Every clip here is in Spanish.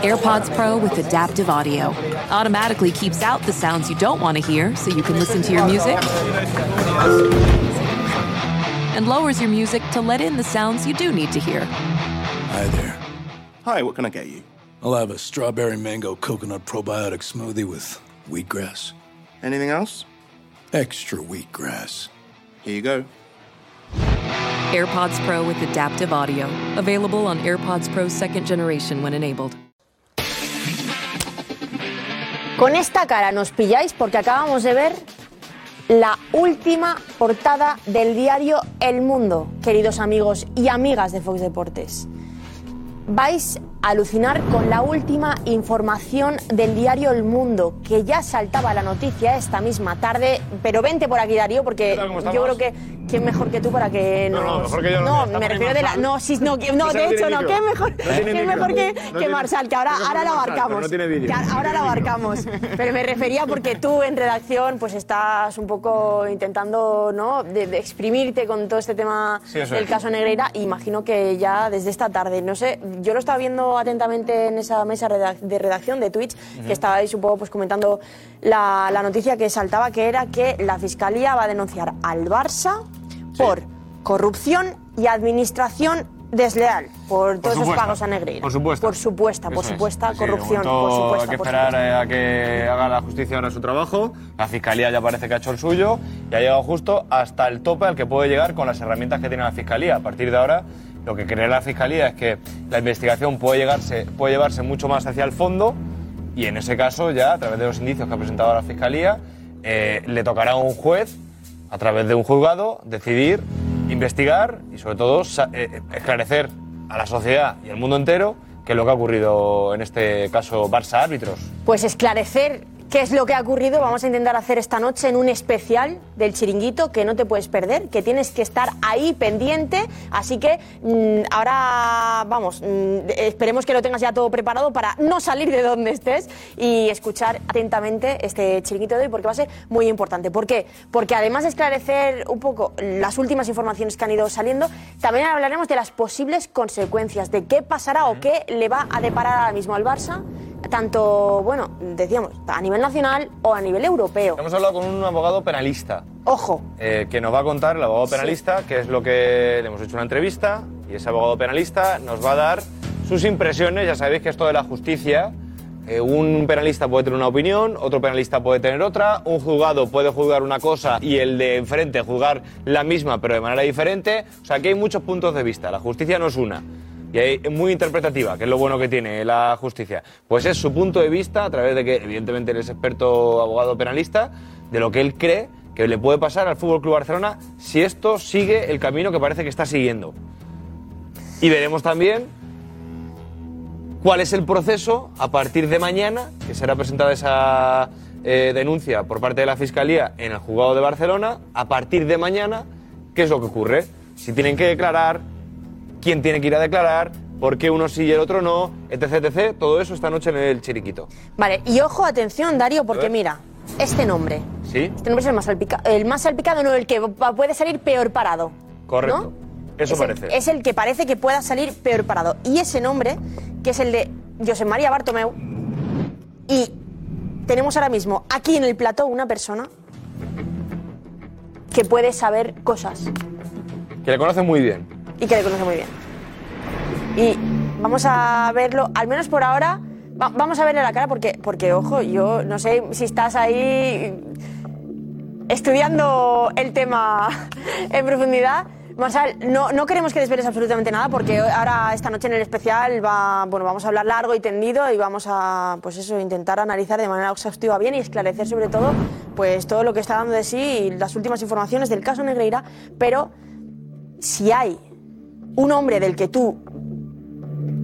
AirPods Pro with adaptive audio automatically keeps out the sounds you don't want to hear so you can listen to your music and lowers your music to let in the sounds you do need to hear. Hi there. Hi, what can I get you? I'll have a strawberry mango coconut probiotic smoothie with wheatgrass. Anything else? Extra wheatgrass. Here you go. AirPods Pro with adaptive audio available on AirPods Pro second generation when enabled. Con esta cara nos pilláis porque acabamos de ver la última portada del diario El Mundo, queridos amigos y amigas de Fox Deportes. Vais a alucinar con la última información del diario El Mundo, que ya saltaba la noticia esta misma tarde, pero vente por aquí Darío, porque tal, cómo estamos? yo creo que quién mejor que tú para que No, no, nos- mejor que yo no, No, está me por ahí refiero de la Marsal. no, sí, no, que- no, Esa de no hecho tiene no, micro. qué mejor, No tiene qué micro. mejor que, No que tiene- Marsal, que ahora Esa no ahora lo es Marsal, pero abarcamos. no tiene vídeo. Que ahora- ahora lo abarcamos. Pero me refería porque tú en redacción pues estás un poco intentando, ¿no?, de, de exprimirte con todo este tema Sí, eso del es. caso Negreira. Imagino que ya desde esta tarde, no sé, yo lo estaba viendo atentamente en esa mesa redac- de redacción de Twitch, que estabais un poco pues comentando la, la noticia que saltaba, que era que la Fiscalía va a denunciar al Barça por corrupción y administración desleal por todos esos supuesto, pagos a Negreira. por supuesto. Por supuesta, por Eso es. supuesta, Sí, corrupción, de por momento supuesta. Hay que por esperar supuesta. eh, a que haga la justicia ahora su trabajo. La fiscalía ya parece que ha hecho el suyo y ha llegado justo hasta el tope al que puede llegar con las herramientas que tiene la fiscalía. A partir de ahora, lo que cree la fiscalía es que la investigación puede, llegarse, puede llevarse mucho más hacia el fondo y en ese caso, ya a través de los indicios que ha presentado la fiscalía, eh, le tocará a un juez, a través de un juzgado, decidir, investigar y sobre todo sa- eh, eh, esclarecer a la sociedad y al mundo entero que es lo que ha ocurrido en este caso Barça árbitros. Pues esclarecer qué es lo que ha ocurrido vamos a intentar hacer esta noche en un especial del chiringuito que no te puedes perder, que tienes que estar ahí pendiente. Así que mm, ahora vamos, mm, esperemos que lo tengas ya todo preparado para no salir de donde estés y escuchar atentamente este chiringuito de hoy porque va a ser muy importante. ¿Por qué? Porque además de esclarecer un poco las últimas informaciones que han ido saliendo, también hablaremos de las posibles consecuencias, de qué pasará o qué le va a deparar ahora mismo al Barça tanto, bueno, decíamos, a nivel nacional o a nivel europeo. Hemos hablado con un abogado penalista Ojo, eh, que nos va a contar, el abogado penalista, que es lo que le hemos hecho una entrevista y ese abogado penalista nos va a dar sus impresiones. Ya sabéis que esto de la justicia, eh, un penalista puede tener una opinión, otro penalista puede tener otra, un juzgado puede juzgar una cosa y el de enfrente juzgar la misma pero de manera diferente. O sea, que hay muchos puntos de vista. La justicia no es una. y ahí es muy interpretativa, que es lo bueno que tiene la justicia. Pues es su punto de vista, a través de que, evidentemente, él es experto abogado penalista, de lo que él cree que le puede pasar al Fútbol Club Barcelona si esto sigue el camino que parece que está siguiendo. Y veremos también cuál es el proceso a partir de mañana, que será presentada esa eh, denuncia por parte de la Fiscalía en el juzgado de Barcelona, a partir de mañana, qué es lo que ocurre. Si tienen que declarar, quién tiene que ir a declarar, por qué uno sí y el otro no, etc, etc. Todo eso esta noche en el Chiriquito. vale, y ojo, atención, Darío, porque mira, este nombre, ¿Sí? este nombre es el más salpicado, el más salpicado no, el que va- puede salir peor parado. Correcto. Eso es parece. El, es el que parece que pueda salir peor parado. Y ese nombre, que es el de José María Bartomeu, y tenemos ahora mismo aquí en el plató una persona que puede saber cosas Que le conoce muy bien. y que le conoce muy bien. Y vamos a verlo, al menos por ahora, va- vamos a verle la cara porque, porque, ojo, yo no sé si estás ahí estudiando el tema en profundidad. Marsal, no, no queremos que desveles absolutamente nada porque hoy- ahora esta noche en el especial va, bueno, vamos a hablar largo y tendido y vamos a pues eso, intentar analizar de manera exhaustiva bien y esclarecer sobre todo pues todo lo que está dando de sí y las últimas informaciones del caso Negreira, pero si hay un hombre del que tú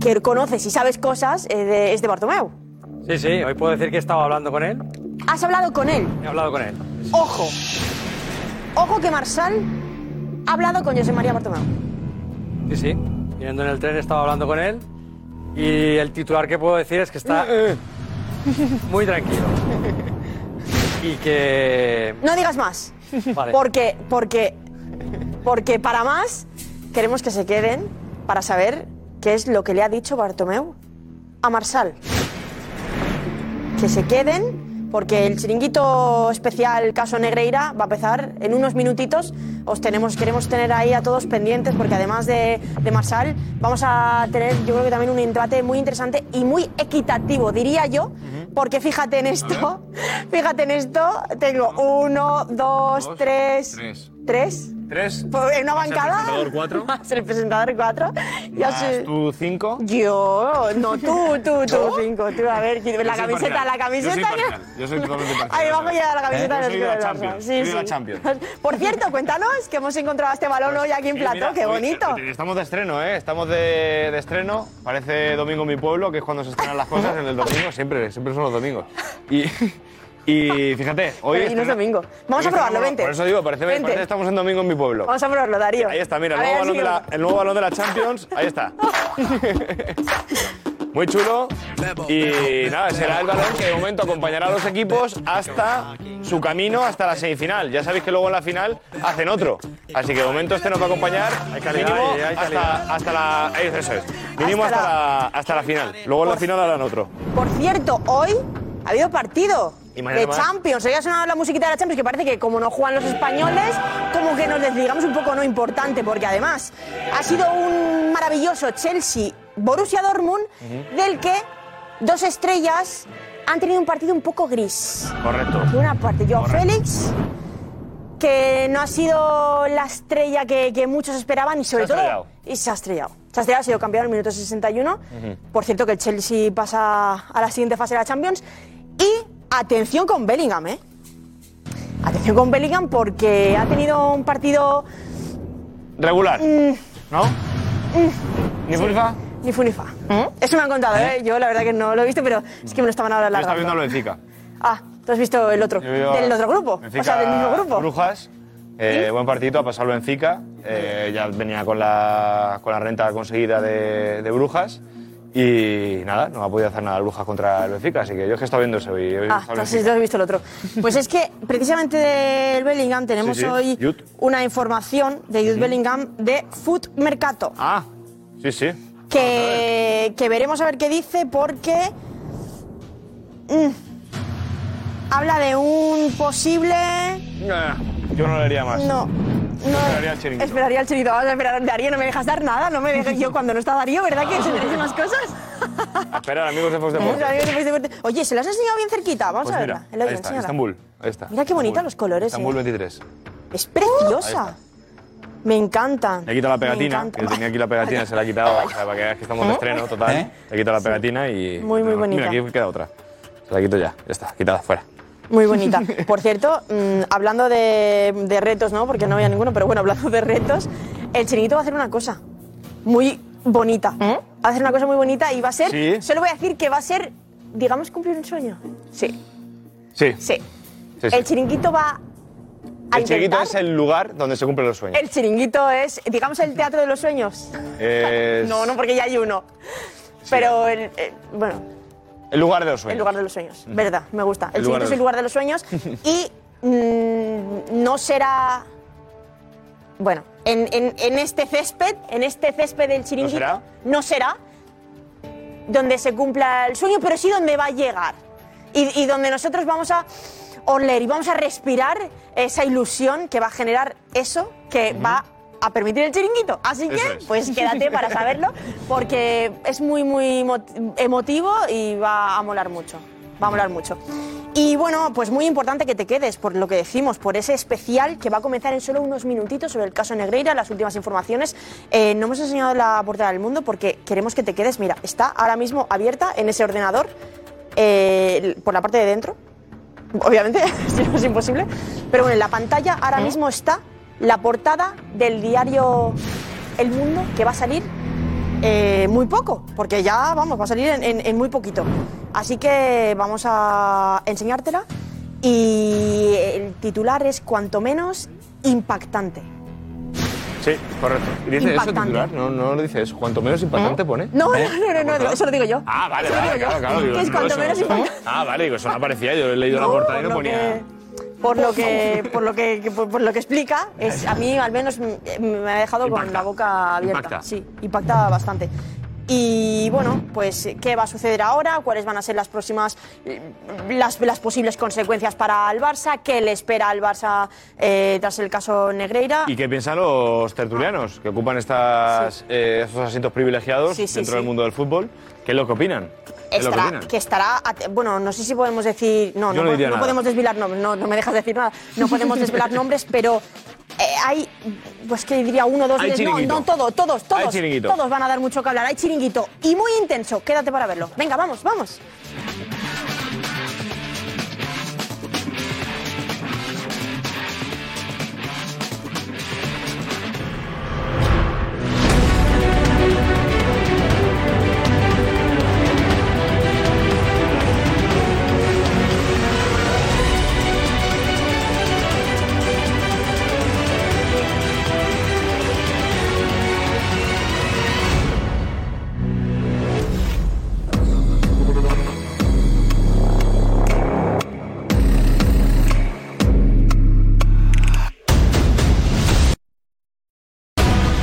que conoces y sabes cosas eh, de- es de Bartomeu. Sí, sí, hoy puedo decir que he estado hablando con él. Has hablado con él. He hablado con él. Ojo. Ojo que Marsal ha hablado con José María Bartomeu. Sí, sí. Viniendo en el tren he estado hablando con él. Y el titular que puedo decir es que está muy tranquilo. Y que. No digas más. Vale. Porque, porque, porque para más queremos que se queden para saber qué es lo que le ha dicho Bartomeu a Marsal. Que se queden, porque el chiringuito especial caso Negreira va a empezar en unos minutitos. Os tenemos, queremos tener ahí a todos pendientes, porque además de, de Marsal, vamos a tener, yo creo que también un debate muy interesante y muy equitativo, diría yo, porque fíjate en esto, fíjate en esto, tengo uno, dos, tres, tres. tres. Tres. Pues, En una Más el bancada. presentador, cuatro. Más el presentador cuatro. Ya Más sé. tú cinco. Yo, no, tú, tú, tú, cinco, tú, a ver, Yo la soy camiseta, parcial. la Yo soy camiseta. parcial. Yo soy totalmente parcial. Ahí bajo ya la ¿Eh? camiseta Yo del soy de la Barça. Champions. Sí, soy de la sí. Champions. Por cierto, cuéntanos que hemos encontrado este balón hoy aquí en Eh, plató, mira, qué hoy bonito. Estamos de estreno, ¿eh? Estamos de, de estreno. Parece Domingo en mi pueblo, que es cuando se estrenan las cosas en el domingo. Siempre, siempre son los domingos. Y, y fíjate, hoy. Hoy no es estrena- domingo. Vamos hoy a probarlo, estrenamos- vente. Por eso digo, parece, Vente. parece que estamos en domingo en mi pueblo. Vamos a probarlo, Darío. Ahí está, mira, el A nuevo, ver, balón de la, síguelo. el nuevo balón de la Champions. Ahí está. Muy chulo. Y nada, será el balón que de momento acompañará a los equipos hasta su camino, hasta la semifinal. Ya sabéis que luego en la final hacen otro. Así que de momento este nos va a acompañar calidad mínimo ahí, hay calidad. hasta, hasta la. ahí, Eso es. Mínimo Hasta Pues- hasta, la, hasta la final. Luego en la final harán otro. Por cierto, hoy ha habido partido Y mañana de más. Champions. Hoy ha sonado la musiquita de la Champions, que parece que como no juegan los españoles, como que nos desligamos un poco no importante, porque además ha sido un maravilloso Chelsea Borussia Dortmund, del que dos estrellas han tenido un partido un poco gris. Correcto. Por una parte, Joao Félix, que no ha sido la estrella que, que muchos esperaban y sobre Se ha todo... estrellado. Y se ha estrellado. Se ha estrellado, ha sido campeón en el minuto 61. Por cierto, que el Chelsea pasa a la siguiente fase de la Champions. Y atención con Bellingham, ¿eh? Atención con Bellingham porque ha tenido un partido Regular. Mm. ¿No? ¿Ni Fulfa? ni fu ni fa. Eso me han contado, ¿eh? Yo la verdad que no lo he visto, pero es que me lo estaban ahora Está viendo hablando. lo de Zika. Ah, tú has visto el otro. Yo veo a- Del otro grupo. Benfica, o sea, del mismo grupo. Brujas. eh, Buen partido, a pasarlo en Fica. ya venía con la, con la renta conseguida de, de Brujas. Y nada, no ha podido hacer nada Brujas contra el Benfica. Así que yo es que he estado viendo eso. Y he estado Ah, en entonces Benfica. has visto el otro. Pues es que precisamente del Bellingham tenemos Sí, sí, hoy Jude. una información de Jude Bellingham de Food Mercato, Ah, sí, sí. que, que veremos a ver qué dice porque mm, habla de un posible... Nah, Yo no leería más. No. No, Esperaría el chiringuito. Esperaría el chiringuito. Vamos a esperar. Darío, no me dejas dar nada. No me dejes yo cuando no está Darío, ¿verdad? Que se te dicen las cosas. A esperar, amigos de Fox Deportes. Darío, después de verte- Oye, ¿se lo has enseñado bien cerquita? Vamos Pues a mira, verla. Eloy, ahí está, enséñala. Estambul. Ahí está. Mira qué bonitos Estambul. los colores, Estambul eh. 23. Es Ahí preciosa. Me encantan. Le he quitado la Me pegatina, encanta. ¿Eh? que tenía aquí la pegatina, se la he quitado, o sea, para que veas que estamos de estreno, total. Le he quitado la pegatina y... Muy, muy bonita. Mira, aquí queda otra. Se la quito ya, ya está, quitada, fuera. Muy bonita. Por cierto, mm, hablando de, de retos, ¿no? Porque no había ninguno, pero bueno, hablando de retos, el chiringuito va a hacer una cosa muy bonita. Va a hacer una cosa muy bonita y va a ser. Sí. Solo voy a decir que va a ser, digamos, cumplir un sueño. Sí, Sí, sí, sí. sí. El chiringuito va a El chiquito intentar- es el lugar donde se cumplen los sueños. El chiringuito es, digamos, el teatro de los sueños. Es No, no, porque ya hay uno. Pero, el- el- bueno, El lugar de los sueños. El lugar de los sueños, verdad, me gusta. El, El chiringuito lugar es el lugar de los sueños y mm, no será... Bueno, en, en- en este césped, en este césped del chiringuito, será? no será donde se cumpla el sueño, pero sí donde va a llegar. Y, y donde nosotros vamos a oler y vamos a respirar esa ilusión que va a generar eso que va a permitir el chiringuito. Así Eso que, es. pues quédate para saberlo, porque es muy, muy emo- emotivo y va a molar mucho. Va a molar mucho. Y bueno, pues muy importante que te quedes por lo que decimos, por ese especial que va a comenzar en solo unos minutitos sobre el caso Negreira, las últimas informaciones. Eh, no hemos enseñado la portada del mundo porque queremos que te quedes. Mira, está ahora mismo abierta en ese ordenador eh, por la parte de dentro. Obviamente, si no es imposible. Pero bueno, en la pantalla ahora mismo está la portada del diario El Mundo que va a salir eh, muy poco, porque ya, vamos, va a salir en, en- en muy poquito. Así que vamos a enseñártela y el titular es cuanto menos impactante. Sí, correcto. ¿Y dice eso el Impactante. ¿Eh? titular? No, no lo dice eso. Cuanto menos impactante pone. ¿Eh? No, no, no, no, no, eso lo digo yo. Ah, vale, Eso lo vale, digo claro, yo, claro. digo, que es no, cuanto eso- menos impactante. Ah, vale, digo, eso no aparecía, yo he leído la portada y no por lo ponía... que- por lo que por lo que, que por, por lo que explica es a mí al menos m- me ha dejado con Impacta. la boca abierta Impacta. sí impacta bastante Y bueno, pues qué va a suceder ahora, cuáles van a ser las próximas, eh, las, las posibles consecuencias para el Barça, qué le espera al Barça eh, tras el caso Negreira. ¿Y qué piensan los tertulianos que ocupan estas, eh, esos asientos privilegiados Sí, sí, dentro sí. del mundo del fútbol? ¿Qué es lo que opinan? ¿Qué es lo que Estará- opinan? que estará, at- bueno, no sé si podemos decir, no, Yo no no, po- diría no nada. podemos desvelar nombres, no, no me dejas decir nada, no podemos desvelar nombres, pero eh, hay, pues que diría uno, dos, Hay tres, no, chiringuito. no, todo, todos, Hay todos, chiringuito. todos van a dar mucho que hablar, hay chiringuito y muy intenso, quédate para verlo, venga, vamos, vamos.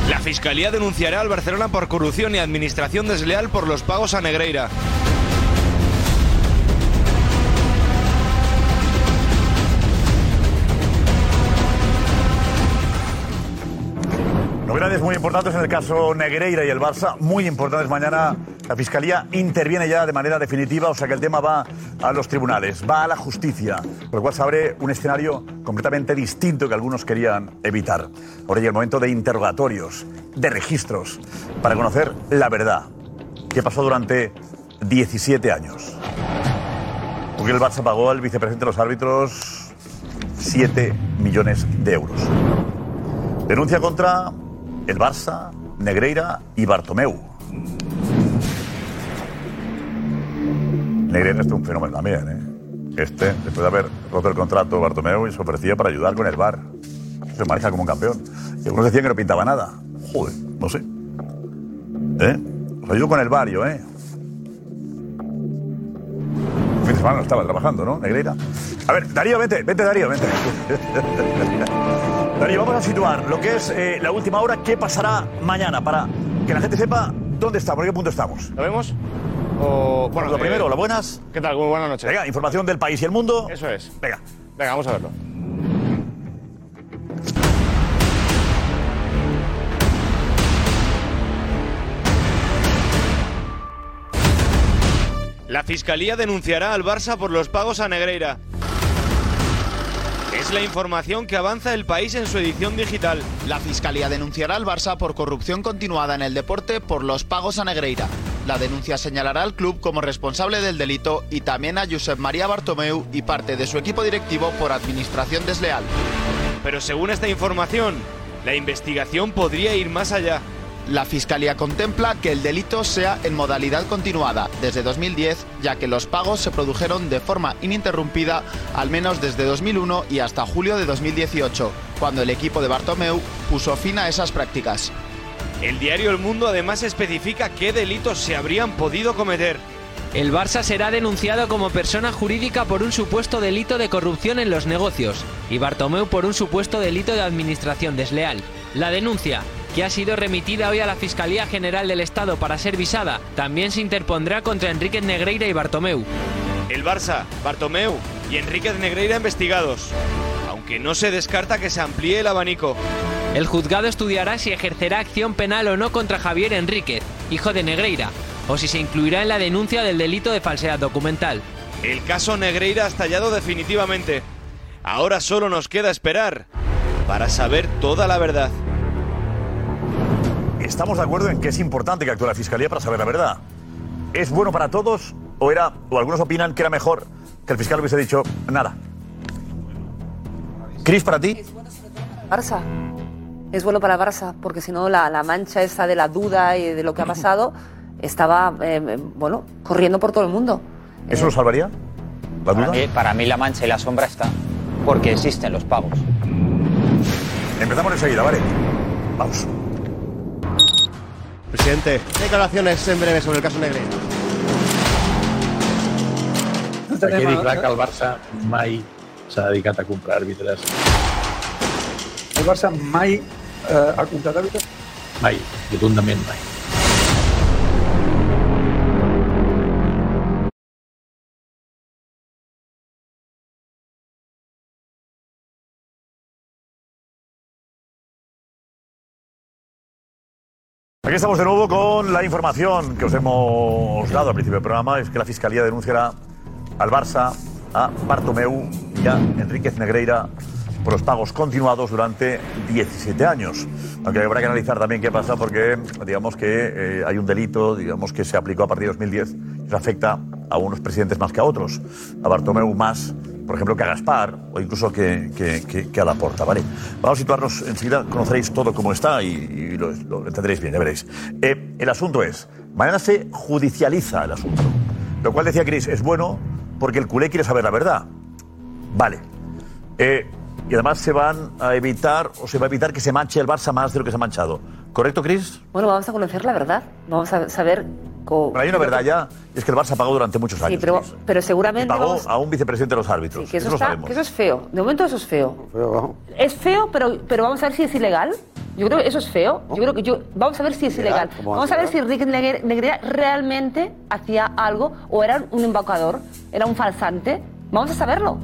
La Fiscalía denunciará al Barcelona por corrupción y administración desleal por los pagos a Negreira. Novedades muy importantes en el caso Negreira y el Barça, muy importantes. Mañana la Fiscalía interviene ya de manera definitiva, o sea que el tema va a los tribunales, va a la justicia, con lo cual se abre un escenario completamente distinto que algunos querían evitar. Ahora llega el momento de interrogatorios, de registros, para conocer la verdad, que pasó durante 17 años. Porque el Barça pagó al vicepresidente de los árbitros 7 millones de euros. Denuncia contra el Barça, Negreira y Bartomeu. Negreira este es un fenómeno también, ¿eh? Este, después de haber roto el contrato Bartomeu, se ofrecía para ayudar con el bar. Se maneja como un campeón. Y algunos decían que no pintaba nada. Joder, no sé. ¿Eh? Os ayudo con el barrio, ¿eh? El fin de semana no estaba trabajando, ¿no, Negreira? A ver, Darío, vente, vente, Darío, vente. Darío, vamos a situar lo que es eh, la última hora, qué pasará mañana, para que la gente sepa dónde estamos, en qué punto estamos. ¿Lo vemos? O, bueno, lo primero, eh, las buenas. ¿Qué tal? Muy buenas noches. Venga, información del país y el mundo. Eso es. Venga. Venga, vamos a verlo. La Fiscalía denunciará al Barça por los pagos a Negreira. Es la información que avanza el país en su edición digital. La Fiscalía denunciará al Barça por corrupción continuada en el deporte por los pagos a Negreira. La denuncia señalará al club como responsable del delito y también a Josep María Bartomeu y parte de su equipo directivo por administración desleal. Pero según esta información, la investigación podría ir más allá. La Fiscalía contempla que el delito sea en modalidad continuada desde 2010, ya que los pagos se produjeron de forma ininterrumpida al menos desde 2001 y hasta julio de 2018, cuando el equipo de Bartomeu puso fin a esas prácticas. El diario El Mundo además especifica qué delitos se habrían podido cometer. El Barça será denunciado como persona jurídica por un supuesto delito de corrupción en los negocios y Bartomeu por un supuesto delito de administración desleal. La denuncia, que ha sido remitida hoy a la Fiscalía General del Estado para ser visada, también se interpondrá contra Enríquez Negreira y Bartomeu. El Barça, Bartomeu y Enríquez Negreira investigados. Aunque no se descarta que se amplíe el abanico. El juzgado estudiará si ejercerá acción penal o no contra Javier Enríquez, hijo de Negreira, o si se incluirá en la denuncia del delito de falsedad documental. El caso Negreira ha estallado definitivamente. Ahora solo nos queda esperar para saber toda la verdad. Estamos de acuerdo en que es importante que actúe la Fiscalía para saber la verdad. ¿Es bueno para todos o era, o algunos opinan que era mejor que el fiscal hubiese dicho nada? Cris, para ti. Barça. Es bueno para el Barça, porque si no la, la mancha esa de la duda y de lo que ha pasado estaba, eh, bueno, corriendo por todo el mundo. ¿Eso lo salvaría? ¿La duda? Para mí, para mí la mancha y la sombra está, porque existen los pagos. Empezamos enseguida, ¿vale? Vamos. Presidente, declaraciones en breve sobre el caso Negreira. Aquí dir clar ¿eh? que el Barça mai s'ha dedicat a comprar àrbitres. El Barça mai eh, ha comprat àrbitres. Mai, rotundament mai. Aquí estamos de nuevo con la información que os hemos dado al principio del programa, es que la Fiscalía denunciará al Barça, a Bartomeu y a Enríquez Negreira por los pagos continuados durante 17 años. Aunque habrá que analizar también qué pasa porque digamos que eh, hay un delito digamos que se aplicó a partir de 2010 y eso afecta a unos presidentes más que a otros. A Bartomeu más, por ejemplo, que a Gaspar o incluso que, que, que- que a Laporta. ¿vale? Vamos a situarnos enseguida, conoceréis todo cómo está y, y lo, lo entenderéis bien, ya veréis. Eh, el asunto es, mañana se judicializa el asunto. Lo cual decía Chris, es bueno porque el culé quiere saber la verdad. Vale. Eh, y además se van a evitar o se va a evitar que se manche el Barça más de lo que se ha manchado. ¿Correcto, Chris? Bueno, vamos a conocer la verdad. Vamos a saber. co- Pero hay una verdad ya, es que el Barça pagó durante muchos Sí, años. pero, pero Y seguramente. pagó vamos- a un vicepresidente de los árbitros. que eso, eso, lo está- sabemos. que eso es feo. De momento eso es feo. Es feo, pero, pero vamos a ver si es ilegal. Yo creo que eso es feo. Yo creo que yo, vamos a ver si es Ilegal, ilegal. ¿cómo va a Vamos a ser ver si Rick Negre- Negreira realmente hacía algo o era un embaucador, era un falsante. Vamos a saberlo.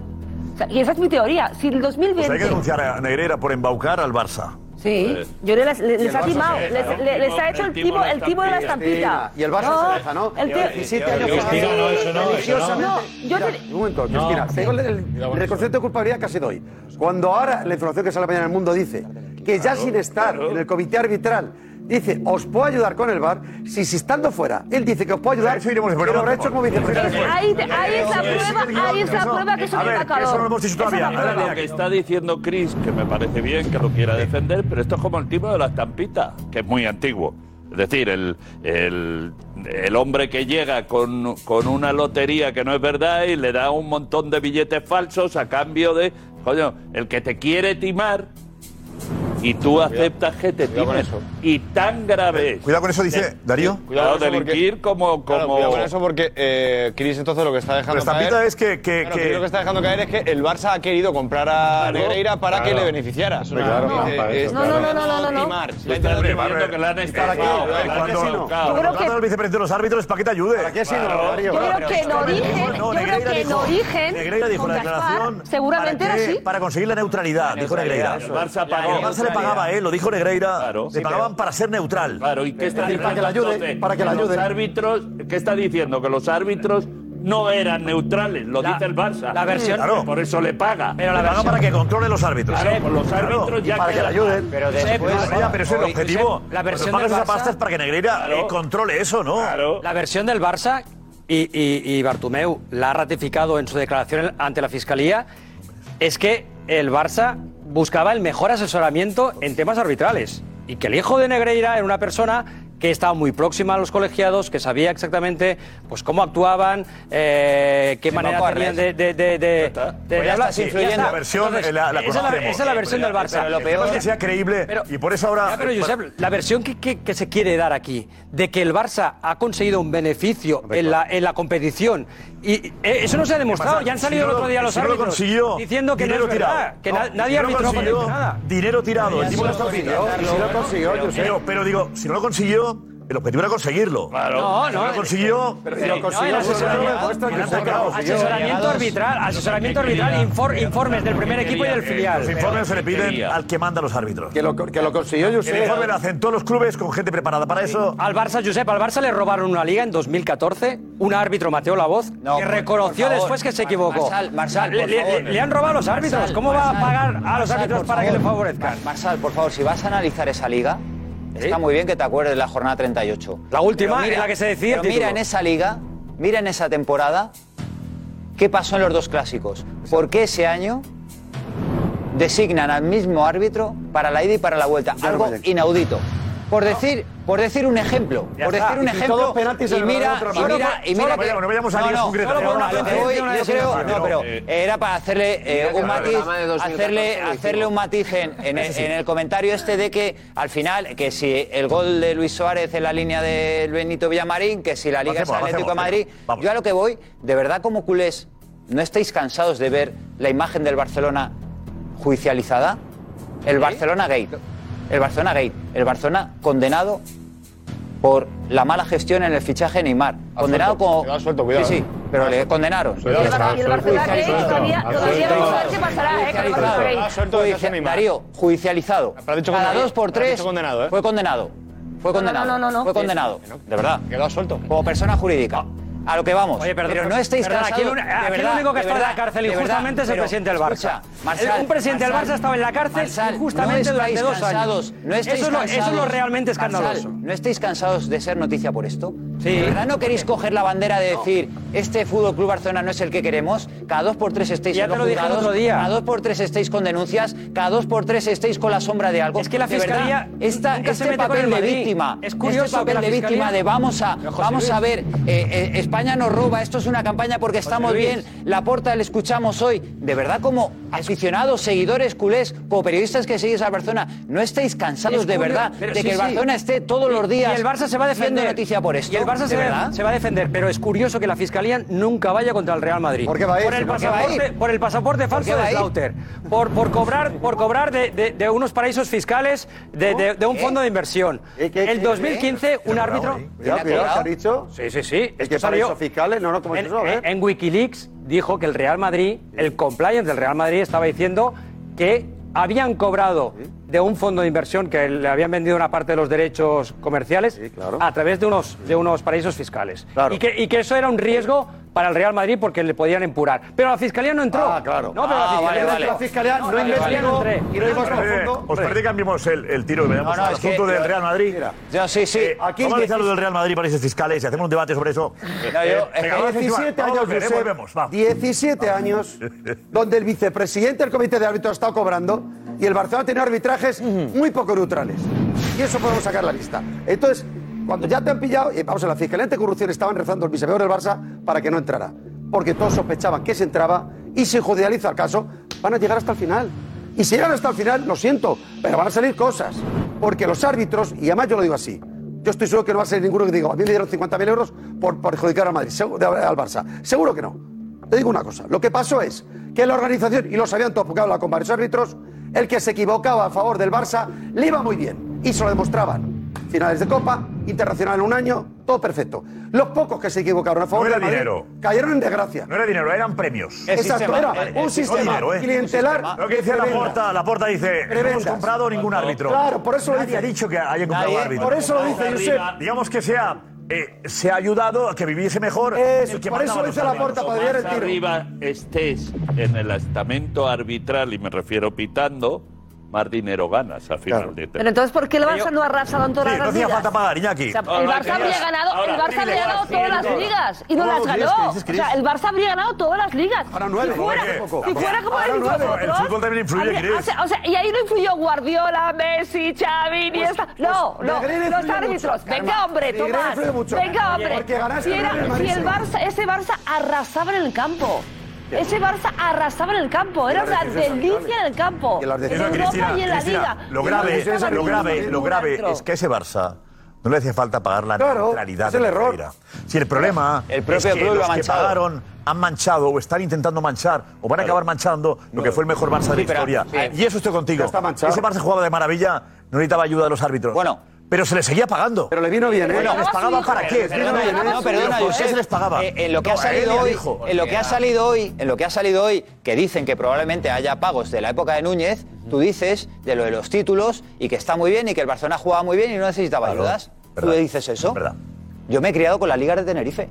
O sea, y esa es mi teoría. Si el Pues 2020... hay que denunciar a Negreira por embaucar al Barça. Sí, yo les, les- Y les el ha Barça timado, se les, deja, ¿no? le- les ha hecho el timo, el timo de la estampita. Y Ah, el Barça No, se deja, ¿no? el tío- 17 años. Cristina, no, eso no, eso no. Religiosamente. yo Mira, Un momento, Cristina. Tengo el, el reconocimiento de culpabilidad que ha sido hoy. Cuando ahora la información que sale mañana en el mundo dice que ya sin estar en el comité arbitral dice, os puedo ayudar con el bar, si, si estando fuera, él dice que os puedo ayudar, eso iremos pero lo habrá hecho como vicepresidente. Ahí, ahí es la prueba, ahí es la prueba que es un embaucador. Lo que está diciendo Chris, que me parece bien que lo quiera defender, pero esto es como el tipo de la estampita, que es muy antiguo. Es decir, el, el, el hombre que llega con, con una lotería que no es verdad y le da un montón de billetes falsos a cambio de. Coño, el que te quiere timar y tú aceptas que te cuidado con timen. Y tan grave es. Eh, Cuidado con eso, dice Darío. Cuidado Cuidado, con eso porque- delinquir como. Claro, como- cuidado con eso porque eh, Chris entonces lo que está dejando La estampita caer... es que- que- Claro, que- Chris lo que está dejando caer es que el Barça ha querido comprar a Claro, Negreira para claro. que le beneficiara. Es una Claro, trampa, Dice, eso, es- claro. No, no, no, no, no, no. timar. Tú estás diciendo que le han estafado, que le han Eh, Cuando estafado. contratan al vicepresidente de los árbitros, ¿para qué te ayude? ¿Para qué sirve, Claro. Darío? Yo creo que en origen, yo creo que en origen, Negreira dijo con la Gaspar, declaración. seguramente ¿para era qué? así. Para conseguir la neutralidad, dijo Negreira. El Barça pagó. El Barça le pagaba a él, lo dijo Negreira. Le pagaban para ser neutral. Claro, ¿y qué está Para que diciendo? la ayude, entonces? para que la Los ayude. árbitros, ¿qué está diciendo? Que los árbitros no eran neutrales, lo dice el Barça. la versión- Claro. Por eso le paga. Pero la paga para que controle los árbitros. Claro, pues los árbitros ya para que le quedan ayuden. mal. Pero después- Josep, ya, pero ese es el hoy, objetivo. Josep, la versión Cuando del pagas esa Barça- pasta es para que Negreira eh, controle eso, ¿no? La versión del Barça y, y- y Bartomeu la ha ratificado en su declaración ante la fiscalía es que el Barça buscaba el mejor asesoramiento en temas arbitrales y que el hijo de Negreira era una persona que estaba muy próxima a los colegiados, que sabía exactamente pues cómo actuaban, eh, qué Sí, manera Paco tenían de, Arnés. de, de- de- de- Pues ya de hablar. estás Sí, ya influyendo. está. La versión, Entonces, eh, la- la esa, es la- conocemos. esa es la versión del Barça. Pero lo peor es que sea creíble y por eso ahora- eh, Ya, pero, Josep, la versión que, que- que se quiere dar aquí, de que el Barça ha conseguido un beneficio en la, en la competición, y eh, eso no se ha demostrado. Además, Ya han salido si no el otro día lo- los si no lo árbitros consiguió, diciendo que no dinero es verdad, tirado. que na- No, nadie si ha no lo arbitrado consiguió, nada. Dinero tirado. Ya El si tipo lo no está consiguió, fichando. si lo consiguió, Pero- Josep. pero- Pero digo, si no lo consiguió, el objetivo era conseguirlo. No, Si no no. lo consiguió. pues, Pero si eh, no, el asesoramiento- Asesoramiento arbitral, asesoramiento arbitral, infor- informes del primer equipo y del filial. Los informes se le piden al que manda los árbitros. Que lo, que lo consiguió Josep. El informe lo hacen todos los clubes con gente preparada para eso. Al Barça, Josep, al Barça le robaron una liga en 2014, un árbitro, Mateo Lavoz, que reconoció por favor. después que se equivocó. Marsal, Marsal, le, por le- favor. le han robado a los árbitros, Marsal, ¿cómo va a Marsal, pagar a los Marsal, árbitros por para que le favor. favorezcan? Marsal, por favor, si vas a analizar esa liga, está muy bien que te acuerdes de la jornada 38. La última, Pero en la que se decide el pero mira título. en esa liga, mira en esa temporada, qué pasó en los dos clásicos. ¿Por qué ese año designan al mismo árbitro para la ida y para la vuelta? Algo inaudito. Por decir, por decir un ejemplo, Ya por está. decir un Y ejemplo, todos penaltis en y el mira, otro y lado. mira, y Solo mira por- que- no vayamos a ligas concretas. solo por una Ahora, lo que ofensa, voy- una yo creo- designación. no, pero era para hacerle eh, Mira que para un el matiz, programa de 2014 hacerle, lo hicimos. hacerle un matiz en, en el, Sí. en el comentario este de que al final, que si el gol de Luis Suárez en la línea del Benito Villamarín, que si la Liga Avancemos, es Atlético de avancemos, Madrid, yo a lo que voy, de verdad como culés, ¿no estáis cansados de ver la imagen del Barcelona judicializada? El Barcelona Gate. El Barcelona Gate. El Barcelona condenado por la mala gestión en el fichaje de Neymar. Condenado como. cuidado, sí, eh. sí, pero le condenaron. Suelto, Y el Bar- y el suelto, Barcelona suelto, cree que todavía- suelto. todavía no sabe qué pasará, eh, con el Barcelona Ah, cree. Judicializado. Judicia- Darío, judicializado. Pero ha dicho Cada condenado. dos por Pero ha tres dicho condenado, eh. fue condenado. Fue No, condenado. no, no, no, no. Fue condenado. De verdad. Quedó suelto. Como persona jurídica. A lo que vamos. Oye, perdón, pero no estéis perdón, cansados. Aquí, el, de aquí el verdad, único que de está en la verdad, cárcel de verdad, injustamente es el pero, presidente del Barça. escucha, Marsal, El- un presidente Marsal, del Barça estaba en la cárcel Marsal, injustamente no durante estáis dos cansados, años. No estáis eso, es lo, eso es lo cansados, realmente Marsal, escandaloso. ¿No estáis cansados de ser noticia por esto? ¿De verdad no queréis coger la bandera de decir este Fútbol Club Barcelona no es el que queremos? Cada dos por tres estáis Ya en te los lo dije el juzgados, otro día. cada dos por tres estáis con denuncias, cada dos por tres estáis con la sombra de algo. Es que la De verdad, Fiscalía esta, nunca se este mete con papel el de Madrid. víctima, Es curioso este papel que la de víctima Fiscalía- de vamos a, Pero, José vamos a Luis. ver, eh, eh, España nos roba, esto es una campaña porque estamos Luis. bien, la porta le escuchamos hoy. De verdad, como aficionados, seguidores, culés, como periodistas que seguís al Barcelona, no estáis cansados Es de curioso, verdad pero de sí, que el sí. Barcelona esté todos Y- los días. Y el Barça se va a haciendo defender. noticia por esto. Y el Barça ¿de se, verdad? va, se va a defender, pero es curioso que la fiscalía nunca vaya contra el Real Madrid. ¿Por qué va a ir? Por el ¿Por qué va a pasaporte, ir? por el pasaporte ¿Por qué falso va a de ir? Slaughter. Por, por cobrar, por cobrar de, de- de unos paraísos fiscales de, de- de un fondo de inversión. el 2015, un árbitro. eh. Cuidado, cuidado, ¿qué ha dicho? Sí, sí, sí. Es que Esto salió- paraísos fiscales, no, no, como en, eso, ¿eh? en- en Wikileaks dijo que el Real Madrid, el compliance del Real Madrid estaba diciendo que habían cobrado de un fondo de inversión que le habían vendido una parte de los derechos comerciales a través de unos, de unos paraísos fiscales. Y, que, y que eso era un riesgo para el Real Madrid porque le podían empurar. Pero la fiscalía no entró. Ah, claro. No, pero la Ah, fiscalía vale, no vale. entró. La fiscalía no la fiscalía investigó entré. y no iba hasta el Eh, fondo. os parece que cambiamos el, el tiro y veníamos No, no, al es que- asunto del Real Madrid. Ya, sí, sí. Aquí Eh, vamos a analizar lo del Real Madrid, paraísos fiscales, y hacemos un debate sobre eso. No, yo- Eh, es venga, que vamos, 17 vamos, años, veremos, Josep, veremos, vamos. 17 años donde el vicepresidente del comité de árbitros está cobrando y el Barcelona tiene arbitrajes muy poco neutrales. Y eso podemos sacar la lista. Entonces, cuando ya te han pillado, y vamos, en la Fiscalía Anticorrupción estaban rezando el vicepresidente del Barça para que no entrara. Porque todos sospechaban que se entraba y si judicializa el caso, van a llegar hasta el final. Y si llegan hasta el final, lo siento, pero van a salir cosas. Porque los árbitros, y además yo lo digo así, yo estoy seguro que no va a ser ninguno que diga, a mí me dieron 50.000 euros por perjudicar al Madrid, seguro- al Barça. Seguro que no. Te digo una cosa, lo que pasó es que la organización, y lo sabían todos porque hablaba con varios árbitros, el que se equivocaba a favor del Barça le iba muy bien y se lo demostraban. Finales de Copa, Internacional en un año, todo perfecto. Los pocos que se equivocaron a favor No era del Madrid dinero. cayeron en desgracia. No era dinero, eran premios. eh, El Exacto, sistema, era el- un el sistema sistema. No ¿eh? clientelar Un sistema. Lo que dice la Prebendas. porta, la porta dice, no hemos Prebendas. comprado ningún árbitro. Claro, por eso lo Nadie dice. ha dicho que haya comprado Nadie. árbitro. Por eso lo dice Nadie. Josep. Digamos que sea, eh, se ha ayudado a que viviese mejor. Eso, el que por eso mandaba lo dice los la árbitros. porta, para Cuanto desviar el más tiro. arriba estés en el estamento arbitral, y me refiero pitando, más dinero ganas al final de Pero entonces, ¿por qué el Barça no ha arrasado en todas Sí, no las hacía ligas? falta pagar, Iñaki. O sea, No, el no, Barça que habría digas. ganado, Ahora, el Barça Chris, habría ganado Chris, todas las Chris. ligas y no, No, las Chris, ganó. Chris, O Chris. sea, el Barça habría ganado todas las ligas. Ahora nueve, si fuera, ¿por qué? si fuera como Ahora el nueve. vosotros, El fútbol también influye, habría- Chris. o sea, o sea, y ahí no influyó Guardiola, Messi, Xavi, ni Pues- esta. pues No, no, Negredo influye los mucho. árbitros. Calma. Venga, hombre, Negredo Tomás. influye mucho. Venga, hombre. Porque ganaste Si, era- el Madrid, si el seguro. Barça, ese Barça arrasaba en el campo. Ese Barça arrasaba en el campo, era Y una las decisiones delicia en el campo. Y las En decisiones- Europa y en la Cristina, liga. Lo Y no grave, estaba lo ningún grave, lo grave árbitro. es que ese Barça no le hace falta pagar la Claro, neutralidad es el de la error. Negreira. Si el problema El propio es que club lo los ha que manchado. pagaron han manchado o están intentando manchar o van a acabar manchando lo que fue el mejor Barça de la Sí, pero- historia. Ah, sí. Y eso estoy contigo. Ya está manchado. Ese Barça jugaba de maravilla, no necesitaba ayuda de los árbitros. Bueno, pero se le seguía pagando. Pero le vino bien, ¿eh? Bueno, ¿les pagaba para qué? Perdona, Explícame, ¿eh? no, perdona, ¿Por Josep. qué se les pagaba? Eh, en lo que ha No, a él salido ya hoy, dijo. en lo que ha salido hoy, en lo que ha salido hoy, que dicen que probablemente haya pagos de la época de Núñez, tú dices de lo de los títulos y que está muy bien y que el Barcelona jugaba muy bien y no necesitaba ayudas. ¿Tú dices eso? Yo me he criado con la Liga de Tenerife.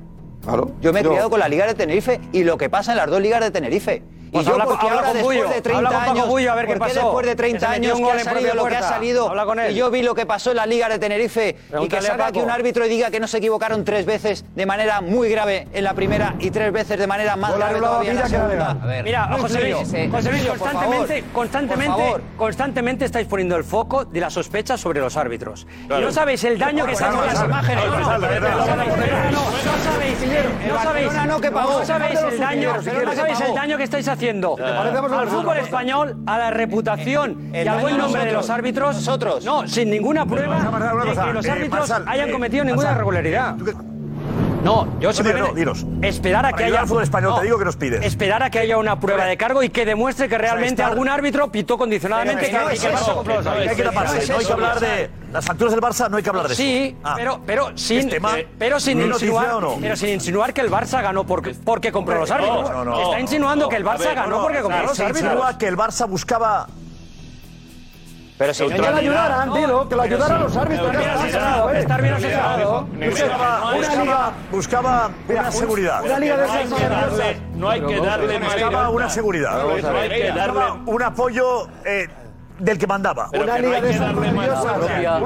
Yo me he Yo- criado con la Liga de Tenerife y lo que pasa en las dos ligas de Tenerife. Pues y yo habla con- porque habla ahora con después Bullo, de habla 30 con Paco años, Bullo, a ver qué ¿por pasó? después de Que se 30 metió un años que gol ha en salido propia lo que ha puerta. salido Habla con él. y yo vi lo que pasó en la Liga de Tenerife y Pregúntale que a salga Paco. aquí un árbitro y diga que no se equivocaron tres veces de manera muy grave en la primera y tres veces de manera más Gol grave anulado a todavía en la Villa, que era segunda. legal. A ver, Mira, No José influyó. Luis, Eh, José Luis, Julio, por favor. constantemente, Por constantemente, favor. constantemente estáis poniendo el foco de la sospecha sobre los árbitros. Claro. Y no sabéis el daño que se ha hecho Las imágenes. No, no, no, no sabéis, no sabéis, Barcelona no, que pagó. no sabéis el daño, Barcelona que no sabéis el pagó. daño que estáis haciendo parece, vamos a al fútbol español, a la reputación Eh, el y al daño buen nombre de nosotros, los árbitros. nosotros. No, sin ninguna prueba Marsal, una de cosa. que los Eh, árbitros Marsal, hayan eh, cometido ninguna Marsal, irregularidad. No, yo No, simplemente dinos, dinos. esperar a Para que ayudar haya al fútbol español, te digo que nos pides. Esperar a que haya una prueba de cargo y que demuestre que realmente estar- algún árbitro pitó Pero condicionadamente que, no y es que el Barça eso, compró los no hay que árbitros. taparse, no hay que hablar de las facturas del Barça, no hay que hablar de eso. Sí, Ah. pero, pero, sin, eh, ¿Es tema? pero, sin ¿Es noticia insinuar, o no? pero sin insinuar que el Barça ganó porque, porque compró los Hombre, árbitros. no, no, no. Está insinuando No, que el a Barça ver, ganó no, porque compró se- los se árbitros. insinúa que el Barça buscaba Pero si no que lo ayudaran, No, dilo, que lo pero ayudaran sí. los árbitros. ya Pero bien está, asesorado, ¿eh? estar bien Claro. asesorado. Buscaba, Una liga- buscaba, buscaba Mira, una un- seguridad. una liga de esas No hay que maravillosas. darle- no hay que darle Buscaba mayor- una seguridad. Vamos a ver. No hay que darle- Buscaba un apoyo eh, del que mandaba. Pero Una que no liga hay de que esas darle maravillosas. La propia, la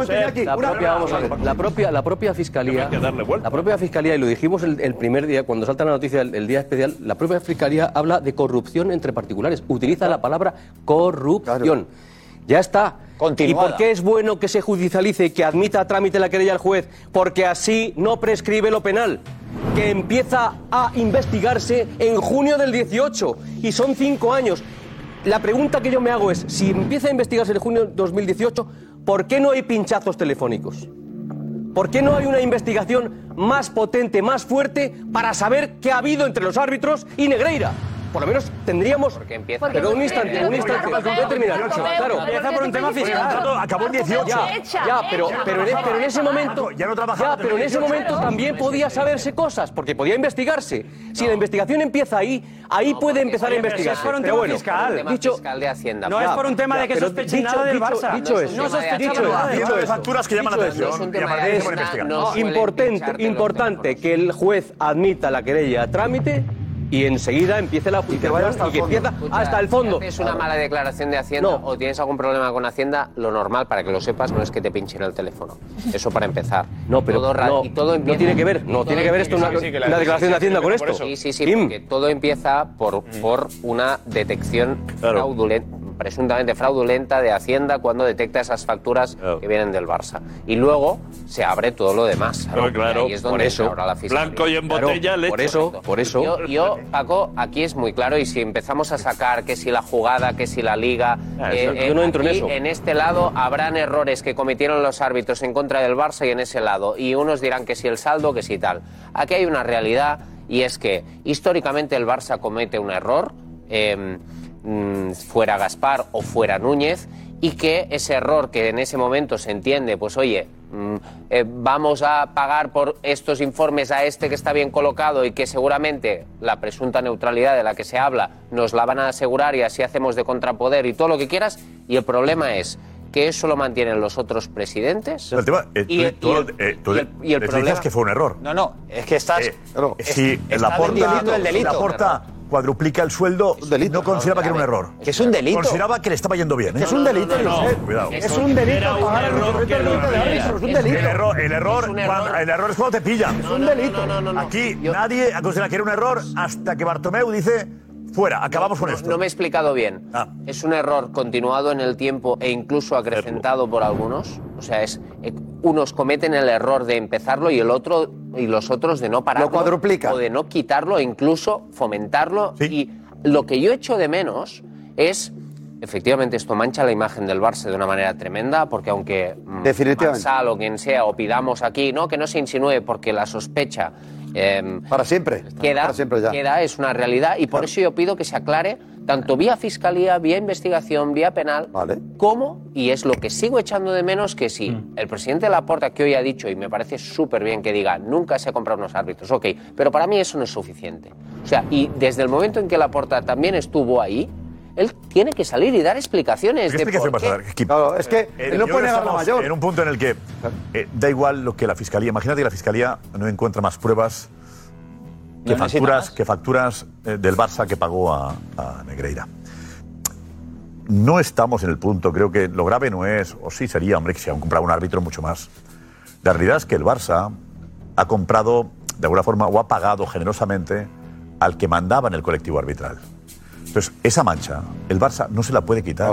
propia, vamos a ver, la propia, la propia fiscalía, la propia fiscalía y lo dijimos el, el primer día cuando salta la noticia el, el día especial, la propia fiscalía habla de corrupción entre particulares, utiliza la palabra corrupción. Ya está. Continuada. ¿Y por qué es bueno que se judicialice, que admita a trámite la querella al juez? Porque así no prescribe lo penal, que empieza a investigarse en junio del 18 y son cinco años. La pregunta que yo me hago es, si empieza a investigarse en junio del 2018, ¿por qué no hay pinchazos telefónicos? ¿Por qué no hay una investigación más potente, más fuerte, para saber qué ha habido entre los árbitros y Negreira? Por lo menos tendríamos. Pero un instante, un instante. Voy a terminar. Claro, Acabó en 18. Ya, ya, pero, pero, en, pero en ese momento. Ya no trabajaba. Ya, pero en ese momento también podía saberse cosas, porque podía investigarse. Si la investigación empieza ahí, ahí puede empezar a investigarse. Es por un Pero tema bueno, fiscal. dicho, de Hacienda. No es por un tema de que sospechen nada del Barça. Dicho eso, no sospechen dicho nada del eso, Barça. dicho facturas que llaman la dicho atención eso, y aparte es se ponen a investigar. no No importante, importante que el juez admita la querella a trámite y enseguida empiece la justificación y que empieza hasta el fondo. Si haces una mala declaración de Hacienda o tienes algún problema con Hacienda, lo normal, para que lo sepas, no es que te pinchen el teléfono. Eso para empezar. No, pero no, no tiene que ver, no tiene que ver esto una- una declaración de Hacienda con esto. Sí, sí, sí, porque todo empieza por, Mm. por una detección fraudulenta presuntamente fraudulenta de Hacienda cuando detecta esas facturas que vienen del Barça. Y luego se abre todo lo demás. ¿no? Claro, claro, Y ahí es por donde eso. entra ahora la fiscalía. Blanco y en Claro, botella, leche. Por eso, por eso. Yo, yo, Paco, aquí es muy claro y si empezamos a sacar que si la jugada, que si la liga, Ah, eso, yo no entro en aquí, eso. en este lado habrán errores que cometieron los árbitros en contra del Barça y en ese lado. Y unos dirán que si el saldo, que si tal. Aquí hay una realidad y es que históricamente el Barça comete un error, eh, mm, fuera Gaspar o fuera Núñez, y que ese error que en ese momento se entiende, pues oye, mm, eh, vamos a pagar por estos informes a este que está bien colocado y que seguramente la presunta neutralidad de la que se habla nos la van a asegurar y así hacemos de contrapoder y todo lo que quieras. Y el problema es que eso lo mantienen los otros presidentes. El tema, eh, Y- y tú, tú- el- eh, tú y el- y el decías problema- que fue un error. No, no, es que estás. Eh, si la porta, la porta cuadruplica el sueldo, no consideraba que era un error. Que es un delito. Consideraba que le estaba yendo bien. ¿eh? Que es un delito, Josep. Cuidado. Es un delito pagar a los diferentes delitos de árbitros, es un delito. El error, el error, Es un cuando- el error. error es, cuando te pillan. Es un delito. Aquí nadie considera que era un error hasta que Bartomeu dice fuera, acabamos con esto. Ah. No me he explicado bien. ¿Es un error continuado en el tiempo e Eh, incluso acrecentado por algunos? O sea, es eh, unos cometen el error de empezarlo y el otro y los otros de no pararlo. cuadruplica. O de no quitarlo e incluso fomentarlo. Y lo que yo echo de menos es. Efectivamente, esto mancha la imagen del Barça de una manera tremenda, porque aunque mm, Definitivamente. Marsal o quien sea, o pidamos aquí, no, que no se insinúe, porque la sospecha em, Para siempre. queda, Para siempre ya. queda, es una realidad y por eso yo pido que se aclare tanto vía fiscalía, vía investigación, vía penal, cómo, y es lo que sigo echando de menos, que si Mm. el presidente Laporta, que hoy ha dicho, y me parece súper bien que diga, nunca se ha comprado unos árbitros, ok, pero para mí eso no es suficiente. O sea, y desde el momento en que Laporta también estuvo ahí, él tiene que salir y dar explicaciones este ¿Qué de este explicación por vas a qué. dar, Kip? Claro, es que él no puede yo creo negar que la estamos mayor. En un punto en el que eh, da igual lo que la fiscalía. Imagínate que la fiscalía no encuentra más pruebas que No necesita facturas, que facturas eh, del Barça que pagó a, a Negreira. No estamos en el punto, creo que lo grave no es, o sí sería, hombre, que si han comprado un árbitro mucho más. La realidad es que el Barça ha comprado, de alguna forma, o ha pagado generosamente al que mandaba en el colectivo arbitral. Entonces, esa mancha, el Barça no se la puede quitar.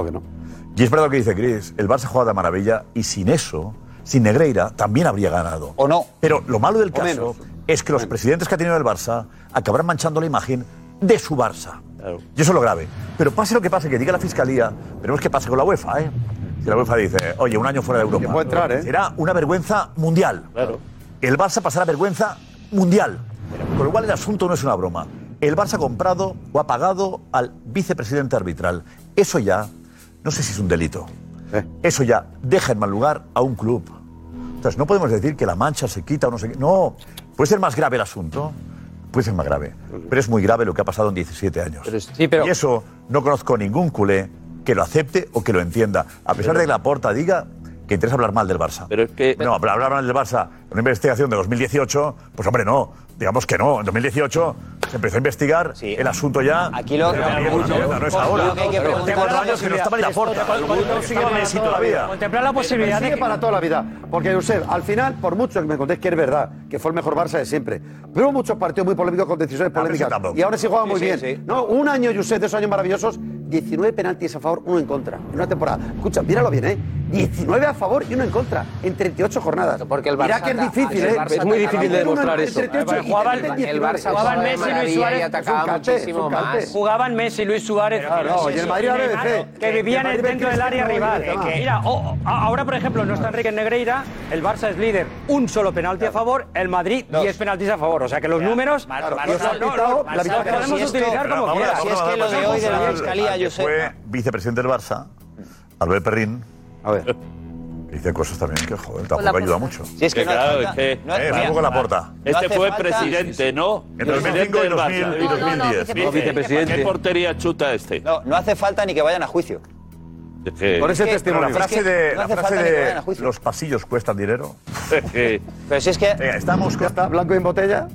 Y es verdad lo que dice Chris, el Barça jugaba de maravilla y sin eso, sin Negreira, también habría ganado. O no. Pero lo malo del caso menos. es que los presidentes que ha tenido el Barça acabarán manchando la imagen de su Barça. Y eso es lo grave. Pero pase lo que pase, que diga la fiscalía, veremos qué pasa con la UEFA, ¿eh? Si la UEFA dice, oye, un año fuera de Europa. puede entrar, ¿eh? Será una vergüenza mundial. Claro. El Barça pasará vergüenza mundial. Con lo cual el asunto no es una broma. El Barça ha comprado o ha pagado al vicepresidente arbitral. Eso ya, no sé si es un delito. Eh. Eso ya deja en mal lugar a un club. Entonces no podemos decir que la mancha se quita o no se quita. No, puede ser más grave el asunto. Puede ser Pues más grave. Pero es muy grave lo que ha pasado en 17 años. Y eso no conozco ningún culé que lo acepte o que lo entienda. A pesar de que la porta diga que interesa hablar mal del Barça. Pero es que... No, pero hablar mal del Barça en una investigación de 2018, pues hombre, no. Digamos que no. En 2018 se empezó a investigar el asunto ya. Aquí lo- No es ahora. Lo que hay que Pero preguntar- cuatro años que no estaba ni la porta. Estaba Messi todavía. Contemplar la posibilidad Sigue de que- para toda la vida. Porque, Josep, al final, por mucho que me contéis que es verdad, que fue el mejor Barça de siempre, pero hubo muchos partidos muy polémicos con decisiones Ah, pero polémicas. eso tampoco. Y ahora sí juega Sí, muy sí, bien. sí. No, un año, Josep, de esos años maravillosos, 19 penaltis a favor, uno en contra. En una temporada. Escucha, míralo bien, ¿eh? 19 a favor y uno en contra. En 38 jornadas. Porque el Mira Barça que es ata- difícil, el ¿eh? Barça Es muy atacaba difícil de mucho. demostrar En eso. 38 y Jugaba el te meten Messi, 19. Luis Suárez. Jugaban Messi, Luis Suárez. Es un caché, es un caché. Jugaban Messi, Luis Suárez. Claro, y el Madrid era ABC. Que vivían El Madrid dentro del área Cristiano rival. Ronaldo. Eh, que- Mira, o- o- ahora por ejemplo no está Enrique Negreira, el Barça es líder, un solo penalti a favor, el Madrid 10 penaltis a favor. O sea que los números Barça- los, los- Barça- los- los podemos utilizar como quieras. yo Fue vicepresidente del Barça, Albert Perrin. A ver. Dice cosas también que, joder, tampoco ayuda mucho. Si es que no hace Claro, falta- es que- no hace Eh, vamos con la porta. Este fue presidente, ¿no? En 2005 Presidente del y 2000 Barça. y 2010. Dice, ¿Qué portería chuta este? No, no hace falta ni que vayan a juicio. Es que- Por ese Pero testimonio. La Es frase que de, no la hace frase falta ni que vayan a de juicio. los pasillos cuestan dinero. Pero si es que. Venga, estamos con. ¿Está blanco en botella?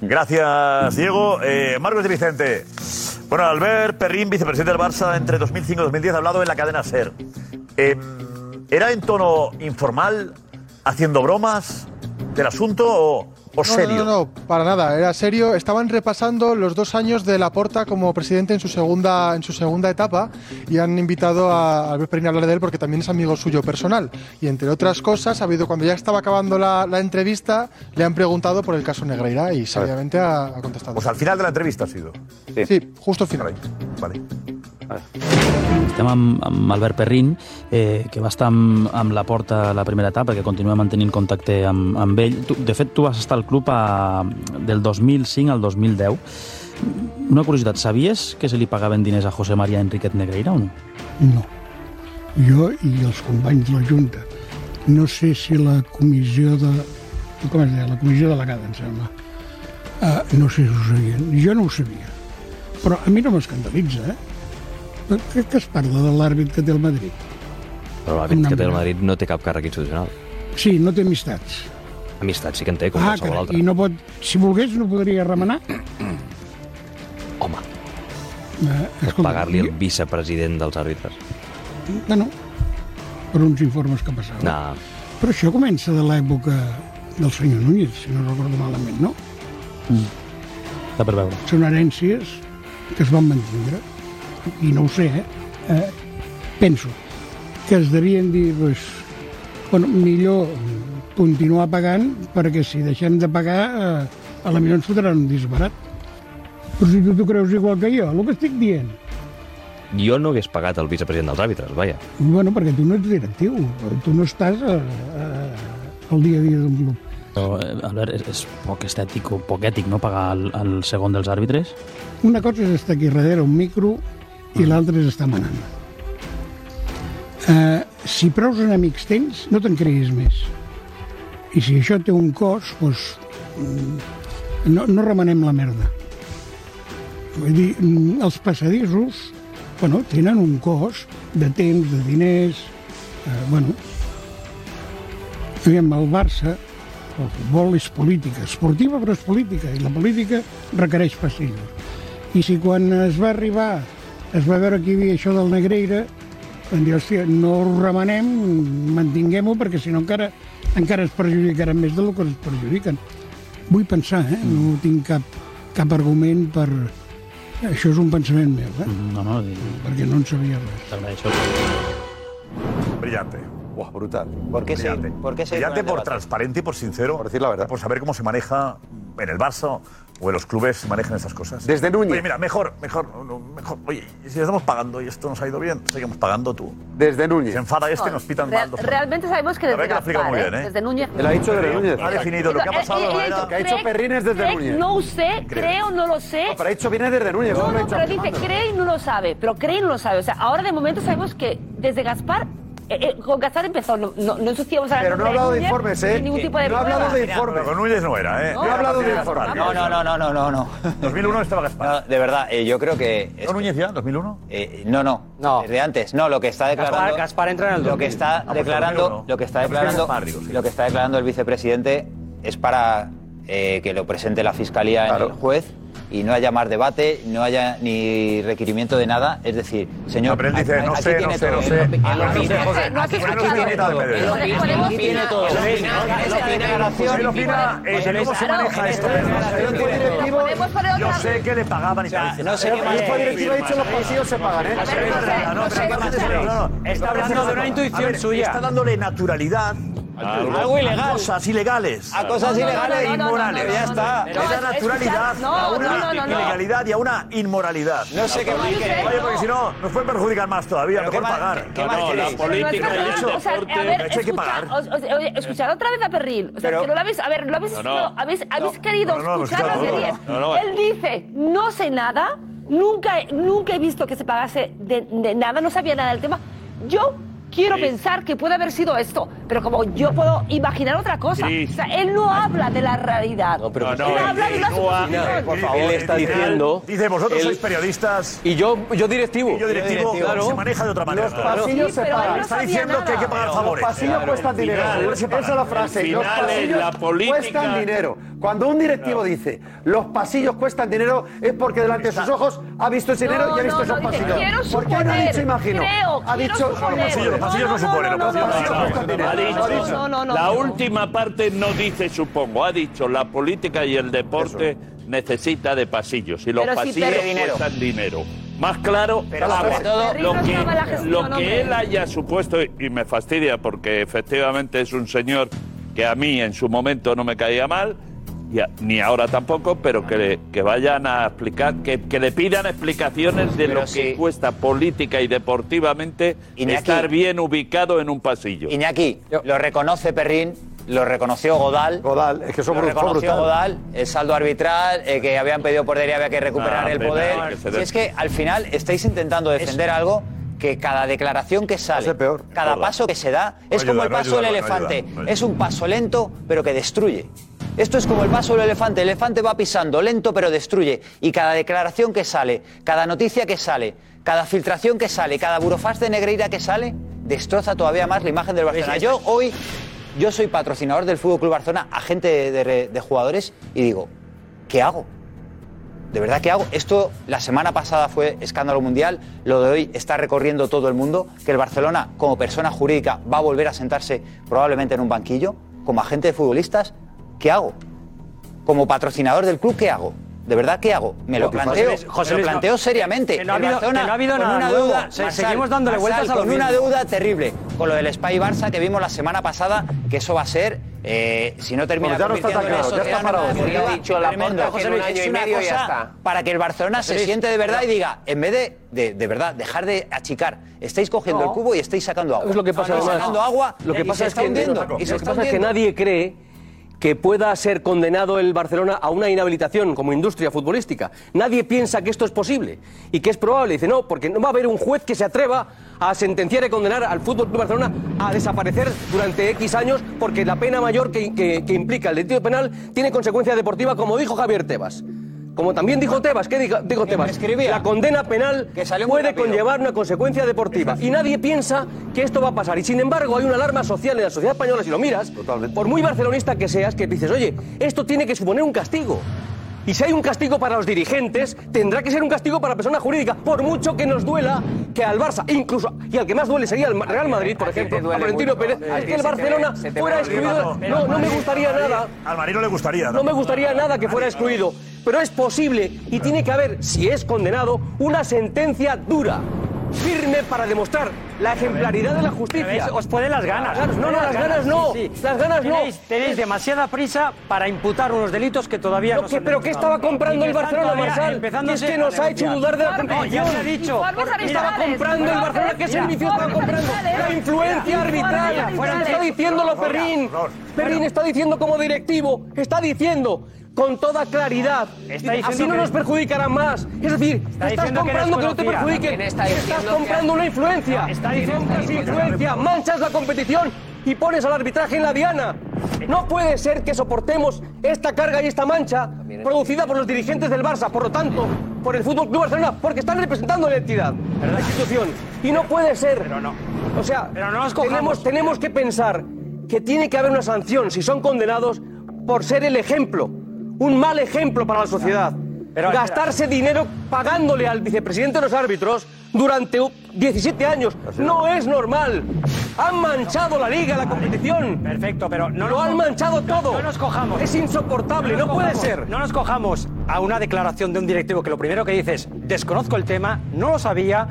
Gracias, Diego. Eh, Marcos de Vicente. Bueno, Albert Perrin, vicepresidente del Barça entre 2005 y 2010, ha hablado en la cadena Ser. Eh, ¿Era en tono informal, haciendo bromas del asunto o, o No, serio? No, no, no, para nada, era serio. Estaban repasando los dos años de Laporta como presidente en su segunda, en su segunda etapa y han invitado a Albert Perín a hablar de él porque también es amigo suyo personal. Y entre otras cosas, ha habido cuando ya estaba acabando la, la entrevista, le han preguntado por el caso Negreira y seriamente ha, ha contestado. Pues al final de la entrevista ha sido. Sí, justo al final. Vale. Estem amb, amb Albert Perrin, eh, que va estar amb, amb la porta a la primera etapa, que continua mantenint contacte amb, amb ell. Tu, de fet, tu vas estar al club a, del 2005 al 2010. Una curiositat, sabies que se li pagaven diners a José María Enriquet Negreira o no? No. Jo i els companys de la Junta. No sé si la comissió de... Com es deia? La comissió delegada, em sembla. Uh, no sé si ho sabien. Jo no ho sabia. Però a mi no m'escandalitza, eh? Però Crec que es parla de l'àrbit que té el Madrid. Però l'àrbit que té el Madrid no té cap càrrec institucional. Sí, no té amistats. Amistat sí que en té, com ah, qualsevol carai, altre. I no pot... Si volgués, no podria remenar. Home, Eh, escolta, pagar-li el vicepresident dels àrbitres. Bueno, per uns informes que passaven. No, Però això comença de l'època del senyor Núñez, si no recordo malament, no? Està per veure. Són herències que es van mantindre, i no ho sé, eh? eh penso que es devien dir, doncs, bueno, millor continuar pagant, perquè si deixem de pagar, eh, a la millor ens fotran un disbarat. Però si tu t'ho creus igual que jo, el que estic dient. jo no hagués pagat el vicepresident dels àrbitres, vaja. Bueno, perquè tu no ets directiu, tu no estàs eh, eh, al dia a dia d'un club. Però, eh, Albert, és, és poc estètic o poc ètic, no?, pagar el, el segon dels àrbitres. Una cosa és estar aquí darrere un micro i l'altra és estar manant. Uh, si prous enemics tens, no te'n creguis més. I si això té un cos, doncs, mm, no, no remenem la merda. Vull dir, mm, els passadissos bueno, tenen un cos de temps, de diners... Eh, bueno, diguem, el Barça, el futbol és política, esportiva però és política, i la política requereix passillos. I si quan es va arribar, es va veure que hi havia això del Negreira, van dir, hòstia, no ho remenem, mantinguem-ho, perquè si no encara, encara es perjudicaran més del que es perjudiquen. Vull pensar, eh? no tinc cap, cap argument per... Això és un pensament meu, eh? No, no, perquè no en sabia res. T'agraeixo. Brillante. Buah, brutal. ¿Por qué brillante. por qué se brillante pone por debate? transparente y por sincero. Por decir la verdad. Por saber cómo se maneja en el Barça o en los clubes se manejan estas cosas. Desde Núñez. Oye, mira, mejor, mejor, no, no, mejor. Oye, y si estamos pagando y esto nos ha ido bien, seguimos pagando tú. Desde Núñez. Se enfada este, nos pitan Real- mal. dos- realmente sabemos que La desde, verdad que lo Gaspar, explica muy ¿eh? bien, ¿eh? desde Núñez. Él ha dicho desde Núñez. Ha definido lo que ha Él- pasado, él- la él verdad. dicho Lo que ha hecho cree- Perrin es desde cree- Núñez. No sé, Cree. creo, no lo sé. Pero ha dicho viene desde Núñez. No, ¿cómo lo ha no, dicho? pero dice, cree y no lo sabe, pero cree y no lo sabe. O sea, ahora de momento sabemos que desde Gaspar eh, eh, con Cazar empezó, no, no, no ensuciamos a la Pero no ha gente hablado de Núñez informes, ¿eh? sin Ningún tipo de No ha hablado de prueba. informes. Pero con Núñez no era, ¿eh? No, No ha hablado de informes. No, no, no, no, no, no. no. 2001 estaba Gaspar. de verdad, eh, yo creo que... ¿No Núñez ya, 2001? no, no, desde antes. No, lo que está declarando... Gaspar- Gaspar entra en el Lo que 2000. está Ah, pues declarando, 2001. lo que está La primera declarando, Gaspar, digo, sí. lo que está declarando el vicepresidente es para eh, que lo presente la fiscalía en el juez y no haya más debate, no haya ni requerimiento de nada. Es decir, señor... No, pero él dice, aquí- no aquí sé, no tiene sé, todo. no sé. Él opi- Ah, él no sé, opina- José, no has él escuchado. opina Él opina- Él opina- Él él opina todo. Él opina relación- Él opina eh, de cómo se maneja esto. Yo sé que le pagaban y tal. no sé qué más Esta directiva ha dicho los partidos se pagan, ¿eh? No, pero aparte es eso, no, no. Está hablando de una intuición A ver, suya. Está dándole naturalidad. A algo ilegal. A cosas ilegales. A cosas No, no, ilegales no, no, no, e inmorales. no, no, no, Ya está. Le No, da es- naturalidad es- no, a una no, no, no. ilegalidad y a una inmoralidad. No sé qué más quiere. Oye, porque si no, nos pueden perjudicar más todavía. Mejor pagar. qué No, más no, queréis? la política De hecho, O sea, a ver, de hecho, hay que escuchad, pagar. Eh. os- os- oye, escuchad otra vez a Perril. O sea, Pero- que no lo habéis, a ver, lo habéis, No, no. no, habéis, habéis querido No, no, no, escuchar no, las no, no, series. no, no. Él dice, no sé nada, nunca, he- nunca he visto que se pagase de, de nada, no sabía nada del tema. Yo quiero Sí. pensar que puede haber sido esto, pero como yo puedo imaginar otra cosa. Cris. O sea, él no habla de la realidad. pero él no, no, habla de una insinúa- suposición. por favor. Él está diciendo- Dice, vosotros él- sois periodistas. Y yo, yo directivo. Y yo directivo, se maneja de otra manera. Los pasillos se pagan. Está diciendo que hay que pagar favores. Los pasillos Claro, cuestan el dinero. final- Esa es la frase. el Los final es pasillos la política. cuestan dinero. Cuando un directivo dice los pasillos cuestan dinero es porque delante de sus ojos ha visto ese dinero No, y ha visto no, esos no, dice, pasillos. quiero ¿Por qué no ha suponer, dicho imagino? creo, ha quiero dicho suponer. Los pasillos no suponen. Los pasillos No, cuestan dinero. ha dicho- Lo ha dicho. la última parte no dice supongo, ha dicho la política y el deporte necesita de pasillos y los Pero si pasillos Perri- dinero. cuestan dinero. Más claro, Pero agua. sobre todo- Perri lo no que, estaba en la gestión, lo que hombre. él haya supuesto, y me fastidia porque efectivamente es un señor que a mí en su momento no me caía mal, y a- ni ahora tampoco, pero que, le- que vayan a explicar, que, que le pidan explicaciones de lo que cuesta política y deportivamente Iñaki. estar bien ubicado en un pasillo. Iñaki, lo reconoce Perrín, lo reconoció Godal. Godal, es que son Lo bru- fue reconoció brutal. Godal, el saldo arbitral, eh, que habían pedido poder y había que recuperar No, el Ah, hombre, poder. no, que se si den. es que al final estáis intentando defender algo que cada declaración que sale, cada paso que se da, es ayuda, como el no paso ayuda, del no elefante. ayuda, no ayuda. Es un paso lento, pero que destruye. Esto es como el paso del elefante. El elefante va pisando lento, pero destruye. Y cada declaración que sale, cada noticia que sale, cada filtración que sale, cada burofaz de Negreira que sale, destroza todavía más la imagen del Barcelona. Yo hoy, yo soy patrocinador del Fútbol Club Barcelona, agente de, de- de jugadores, y digo, ¿qué hago? ¿De verdad qué hago? Esto la semana pasada fue escándalo mundial, lo de hoy está recorriendo todo el mundo, que el Barcelona como persona jurídica va a volver a sentarse probablemente en un banquillo, como agente de futbolistas, ¿qué hago? Como patrocinador del club, ¿qué hago? ¿De verdad qué hago? Me lo José planteo, Luis, José me lo Luis, no. planteo seriamente. Que no ha El habido- Barcelona que no ha habido con nada una nuevo. deuda, Se- seguimos dándole vueltas a lo con una mismo. deuda terrible, con lo del Spy Barça que vimos la semana pasada, que eso va a ser, eh, si no termina Pues ya no está convirtiéndose en atacado, ya está eso, en una parado. deportiva Ya ha dicho la tremenda. Porta que en un año es y una medio ya cosa está. para que el Barcelona José se Luis, siente de verdad ya. y diga, en vez de, de, de verdad, dejar de achicar, estáis cogiendo No. el cubo y estáis sacando agua. Es lo que pasa Estáis además. Ah, sacando agua eh, Lo que y pasa se es está que, hundiendo. lo y que se está pasa es que hundiendo. nadie cree que pueda ser condenado el Barcelona a una inhabilitación como industria futbolística. Nadie piensa que esto es posible y que es probable. Dice, no, porque no va a haber un juez que se atreva a sentenciar y condenar al Fútbol Club Barcelona a desaparecer durante X años porque la pena mayor que, que- que implica el delito penal tiene consecuencia deportiva, como dijo Javier Tebas. Como también dijo Tebas, ¿qué dijo, dijo Tebas? La condena penal puede conllevar una consecuencia deportiva. Y nadie piensa que esto va a pasar. Y sin embargo, hay una alarma social en la sociedad española, si lo miras, por muy barcelonista que seas, que dices, oye, esto tiene que suponer un castigo. Y si hay un castigo para los dirigentes, tendrá que ser un castigo para la persona jurídica, por mucho que nos duela que al Barça, incluso, y al que más duele sería el Real Madrid, por ejemplo, a Florentino Pérez, es que el Barcelona fuera excluido. No, no me gustaría nada. Al Marino le gustaría. No me gustaría nada que fuera excluido, pero es posible y tiene que haber, si es condenado, una sentencia dura, firme para demostrar la ejemplaridad de la justicia. Os ponen las ganas. os No, pueden no, las ganas no. sí, sí. Las ganas no. Tenéis, tenéis demasiada prisa para imputar unos delitos que todavía Lo no que- se han pero ¿qué estaba demostrado. comprando Y que el están Barcelona, todavía Marsal? empezándose Que es que nos a ha hecho denunciar. dudar de la No, ya competición. se ha dicho. Informes Porque estaba comprando el Barcelona? ¿Qué servicio estaba comprando? La influencia arbitral. Está diciendo lo Perrín. Perrín está diciendo como directivo, está diciendo con toda claridad. Así diciendo no que- nos perjudicará más. Es decir, Está estás diciendo que comprando que, no te desconocía. perjudiquen. También está Estás diciendo comprando que- una influencia. No, está diciendo- Compras influencia, manchas la competición y pones al arbitraje en la diana. No puede ser que soportemos esta carga y esta mancha producida por los dirigentes del Barça, por lo tanto, por el Fútbol Club Barcelona, porque están representando la entidad, la institución. Y no puede ser. O sea, tenemos, tenemos que pensar que tiene que haber una sanción si son condenados por ser el ejemplo, un mal ejemplo para la sociedad. Pero, espera. Gastarse dinero pagándole al vicepresidente de los árbitros durante u- 17 años no es normal. Han manchado la liga, la competición. Perfecto, pero no lo nos- han manchado todo. no nos cojamos. Es insoportable, no, nos puede cojamos- ser. No nos cojamos a una declaración de un directivo que lo primero que dice es desconozco el tema, no lo sabía.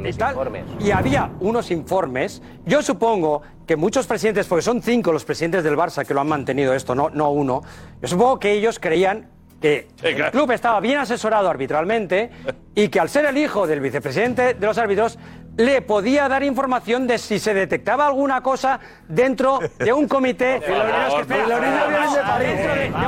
y, tal, y había unos informes. Yo supongo que muchos presidentes, porque son cinco los presidentes del Barça que lo han mantenido esto, no, no uno, yo supongo que ellos creían que el club estaba bien asesorado arbitralmente y que al ser el hijo del vicepresidente de los árbitros le podía dar información de si se detectaba alguna cosa dentro de un comité. Y los niños vienen de París.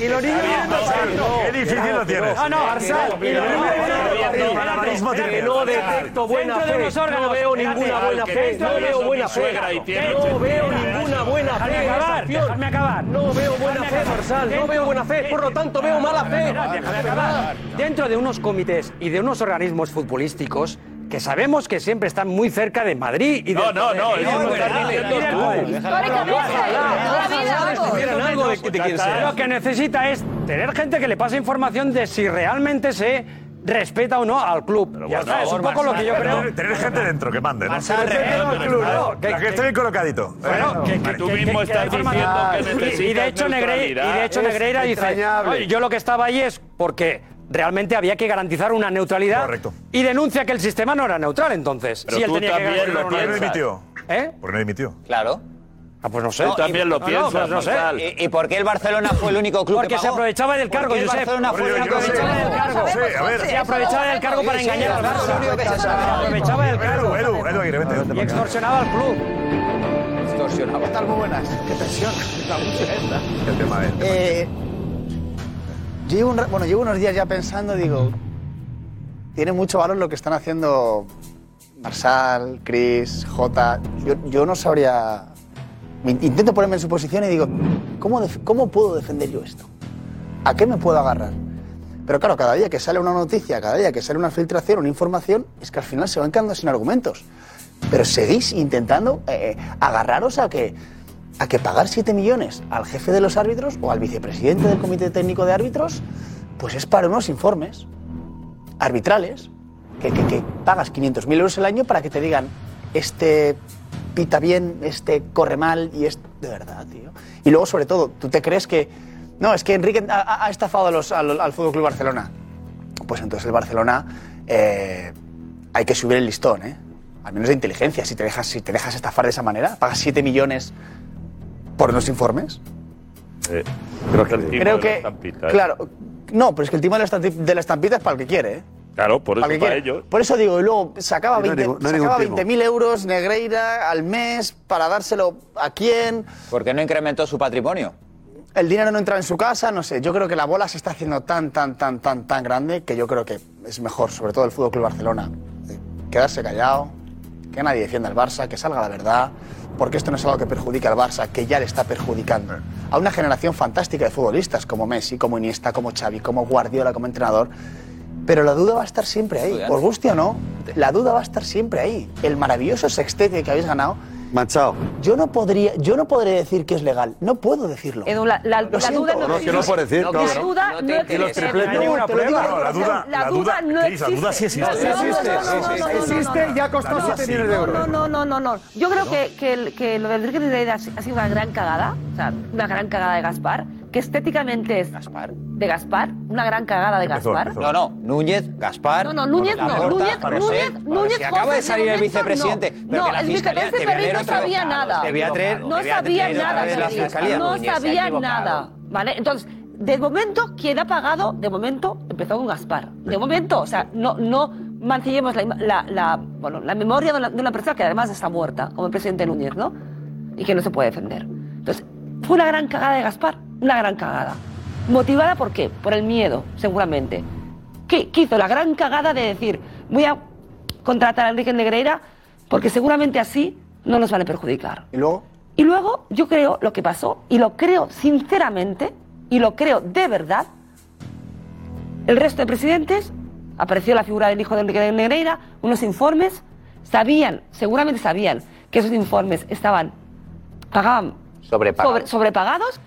Y los niños vienen de París. Qué difícil lo tienes. Ah, no, Arsal. Y los niños vienen de París. Que no detecto buena Dentro de fe, los órganos, no veo espérate, ninguna buena que fe, dentro no de los- veo buena mi fe, suegra y tiene no ocho. veo Déjame ninguna buena fe, acabar, Sanción. déjame acabar. no veo buena fe, Marsal, no veo buena fe, por lo tanto veo mala fe. Déjame acabar. Dentro de unos comités y de unos organismos futbolísticos que sabemos que siempre están muy cerca de Madrid y de No, no, no, y eso del- lo estás y del- diciendo y del- tú. Ojalá, Históricamente, ojalá, toda la vida, ojalá vamos. descubrieran algo de- de quién sea. Lo que necesita es tener gente que le pase información de si realmente se respeta o no al club. Ya está, es un poco lo que yo creo. Tener- Tener gente dentro que mande, ¿no? Pasar relevo al club, ¿no? Que, que esté bien colocadito. Bueno, que, Vale. tú mismo estás diciendo que necesitas y de hecho, Negre- y de hecho neutralidad. Negreira Es dice, entrañable. "Oye, yo lo que estaba ahí es porque realmente había que garantizar una neutralidad y denuncia que el sistema no era neutral entonces. Pero si él tú tenía que también garantizar lo una piensas. neutralidad. ¿Eh? ¿Por qué no dimitió? Claro. Ah, pues no sé. Tú también lo No, no, piensas, pues no sé. Marsal. ¿Y, y por qué el Barcelona fue el único club Porque que se pagó? aprovechaba del cargo, ¿Por qué el Josep. Barcelona fue el Se único club que aprovechaba del pagó? cargo. Se aprovechaba del cargo para engañar al Barça. Se aprovechaba del cargo. Y extorsionaba al club. Extorsionaba. ¿Qué tal? Muy buenas. Qué tensión. La música esta. El tema este es. Eh, yo llevo, un ra- bueno, llevo unos días ya pensando, digo, tiene mucho valor lo que están haciendo Marsal, Chris, Jota. Yo, yo no sabría. me in- Intento ponerme en su posición y digo, ¿cómo, def- ¿cómo puedo defender yo esto? ¿A qué me puedo agarrar? Pero claro, cada día que sale una noticia, cada día que sale una filtración, una información, es que al final se van quedando sin argumentos. Pero seguís intentando eh, eh, agarraros a que a que pagar 7 millones al jefe de los árbitros o al vicepresidente del comité técnico de árbitros, pues es para unos informes arbitrales que, que- que pagas 500.000 euros al año para que te digan este pita bien, este corre mal y es de verdad, tío. Y luego, sobre todo, tú te crees que no, es que Enrique ha- ha, ha estafado a los- al, al Fútbol Club Barcelona. Pues entonces el Barcelona eh, hay que subir el listón, ¿eh? Al menos de inteligencia, si te dejas, si te dejas estafar de esa manera, pagas 7 millones por unos informes. Eh, creo que, Creo que- Claro, no, pero es que el tema de la, estampi- de la estampita es para el que quiere, ¿eh? Claro, por eso Para el que para quiere. ellos. Por eso digo, y luego sacaba Sí, no hay 20 ningún- no hay sacaba ningún 20.000 euros Negreira al mes para dárselo a quién. ¿Por qué no incrementó su patrimonio? El dinero no entra en su casa, no sé. Yo creo que la bola se está haciendo tan, tan, tan, tan, tan grande que yo creo que es mejor, sobre todo el Fútbol Club Barcelona, eh, quedarse callado, que nadie defienda al Barça, que salga la verdad, porque esto no es algo que perjudique al Barça, que ya le está perjudicando a una generación fantástica de futbolistas como Messi, como Iniesta, como Xavi, como Guardiola, como entrenador. Pero la duda va a estar siempre ahí, Estudiante. por guste o no, la duda va a estar siempre ahí. El maravilloso sextete que habéis ganado. Manchado. Yo no podría, yo no podré decir que es legal, no puedo decirlo. Edu, la, la- Lo la siento. duda no, No, es que no existe. puede decir, La no, no. duda No no, te existe. interesa. Los tripletes. No, No, te lo digo prueba. con La razón. duda- la duda- no Cris, la existe. duda sí existe. No, no, no, Existe, no, no, no, sí, no, sí, no, no, existe no, y ha no, costado no, siete millones de euros. No, no, no, no, no. Yo creo que, que, el- que lo de Enrique Negreira ha si- ha sido una gran cagada, o sea, una gran cagada de Gaspar, que estéticamente es... ¿Gaspar? De Gaspar, una gran cagada de Gaspar. No, no, Núñez, Gaspar. No, no, Núñez no, Laporta, Núñez, Rosell. Núñez, Vale, Núñez, Si acaba de José, salir el Núñez, no. vicepresidente. pero No, que la el fiscalía vicepresidente te viene Ferri no otra vez. sabía nada. Debía traer. No debía sabía traer otra nada, vez la Ferri. fiscalía. No Núñez, se ha sabía equivocado. nada. ¿Vale? Entonces, de momento, quien ha pagado, de momento, empezó con Gaspar. De momento, o sea, no, no mancillemos la, ima- la, la- bueno, la memoria de una, de una persona que además está muerta, como el presidente Núñez, ¿no? Y que no se puede defender. Entonces, fue una gran cagada de Gaspar, una gran cagada. ¿Motivada por qué? Por el miedo, seguramente. ¿Qué, qué hizo? La gran cagada de decir, voy a contratar a Enrique Negreira porque seguramente así no nos van a perjudicar. ¿Y luego? Y luego yo creo lo que pasó, y lo creo sinceramente, y lo creo de verdad, el resto de presidentes, apareció la figura del hijo de Enrique Negreira, unos informes, sabían, seguramente sabían que esos informes estaban, pagaban Sobrepagado. sobre- sobrepagados,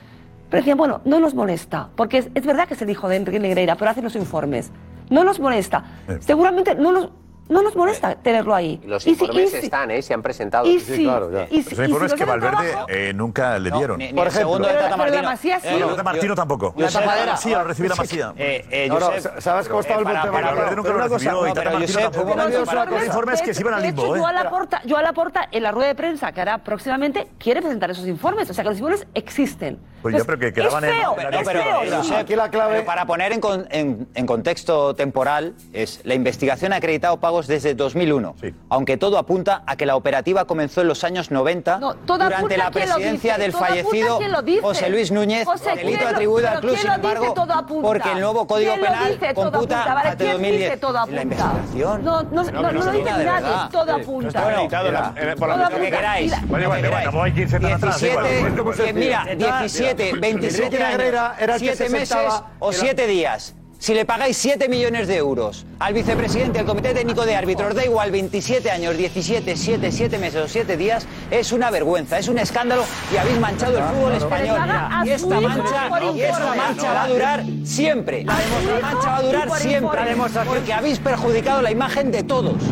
pero decían, bueno, no nos molesta, porque es, es verdad que es el hijo de Enrique Negreira, pero hacen los informes. No nos molesta. Seguramente no nos, no nos molesta tenerlo ahí. Los Y si- informes y si- están, ¿eh? Se han presentado. y Sí, si- claro, ya. y si- Los informes y si que lo hacen Valverde eh, nunca le dieron. ni- ni Por el ejemplo. segundo de Tata Pero la Martino. Masía sí. Eh, no, de Martino tampoco. Josep, Sí, lo recibí la Masía. Eh, eh, No, no, Josep, ¿sabes cómo estaba el para- tema? para- Valverde nunca pero lo una cosa, recibió y no, Tata pero Martino Josep, tampoco. un momento, Los para- informes- informes que se iban al de limbo, hecho, yo ¿eh? a la porta, yo a la porta en la rueda de prensa que hará próximamente quiere presentar esos informes, o sea que los informes existen. Pues yo creo que quedaban es en- feo, en la es dirección. feo, Pero sí. aquí la clave- Pero para poner en, con- en- en contexto temporal, es la investigación ha acreditado pagos desde 2001, aunque todo apunta a que la operativa comenzó en los años 90 Toda durante puta, la ¿quién lo presidencia dice? del Toda puta, fallecido ¿quién lo dice? José Luis Núñez, José, delito ¿quién lo- atribuido al pero club, ¿quién sin lo dice embargo, todo apunta? porque el nuevo Código ¿Quién lo Penal dice todo computa apunta? Vale, hasta ¿quién dice 2010. todo la apunta? investigación. No, no, no, no lo dice de nadie, verdad. todo apunta. Está Bueno, acreditado mira, la- eh, por la- todo lo que apunta. queráis. Mira, lo que queráis. tampoco hay que irse tan atrás, igual. 17, Pues, pues, que sí. eh, mira, Mira, 17, mira. 27 Enrique Herrera era años, el que 7 se meses sentaba o en la- 7 días. Si le pagáis 7 millones de euros al vicepresidente del Comité Técnico de Árbitros, da igual 27 años, 17, 7, 7 meses o 7 días, es una vergüenza, es un escándalo y habéis manchado Ah, el fútbol español. paga a Y su esta hijo mancha, por y esta informe. mancha va a durar siempre. La demostra- mancha va a durar por siempre. informe. La demostración que habéis perjudicado la imagen de todos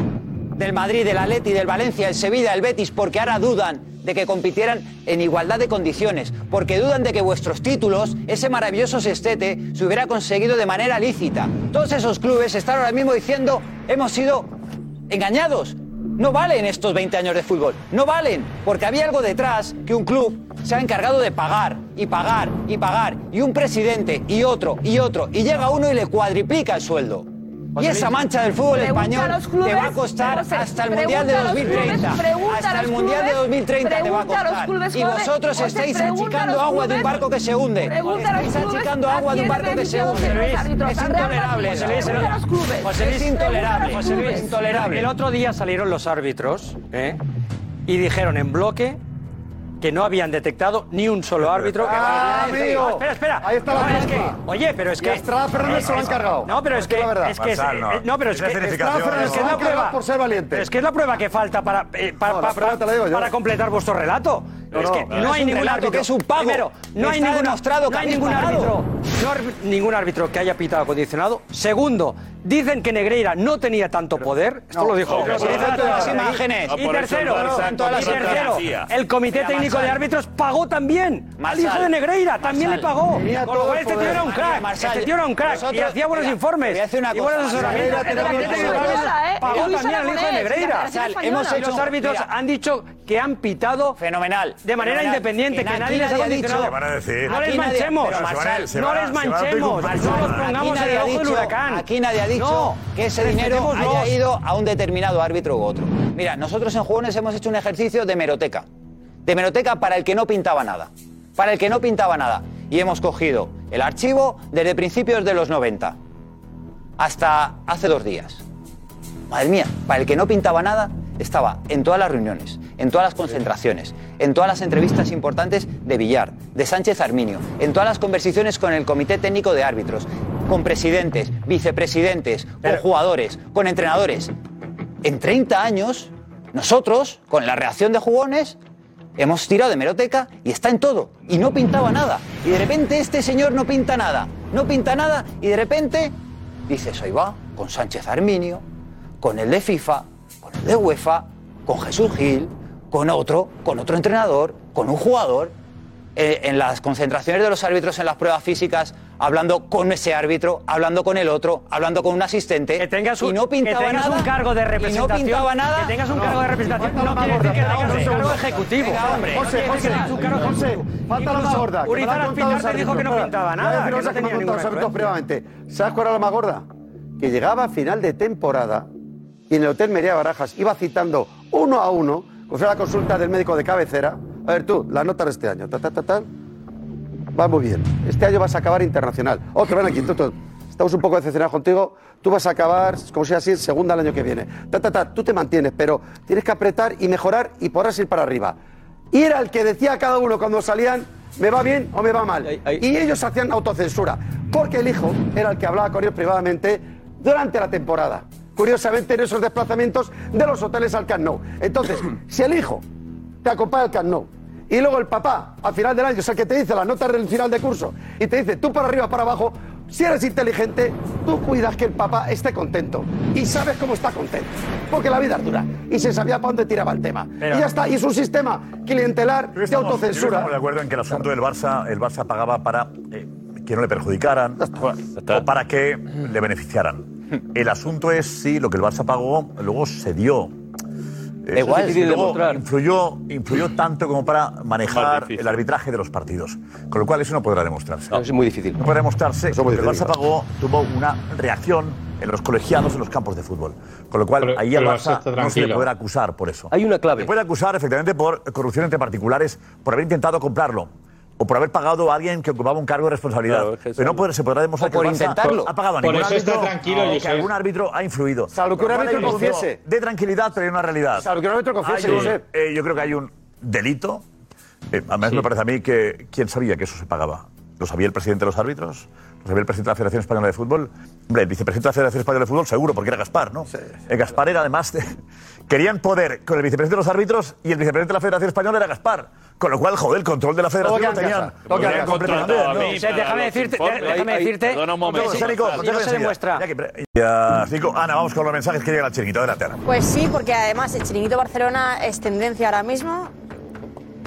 del Madrid, del Atleti, del Valencia, el Sevilla, el Betis, porque ahora dudan de que compitieran en igualdad de condiciones, porque dudan de que vuestros títulos, ese maravilloso sextete, se hubiera conseguido de manera lícita. Todos esos clubes están ahora mismo diciendo, hemos sido engañados. No valen estos 20 años de fútbol, no valen, porque había algo detrás que un club se ha encargado de pagar y pagar y pagar, y un presidente y otro y otro, y llega uno y le cuadriplica el sueldo. Y esa mancha del fútbol Pregunta español a los clubes, te va a costar José, hasta el pregunta Mundial de a los 2030. clubes, pregunta a hasta el los Mundial de clubes, 2030 te va a pregunta a los costar. clubes, y José, vosotros José, estáis pregunta a los achicando agua de un clubes, barco que se hunde. pregunta a los Estáis clubes achicando a agua de un quién barco que se benefician hunde. los árbitros, es al Real intolerable. Madrid, José pregunta Luis, a los clubes, José Luis, pregunta a los intolerable. José Luis, clubes. intolerable. El otro día salieron los árbitros ¿eh? y dijeron en bloque que no habían detectado ni un solo árbitro. que Ah, vaya a- amigo. Ah, Espera, espera. Ahí está la No, es que- culpa. oye, pero es Y que. a Estrada Fernández se lo han cargado. No, pero es Porque que. la verdad. Es que es- Marçal, no. eh, no, pero es Esa que. es- escenificación, Estrada Fernández no. se lo Se han lo han cargado cargado por ser valiente. Es que es la prueba que falta para, eh, pa- No, la pa- prueba te la digo yo. para completar vuestro relato. No, es que no, no, es hay un ningún relato árbitro. que es un pago. Primero, no Está hay ningún, demostrado que no hay habéis ningún pagado. árbitro. No hay ningún árbitro que haya pitado condicionado. Segundo, dicen que Negreira no tenía tanto poder. Esto No. lo dijo. Pero por Y eso tercero, todas las imágenes. Y Por eso tercero, el Barça y tercero, contratía. el Comité Mira, Técnico de Marsal. Árbitros pagó también al Marsal. hijo de Negreira. También le Marsal. pagó. Con Tenía lo todo cual, el este poder. tío era un Mira, crack. Marsal, este tío era un crack. y vosotros- hacía buenos mira, informes. te voy a decir una y buenos cosa. asesoramientos. Negreira tenía El Comité Técnico de mucho poder. Árbitros Española, ¿eh? Pagó Luis también al hijo de Aragonés, Negreira. Marsal, hemos Y los hecho- árbitros mira. han dicho que han pitado Fenomenal. de manera fenomenal. independiente, que Aquí nadie les ha dicho- condicionado. Aquí nadie- No les pero manchemos, Marsal, no les manchemos, no los pongamos Aquí en nadie el ha ojo del dicho- huracán. Aquí nadie ha dicho No, que ese dinero haya respetémoslos. ido a un determinado árbitro u otro. Mira, nosotros en Jugones hemos hecho un ejercicio de meroteca. De meroteca para el que no pintaba nada. Para el que no pintaba nada. Y hemos cogido el archivo desde principios de los 90 hasta hace dos días. Madre mía, para el que no pintaba nada, estaba en todas las reuniones, en todas las concentraciones, en todas las entrevistas importantes de Villar, de Sánchez Arminio, en todas las conversaciones con el Comité Técnico de Árbitros, con presidentes, vicepresidentes, con jugadores, con entrenadores. En 30 años, nosotros, con la reacción de jugones, hemos tirado de meroteca y está en todo. Y no pintaba nada. Y de repente este señor no pinta nada. No pinta nada y de repente dices, ahí va, con Sánchez Arminio, con el de FIFA, con el de UEFA, con Jesús Gil, con otro, con otro entrenador, con un jugador, eh, en las concentraciones de los árbitros, en las pruebas físicas, hablando con ese árbitro, hablando con el otro, hablando con un asistente. Que tengas un- y no pintaba que tengas nada, un cargo de Y no representación, pintaba nada. que tengas un cargo de representación, no, quiere decir que tengas un cargo ejecutivo. Venga, hombre. José, no José, tiene que ser un José, falta la más gorda. que me la Urizar han al contado final los te dijo que no árbitros. pintaba Voy a nada, decir que una no cosa que me tenía han contado los ninguna árbitros previamente. ¿Sabes cuál era la más gorda? Que llegaba a final de temporada y en el Hotel Meriá Barajas iba citando uno a uno, con la consulta del médico de cabecera. A ver tú, las notas de este año. ta, ta, ta, ta. va muy bien. Este año vas a acabar internacional. Otro, ven aquí, Toto. Estamos un poco decepcionados contigo. Tú vas a acabar, como sea así, segunda el año que viene. Ta, ta, ta, tú te mantienes, pero tienes que apretar y mejorar y podrás ir para arriba. Y era el que decía a cada uno cuando salían, me va bien o me va mal. Y ellos hacían autocensura, porque el hijo era el que hablaba con ellos privadamente durante la temporada. Curiosamente, en esos desplazamientos de los hoteles al Camp Nou. Entonces, si el hijo te acompaña al Camp Nou, y luego el papá, al final del año, o sea, que te dice las notas del final de curso y te dice tú para arriba, para abajo, si eres inteligente, tú cuidas que el papá esté contento y sabes cómo está contento, porque la vida es dura y se sabía para dónde tiraba el tema. Pero- y ya está, y es un sistema clientelar de Estamos- autocensura. Estamos de acuerdo en que el asunto del Barça, el Barça pagaba para eh, que no le perjudicaran o para que le beneficiaran. El asunto es si lo que el Barça pagó luego se dio. Eso igual. es Difícil luego demostrar. influyó, influyó tanto como para Más manejar difícil. el arbitraje de los partidos. Con lo cual eso no podrá demostrarse. es muy difícil. No podrá demostrarse. Eso es muy que el Barça difícil. pagó, tuvo una reacción en los colegiados, en los campos de fútbol. Con lo cual Pero- ahí al pero el Barça está Barça no se le tranquilo. podrá acusar por eso. Hay una clave. Se puede acusar efectivamente por corrupción entre particulares, por haber intentado comprarlo o por haber pagado a alguien que ocupaba un cargo de responsabilidad. Claro, es que pero no sí. puede- se podrá demostrar O que el por Barça intentarlo. ha pagado a Por ningún eso está árbitro, tranquilo, o que Josep. algún árbitro ha influido. Salvo que un Con lo cual árbitro hay punto confiese. De tranquilidad, pero hay una realidad. Salvo que un árbitro confiese, Hay un- Josep. eh, yo creo que hay un delito. Eh, además, me parece a mí que quién sabía que eso se pagaba. ¿Lo sabía el presidente de los árbitros? ¿Lo sabía el presidente de la Federación Española de Fútbol? Hombre, el vicepresidente de la Federación Española de Fútbol seguro, porque era Gaspar, ¿no? Eh, Gaspar era además... de- querían poder con el vicepresidente de los árbitros y el vicepresidente de la Federación Española era Gaspar. Con lo cual, joder, el control de la Federación Todo lo queda en tenían... casa. Todo queda en tenían casa. completamente, Contratado a ¿no? mí Josep, para déjame los decirte- informes. déjame Ahí- ahí- decirte- perdona un momento. Consejo, Sí, Nico, sí, consejo no se enseguida. demuestra. Ya que pre- Ya, Nico, Ana, vamos con los mensajes que llega la chiringuita. Adelante, Ana. Pues sí, porque además el chiringuito Barcelona es tendencia ahora mismo.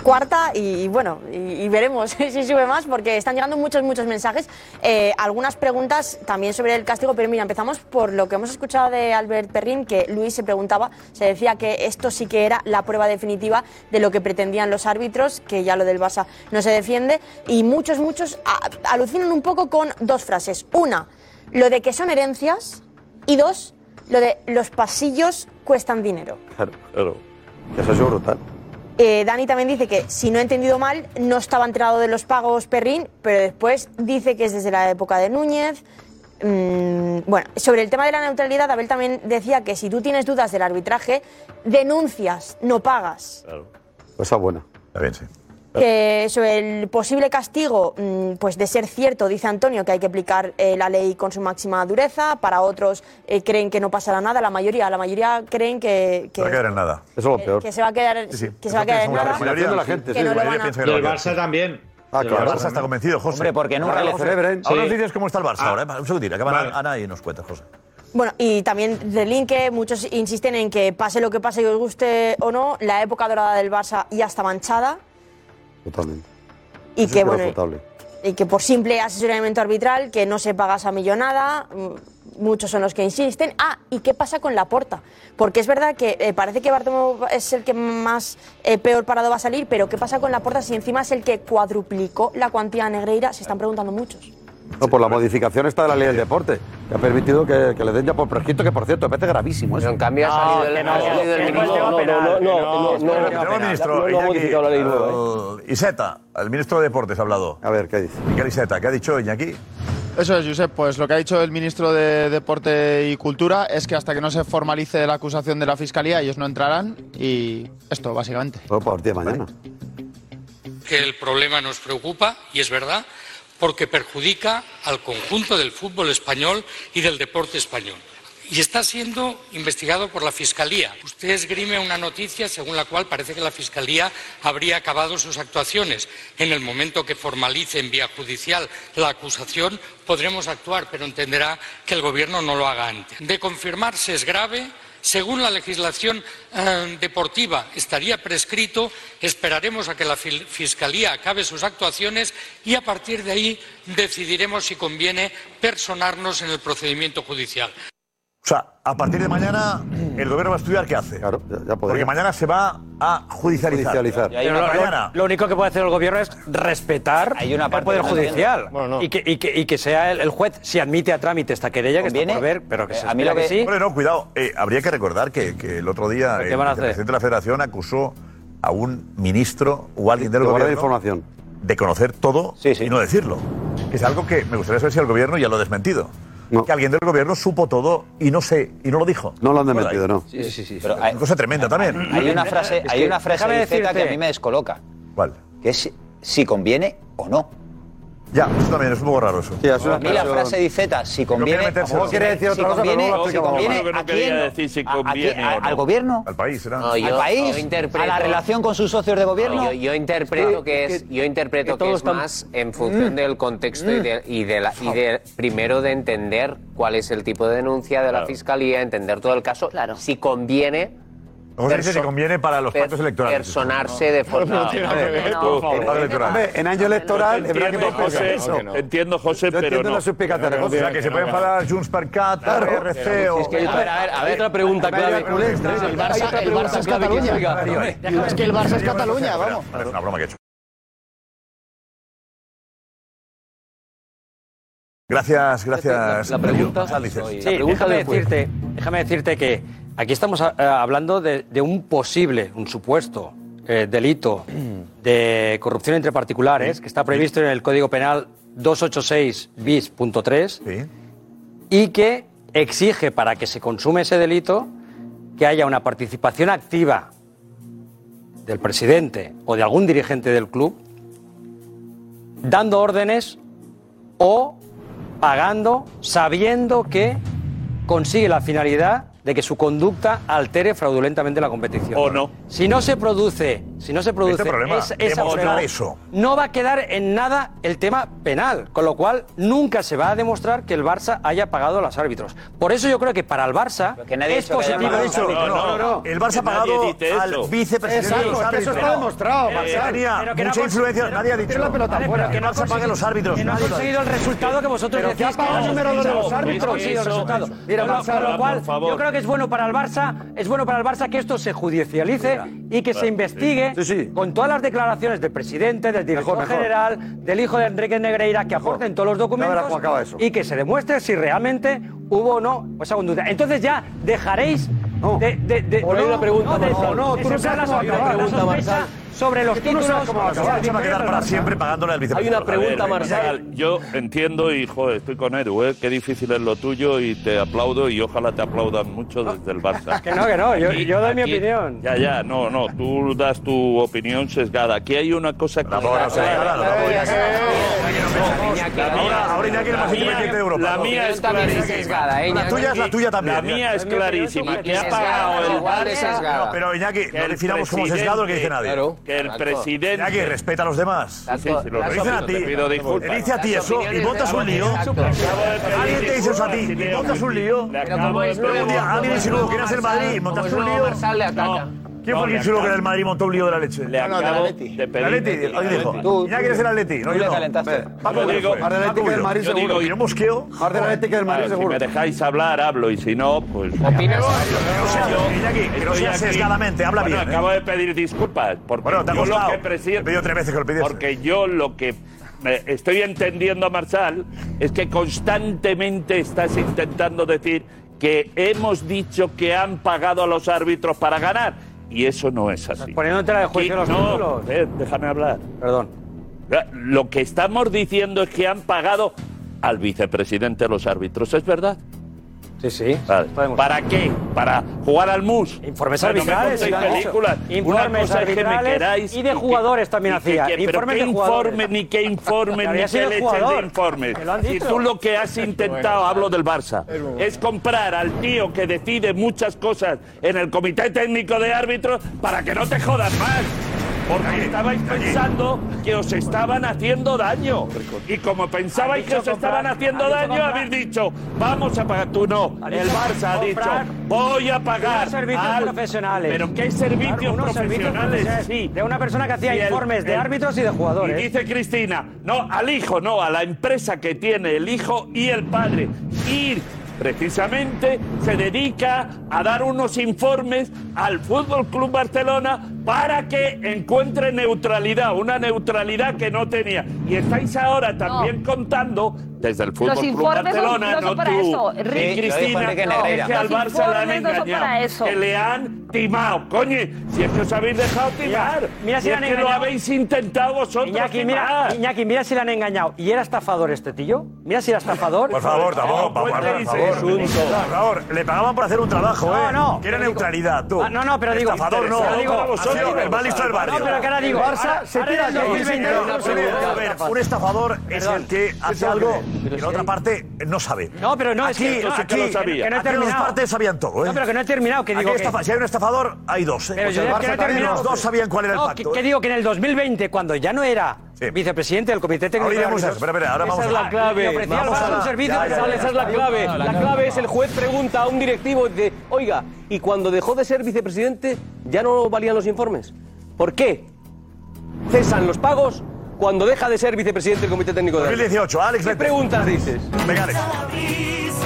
Cuarta y, y bueno, y, y veremos si sube más porque están llegando muchos, muchos mensajes. Eh, algunas preguntas también sobre el castigo, pero mira, empezamos por lo que hemos escuchado de Albert Perrin, que Luis se preguntaba, se decía que esto sí que era la prueba definitiva de lo que pretendían los árbitros, que ya lo del Barça no se defiende, y muchos, muchos a- alucinan un poco con dos frases. Una, lo de que son herencias, y dos, lo de los pasillos cuestan dinero. Claro, claro. Eso es brutal. Eh, Dani también dice que, si no he entendido mal, no estaba enterado de los pagos Perrín, pero después dice que es desde la época de Núñez. Mm, bueno, sobre el tema de la neutralidad, Abel también decía que si tú tienes dudas del arbitraje, denuncias, no pagas. Cosa buena. Está bien, sí. Que sobre el posible castigo, mm, pues de ser cierto, dice Antonio que hay que aplicar eh, la ley con su máxima dureza. Para otros eh, creen que no pasará nada. La mayoría, la mayoría creen que, que- No va a quedar en nada. Eso es lo peor. que se va a quedar, Sí, sí. que se va a quedar en Eso nada. piensa mayoría. que no lo van a- piensa que Y no el va a Barça quedar. también. Y Ah, el claro. El Barça Barça está convencido, José. Hombre, porque nunca Ahora, ¿eh? le José, celebren. Ahora Sí. nos dices cómo está el Barça. Ah. Ahora, eh, un segundito, acaba Ana y nos cuenta, José. Bueno, y también Relinque, muchos insisten en que pase lo que pase, que os guste o no, la época dorada del Barça ya está manchada Totalmente. y que, bueno, Totalmente. y que por simple asesoramiento arbitral, que no se paga esa millonada, mm, muchos son los que insisten. Ah, ¿y qué pasa con la porta? Porque es verdad que eh, parece que Bartomeu es el que más eh, peor parado va a salir, pero ¿qué pasa con la porta si encima es el que cuadruplicó la cuantía a negreira? Se están preguntando muchos. No, por la modificación esta de la ley del deporte, que ha permitido que, que le den ya por presquito, que por cierto, me parece gravísimo eso. en cambio ha salido el- ha salido el ministro. No, no, no, no, no, no, no, Tenemos no, no, ministro, no ha Iñaki, modificado la ley nueva, el- Iseta, el ministro de Deportes ha hablado. ¿eh? A ver, ¿qué dice? Miquel Iseta, ¿qué ha dicho Iñaki? Eso es, Josep. Pues lo que ha dicho el ministro de Deporte y Cultura es que hasta que no se formalice la acusación de la fiscalía, ellos no entrarán y esto, básicamente. Todo por de mañana. que el problema nos preocupa, y es verdad, porque perjudica al conjunto del fútbol español y del deporte español. Y está siendo investigado por la Fiscalía. Usted esgrime una noticia según la cual parece que la Fiscalía habría acabado sus actuaciones. En el momento que formalice en vía judicial la acusación, podremos actuar, pero entenderá que el Gobierno no lo haga antes. De confirmarse es grave, según la legislación eh, deportiva estaría prescrito, esperaremos a que la fil- Fiscalía acabe sus actuaciones y a partir de ahí decidiremos si conviene personarnos en el procedimiento judicial. O sea, a partir de mañana el gobierno va a estudiar qué hace. Claro, ya, Porque mañana se va a judicializar. Judicializar. Pero Pero lo, lo- mañana. lo único que puede hacer el gobierno es respetar el Poder que no Judicial entiendo. Bueno, no. y, que, y que- y que sea el, el juez, si admite a trámite esta querella, que está por ver, pero Eh, Eh, que se Pues espera que sí. Hombre, no, cuidado. Eh, habría que recordar que, que el otro día ¿Qué el van a hacer? presidente de la Federación acusó a un ministro o alguien del Te guardo gobierno información. de conocer todo y no decirlo. Que es algo que me gustaría saber si el gobierno ya lo ha desmentido. Que alguien del gobierno supo todo y no sé y no lo dijo. No lo han Por ahí. desmentido, no. Sí, sí, sí. Pero hay, cosa tremenda también. Hay una frase, hay una frase de Z que a mí me descoloca. Que es si conviene o no. Ya, eso también es un poco raro eso. A mí la frase de Z, si conviene, meterse, ¿no? Quiere decir si otra cosa, pero conviene, no lo si explicamos. conviene, Yo creo que no ¿a quién? quería decir si ¿A- a quién? conviene o ¿Al no. gobierno? Al país, será. No, yo- ¿Al país? yo ¿A interpreto- la relación con sus socios de gobierno? Yo, yo interpreto que es, yo interpreto que, todos es están- más en función Mm. del contexto y, Mm. de, y de la- y de- primero de entender cuál es el tipo de denuncia de la Claro. fiscalía, entender todo el caso, si conviene. Luego se dice perso- si conviene para los per- pactos electorales. Personarse de forma. Hombre, en año electoral habrá que Entiendo, proporcionar José, eso. entiendo, José, Yo pero entiendo no. las explicaciones, No, no, José. no, O sea, que Que se no, pueden no. parar Junts per Cat, RC o... Es que hay otra- A ver, a ver, otra pregunta clave. El Barça, el Barça es Cataluña. Es que el Barça es Cataluña, vamos. Es una broma que he hecho. Gracias, gracias. La pregunta, Sal, dices. Sí, déjame, decirte, déjame decirte que aquí estamos ah, ah, hablando de, de un posible, un supuesto eh, delito de corrupción entre particulares que está previsto en el Código Penal 286 bis.3 y que exige para que se consume ese delito que haya una participación activa del presidente o de algún dirigente del club dando órdenes o pagando sabiendo que consigue la finalidad de que su conducta altere fraudulentamente la competición. O no. Si no se produce, si no se produce Este problema, esa- hemos esa prueba, tratado eso. no va a quedar en nada el tema penal, con lo cual nunca se va a demostrar que el Barça haya pagado a los árbitros. Por eso yo creo que para el Barça nadie ha es dicho que haya positivo. pagado a los No, árbitros. no, no, no. El Barça ha Que nadie pagado dice eso. al vicepresidente de los Exacto, es que eso árbitros. está demostrado, El Barça. Barça tenía Pero que no mucha ha cons- influencia. pero- Nadie ha dicho. pero la pelota Vale, fuera. pero Que no se pague los árbitros. Que no ha nadie lo ha conseguido el dicho. resultado que vosotros Pero que decís ha pagado no. el número de los No, árbitros. no ha conseguido el Eso, resultado. eso. Mira, Con lo- Barça, con lo por cual, favor. yo creo que es bueno para el Barça, es bueno para el Barça que esto se judicialice y que Ah, se investigue con todas las declaraciones del presidente, del director Mejor, mejor. general, del hijo de Enrique Negreira, que aporten todos los documentos cómo acaba eso. y que se demuestre si realmente hubo o no esa conducta. Entonces ya dejaréis de, de, de- Por ahí una pregunta, de- Marzal. de No, tú no sembrar sabes la cómo sospecha- acabar. la Pregunta, sospecha Marzal. sobre los Tú no títulos. sabes cómo va a acabar. Se va a quedar para siempre pagándole al Hay vicepresidente. una pregunta, Marsal. Yo entiendo y joder, estoy con Edu, ¿eh? qué difícil es lo tuyo y te aplaudo y ojalá te aplaudan mucho desde el Barça. Que no, que no, yo- yo doy mi opinión. Ya, ya, no, no, tú das tu opinión sesgada. Aquí hay una cosa que... Ahora se ahora no, no, ya sé. Ahora- Ahora Iñaki es el más La mía- independiente de Europa. la mía es También clarísima. sesgada, ¿eh, La Iñaki? tuya es la tuya también. La mía es clarísima. Que ha Sesgada, pagado el igual de Barça. sesgada. No, pero Iñaki, Que no el definamos como presidente- sesgado lo que dice nadie. Claro. Que el presidente- Iñaki, respeta a los demás. Sí, sí, sí, lo Te dicen respeto, a ti. te pido disculpas. Te dice a ti Las eso y opiniones montas de la un lío. gente, exacto. Alguien te dice eso a ti y Acabo de montas un lío. Le acabo de Un día preguntar. Alguien insinuó que eras el Madrid y montaste un lío. ¿Quién fue el que insinuó que era el Madrid y montó un lío del Atleti? Le acabo de El pedir- Atleti, alguien dijo. Iñaki eres el Atleti. No, tú le yo no. calentaste. Ve, Paco Yo Bullo digo- fue. Más del Atleti Paco que del Bullo. Madrid Yo digo, seguro. y Yo mosqueo. Claro, Si me dejáis hablar, hablo y si no, pues. No seas- Iñaki, que no Estoy seas aquí. sesgadamente, habla Bueno, bien. ¿eh? Acabo de pedir disculpas. Porque Bueno, te ha yo lo costado. que presi- He pedido tres veces que lo pidiese. Porque yo lo que me estoy entendiendo, Marsal, es que constantemente estás intentando decir que hemos dicho que han pagado a los árbitros para ganar. Y eso no es así. Poniéndote la de juicio Aquí- los no, títulos. eh, déjame hablar. Perdón. Lo que estamos diciendo es que han pagado al vicepresidente los árbitros, ¿es verdad? Sí, sí. ¿Para qué? ¿para jugar al mus. Informes Bueno, me arbitrales, contéis lo han dicho. películas. Una cosa Informes es que me arbitrales queráis y de que- jugadores también y que- hacía. que- pero informes qué de jugadores. informe, ni qué informe, Que ni había qué sido leches de jugador. informes. Que lo han Si dicho. tú lo que has intentado, Bueno. hablo del Barça, es comprar al tío que decide muchas cosas en el comité técnico de árbitros para que no te jodas más. Porque estabais pensando que os estaban haciendo daño. Y como pensabais que os estaban haciendo daño, habéis dicho, vamos a pagar. Tú no. El Barça ha comprar dicho, voy a pagar. unos servicios al- profesionales. Pero ¿qué servicios Claro, unos servicios profesionales? profesionales Sí. de una persona que hacía Y el- informes de el- árbitros y de jugadores. Y dice Cristina, no, al hijo, no, a la empresa que tiene el hijo y el padre. Ir. Precisamente se dedica a dar unos informes al Fútbol Club Barcelona para que encuentre neutralidad, una neutralidad que no tenía. Y estáis ahora también contando desde el Fútbol Los Club informes no- Barcelona, no son no para tú, eso, ni Enrique. Sí, lo dijo Cristina, Enrique no, Negreira. es que al Los Barça le han informes no son para engañado, eso. que le han timado, coño. Si es que os habéis dejado timar. mira si es han que lo engañado. habéis intentado vosotros Iñaki, timar. mira, Iñaki, mira si le han engañado. ¿Y era estafador este tío? Mira si era estafador. Por favor, tampoco, por favor, por favor. Por favor, le pagaban por hacer un trabajo, No, ¿eh? no, Quiere pero digo- neutralidad, tú. Ah, no, no, pero digo- Estafador, no. pero digo- Ha sido pero digo- el más listo del barrio. No, pero que ahora digo- El Barça ahora- se ahora tira en el aquí. 2020. Pero una pregunta, A ver, un estafador es Perdón. el que hace algo que la otra parte no sabe. No, pero no, es Aquí- que- no, aquí- que lo sabía. que no he Aquí terminado. las las partes partes sabían todo, ¿eh? No, pero que no he terminado, que digo que- Si hay un estafador, hay dos, ¿eh? Pero Pues yo el ya Barça que no he también, terminado. los dos sabían cuál era el No, pacto. ¿eh? que, que digo que en el 2020, cuando ya no era vicepresidente del Comité Técnico. Ahora de iremos a Árbitros, eso, espera, espera, ahora esa vamos es a- la clave. Y ofrecía al vamos Barça a- un servicio Ya, que ya, sale- ya, Esa es la clave. La clave es el juez pregunta a un directivo de, oiga, y cuando dejó de ser vicepresidente ya no valían los informes. ¿Por qué? Cesan los pagos cuando deja de ser vicepresidente del Comité Técnico de 2018, Alex. ¿Qué preguntas dices? Venga, Alex.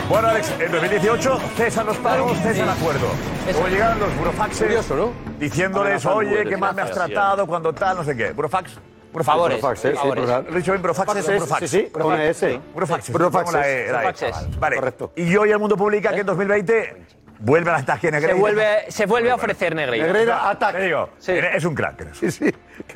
Bueno, Alex, en 2018 cesan los pagos, cesa el acuerdo. Luego llegaron los burofaxes Curioso, ¿no? diciéndoles, Amenazando, oye, qué mal me has desgracias. tratado, cuando tal, no sé qué. Burofax. Favores. Burofaxes, sí, Favores. burofax. Lo he dicho bien, burofaxes, Faxes, burofax. sí, sí, con una S. Burofaxes. Burofaxes. Pongo la E, la E, Burofaxes. chaval. Vale. Y hoy el mundo publica que en 2020 vuelve a la ataque negra. Se vuelve, se vuelve a ofrecer Negreira. ataque. digo, eres un crack. eres.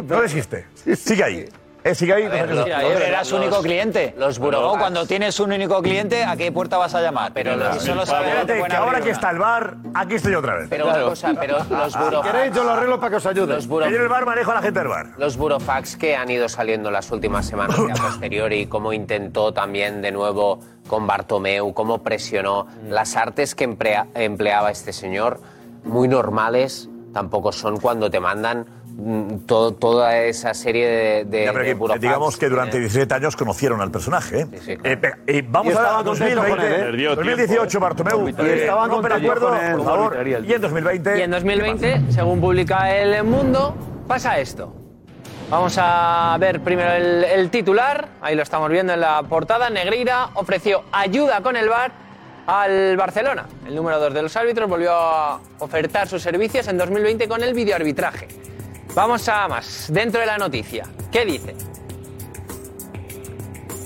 No desiste. Sigue ahí. Eh, sigue ahí. Pero era su único cliente. los burócratas. No, Cuando tienes un único cliente, ¿a qué puerta vas a llamar? Pero Venga, los- solo sabes Espérate, buena que ahora vibra. que está el bar, aquí estoy otra vez. Pero una Claro. cosa, pero los Ah, burócratas- Si queréis, yo lo arreglo para que os ayude. Los burócratas- Yo en el bar manejo a la gente del bar. Los burofax que han ido saliendo las últimas semanas y a posteriori, cómo intentó también de nuevo con Bartomeu, cómo presionó las artes que emplea- empleaba este señor, muy normales tampoco son cuando te mandan mm, to- toda esa serie de, Eh, de, Ya, pero de que, burofax. digamos que durante Eh, 17 años conocieron al personaje. ¿eh? Eh, pe- eh, Y vamos ahora a estaban contentos 2020, con él, ¿eh? Le dio 2018, tiempo. Bartomeu. Y estaban rompe el contentos acuerdo, con él, por favor. arbitraría el Y en 2020. Y en 2020, según publica El Mundo, pasa esto. Vamos a ver primero el, el titular, ahí lo estamos viendo en la portada. Negreira ofreció ayuda con el VAR al Barcelona. El número 2 de los árbitros volvió a ofertar sus servicios en 2020 con el videoarbitraje. Vamos a más, dentro de la noticia. ¿Qué dice?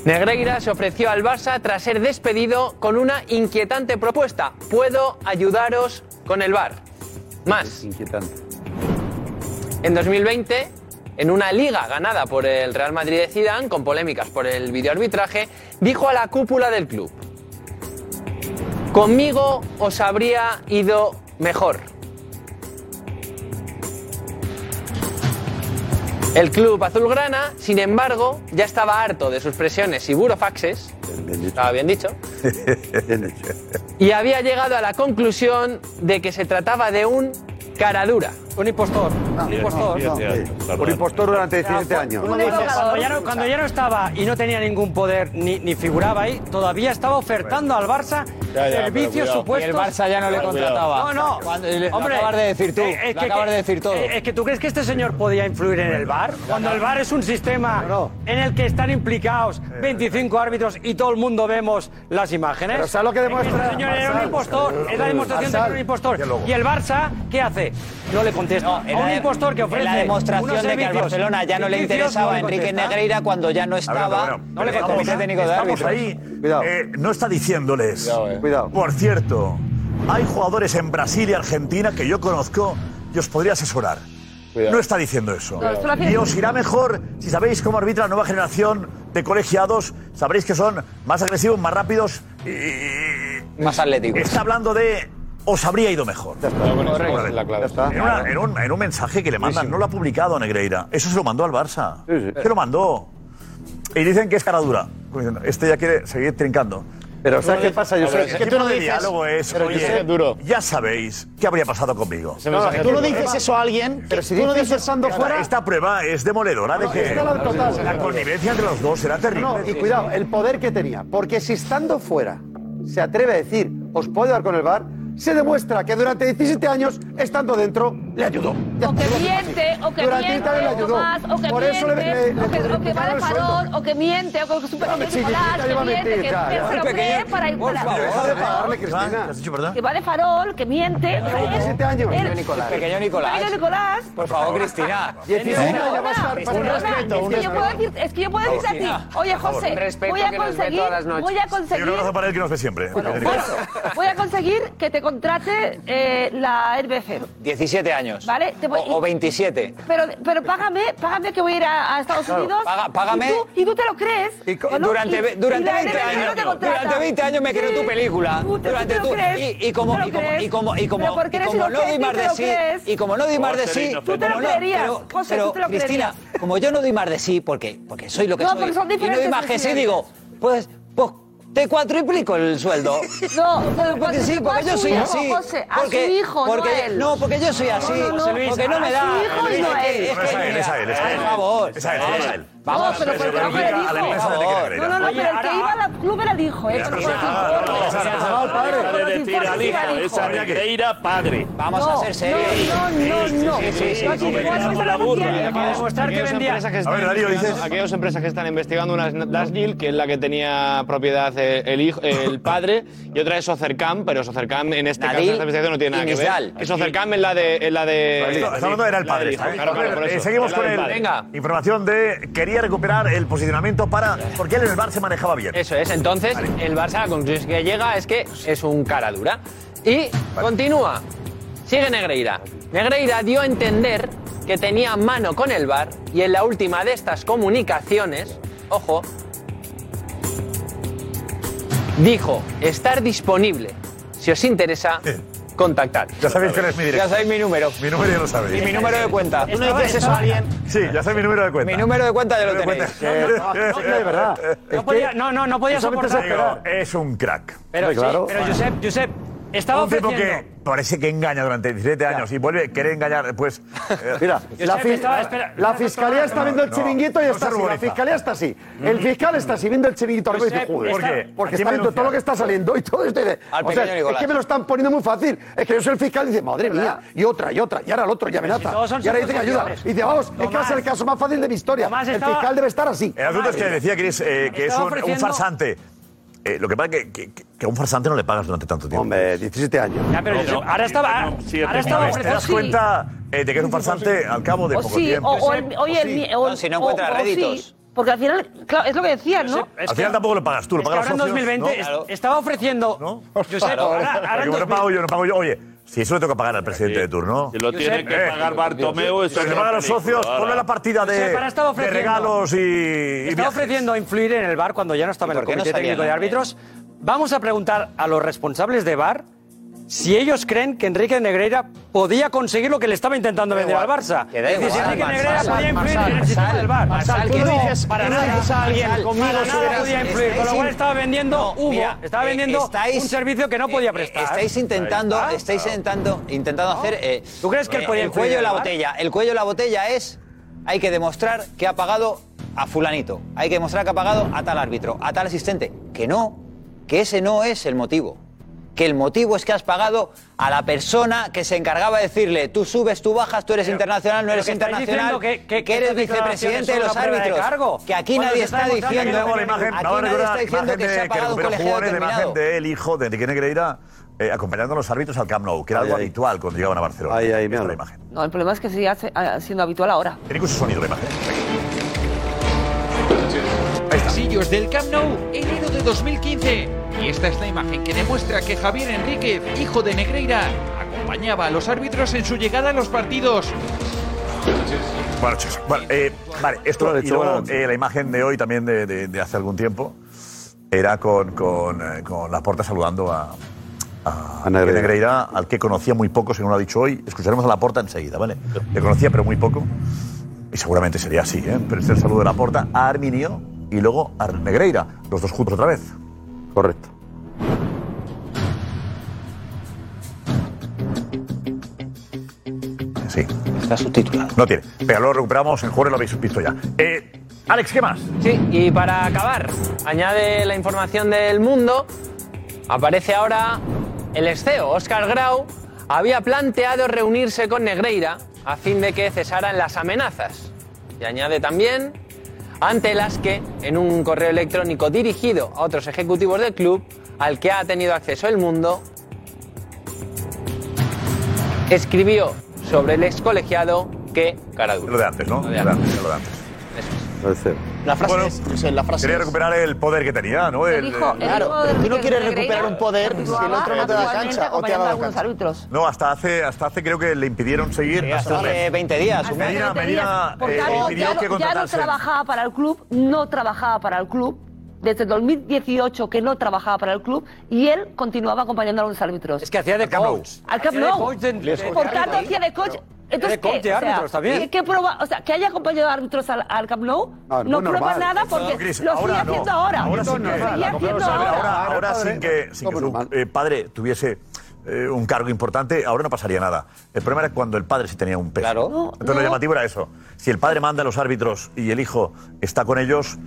Negreira se ofreció al Barça tras ser despedido con una inquietante propuesta. Puedo ayudaros con el VAR. Más. En 2020, en una liga ganada por el Real Madrid de Zidane, con polémicas por el videoarbitraje, dijo a la cúpula del club: Conmigo os habría ido mejor. El club azulgrana, sin embargo, ya estaba harto de sus presiones y burofaxes. Estaba bien dicho. Y había llegado a la conclusión de que se trataba de un cara dura. Un impostor. Un impostor. Por impostor durante 17 Tú años. dices, Cuando ya, no, cuando ya no estaba y no tenía ningún poder ni, ni figuraba ahí, todavía estaba ofertando al Barça Ya, ya, pero servicios cuidado. supuestos. Y el Barça ya no le Cuidado. contrataba. No, Cuando- no. le- lo acabas de decir tú, eh, lo acabas de decir todo. eh, Es que tú crees que este señor podía influir en el bar. Cuando el bar es un sistema en el que están implicados Eh, 25 árbitros y todo el mundo vemos las imágenes. Pero ¿sabes lo que Es este demuestra? señor era un Marsal. impostor. Eh, Es la demostración de que Marsal. era un impostor. Ya luego. Y el Barça, ¿qué hace? No le contesta. era a un de- impostor que era ofrece. la demostración unos de que al servicios Barcelona ya no le ficticios, interesaba le Enrique contesta. Negreira cuando ya no estaba. Bueno, No le pero contaba. estamos- técnico de estamos árbitros. ahí. Eh, no está diciéndoles. eh. Por cierto, hay jugadores en Brasil y Argentina que yo conozco y os podría asesorar. No está diciendo eso. Cuidado. Esto lo hace- Y os irá mejor si sabéis cómo arbitra la nueva generación de colegiados. Sabréis que son más agresivos, más rápidos y. Más atléticos. Está hablando de. Os habría ido mejor. Esa es la clave. En, una- en un, en un mensaje que le mandan, no lo ha publicado Negreira. Eso se lo mandó al Barça. Se lo mandó. Y dicen que es cara dura. Como diciendo, Este ya quiere seguir trincando. Pero, ¿sabes qué pasa, Josep? Es que tú no dices... diálogo es, Pero, oye, Josep, ya sabéis qué habría pasado conmigo. No, mensaje Tú no dices eso a alguien, Pero si tú no dices- dices estando Esta- fuera, Esta prueba es demoledora de No, que es la total. la connivencia entre los dos será terrible. No, y cuidado, el poder que tenía. Porque si estando fuera se atreve a decir, os puedo dar con el bar, se demuestra que durante 17 años, estando dentro, le ayudó. O que miente, o que Durante miente, Italia le ayudó. o más, o que Por eso le- miente, le- le o que- o que va cuadriplicaron de el farol, sueldo. o que miente, o que es un Dame, pequeño chiquitita, Nicolás, lleva que miente, que mentira, ya. él se lo Muy cree pequeño, para ir por para favor. Deja de pagarle, Cristina. ¿Has Que va de farol, que miente. o sea, él- años. él- Pequeño Nicolás. Pequeño Nicolás. Pequeño Nicolás. Por favor, Cristina. Perdona, es que yo puedo decir, es que yo puedo decirte a ti, Cristina, oye por favor. José, Un respeto voy a que nos ve conseguir, todas las noches. voy a Y un conseguir, abrazo para él que nos ve siempre. voy a conseguir que te contrate eh, la RBF, 17 años. ¿vale? Te voy- O 27. Pero, pero págame, págame que voy a ir a, a Estados Claro, Unidos. paga- págame. Y tú, y tú te lo crees. Y co- ¿o no? Eh, durante Y- ve- durante y la 20 NBC no años, te contrata. durante 20 años me creo Sí. tu película. Tú te- Durante tú te tu- lo crees. y- y como- Tú te lo y como- crees. y como- y como- Pero porque y eres como no di inocente más y te de lo sí, crees. y como no di más de sí, Tú te como lo no- creerías. pero- José, pero, tú te lo Cristina, creerías. como yo no doy más de sí, porque porque soy lo que No, soy. porque son y no doy diferentes más que sí, necesidades. digo, pues pues te cuatriplico el sueldo. No, Porque sí, porque yo soy así. porque, porque, no, porque yo soy así. porque no me da. Es que- es que- Por favor. No, Vamos, pero por porque no me lo dijo. No, no, no, pero el que iba al club era el hijo, ¿eh? Pero de decir al hijo, es a Negreira padre. Vamos a ser serios. No, no, no. Sí, sí, sí. No, Aquellas empresas que están investigando- aquellas empresas que están investigando, una es Dasgill, que es la que tenía propiedad eh, el, hijo, el padre, y otra es Socercam, pero Socercam en este caso, Nadil en esta investigación no tiene nada y que ver. Misdal. Que Socercam es la de... Es la Eh, de Esto- estamos hablando era el la del padre. hijo, ¿sabes? claro, claro, por Eh, eso. seguimos Es la con del el, padre. información de quería recuperar el posicionamiento para porque él en el bar se manejaba bien. Eso es, entonces el Barça la conclusión que llega es que es un cara dura. Y continúa, sigue Negreira. Negreira dio a entender que tenía mano con el bar y en la última de estas comunicaciones, ojo, dijo estar disponible. Si os interesa, contactad. Ya sabéis que eres mi directo. Ya sabéis mi número. Mi número ya lo sabéis. Y mi número de cuenta. ¿Tú no dices eso a alguien? Sí, ya sabéis mi número de cuenta. Mi número de cuenta ya lo tenéis. de verdad. No podía- no, no, no podía soportar. Es un crack. Pero, sí, pero Josep, Josep, estaba un tipo ofreciendo- que parece que engaña durante 17 años y vuelve a querer engañar después. Mira, la, fi- la fiscalía está viendo el No, chiringuito y no está se así. La ruboriza. fiscalía está así. El fiscal está así viendo el chiringuito. ahora mismo y dice, Josep, "Joder, ¿por qué? Porque ¿A quién está viendo denuncias? todo lo que está saliendo y todo esto. y dice, Al o sea, pequeño es Nicolás. que me lo están poniendo muy fácil. Es que yo soy el fiscal y dice, madre mía, y otra, y otra, y ahora el otro, y Pero amenaza. si todos son y ahora dice que ayuda. sociales. Y dice, vamos, es que va a ser el Tomás. caso más fácil de mi historia. Tomás El estaba- fiscal debe estar así. El asunto es que decía Chris eh, que es Estaba un, un ofreciendo- farsante. Eh, lo que pasa es que, que- que a un farsante no le pagas durante tanto tiempo. Hombre, 17 años. Ya, pero Josep, ahora estaba- ahora estaba ¿Te ofreciendo- das cuenta eh, de que es un farsante al cabo de O poco Pues sí, o, tiempo? o el, oye, el, mi- o- si no o- encuentra o réditos. sí, porque al final, claro, es lo que decían, ¿no? Al final tampoco lo pagas tú, lo Es que pagas ahora en los socios, 2020 ¿no? es- estaba ofreciendo. Josep, Claro. ahora, ahora en Porque no 2020 pago yo, no pago yo. Oye, si eso le toca pagar al presidente de turno. Si eh, lo tiene que pagar Bartomeu, eso Si es le otra pagan los película, socios, ahora. ponle la partida de, Josep, ahora estaba de ofreciendo- regalos y. y Estaba viajes. ofreciendo influir en el bar cuando ya no estaba en el por qué no comité salía técnico de nadie? árbitros. Vamos a preguntar a los responsables de bar si ellos creen que Enrique Negreira podía conseguir lo que le estaba intentando vender al Barça. da Es decir, si igual, Enrique Marsal, Negreira podía influir Marsal, en el sistema Marsal, del bar. Marsal, Tú que no, dices- para que nada dices a alguien, conmigo para nada serás- podía influir, con lo estáis cual in- estaba vendiendo No, humo, mira, estaba eh, vendiendo estáis- un servicio que no podía eh, prestar. Estáis intentando, Ahí está, estáis claro. intentando, intentando hacer. eh, ¿Tú crees que él eh, podía el cuello de la influir, botella? El cuello de la botella es, hay que demostrar que ha pagado a fulanito, hay que demostrar que ha pagado a tal árbitro, a tal asistente, que no, que ese no es el motivo. Que el motivo es que has pagado a la persona que se encargaba de decirle, tú subes, tú bajas, tú eres internacional, no pero eres que estáis internacional, diciendo que- que- que eres estas declaraciones vicepresidente de son los una prueba de árbitros, cargo. que aquí Cuando se nadie está está demostrando que diciendo, no Luego la imagen, aquí vamos a nadie recordar está la diciendo imagen que se ha de que pagado un recuperó colegiado jugones de determinado. imagen del hijo de Enrique Negreira eh, acompañando a los árbitros al Camp Nou, que era Ay, algo ay. habitual cuando llegaban a Barcelona. Ahí, ahí, mira. la imagen. No, el problema es que sigue hace- ah, siendo habitual ahora. Tiene incluso sonido la imagen. Pasillos del Camp Nou, enero de 2015. Y esta es la imagen que demuestra que Javier Enríquez, hijo de Negreira, acompañaba a los árbitros en su llegada a los partidos. Buenas noches. Vale, eh, vale, esto y luego eh, la imagen de hoy también de, de- de hace algún tiempo era con, con, eh, con Laporta saludando a, a, Negreira. Negreira, al que conocía muy poco, según lo ha dicho hoy. Escucharemos a Laporta enseguida, ¿vale? Le conocía, pero muy poco. Y seguramente sería así, ¿eh? Pero este es el saludo de Laporta a Arminio y luego a Negreira, los dos juntos otra vez. Correcto. Sí. Está subtitulado. No tiene. Pero lo recuperamos en juego, lo habéis visto ya. Eh, Alex, ¿qué más? Sí, y para acabar, añade la información del mundo. Aparece E ahora el exceo. Oscar Grau había planteado reunirse con Negreira a fin de que cesaran las amenazas. Y añade también, ante las que, en un correo electrónico dirigido a otros ejecutivos del club, al que ha tenido acceso el mundo, escribió sobre el excolegiado que cara dura. Lo de antes, ¿no? Lo de antes, lo de antes. La frase es, la frase Quería es- recuperar el poder que tenía, ¿no? El, el- Claro, tú no quieres recuperar un poder si el Actuaba otro no te da habitualmente cancha o te ha acompañando a dado algunos cancha. árbitros. No, hasta hace, hasta hace creo que le impidieron seguir. hasta hace un mes. 20 días, un mes. Medina, Medina Por eh, tanto, impidió ya, que no- ya no contratase. trabajaba para el club, no trabajaba para el club, desde 2018 que no trabajaba para el club, y él continuaba acompañando a los árbitros. Es que hacía de coach. Al Camp Hacía de Nou. coach de- de- Por de- tanto, hacía de coach. de Entonces, coach ¿qué? de O sea, árbitros también. ¿qué- qué prueba? O sea, que haya acompañado árbitros al, al Camp Nou Ah, no, no, prueba normal. nada porque No, Cris, lo sigue ahora no. haciendo ahora. Ahora sí Lo que- sigue haciendo ahora, ahora. ahora pues, sin que, sin que su eh, padre tuviese eh, un cargo importante, ahora no pasaría nada. El problema era cuando el padre sí tenía un peso. Entonces lo no. llamativo era eso. Si el padre manda a los árbitros y el hijo está con ellos,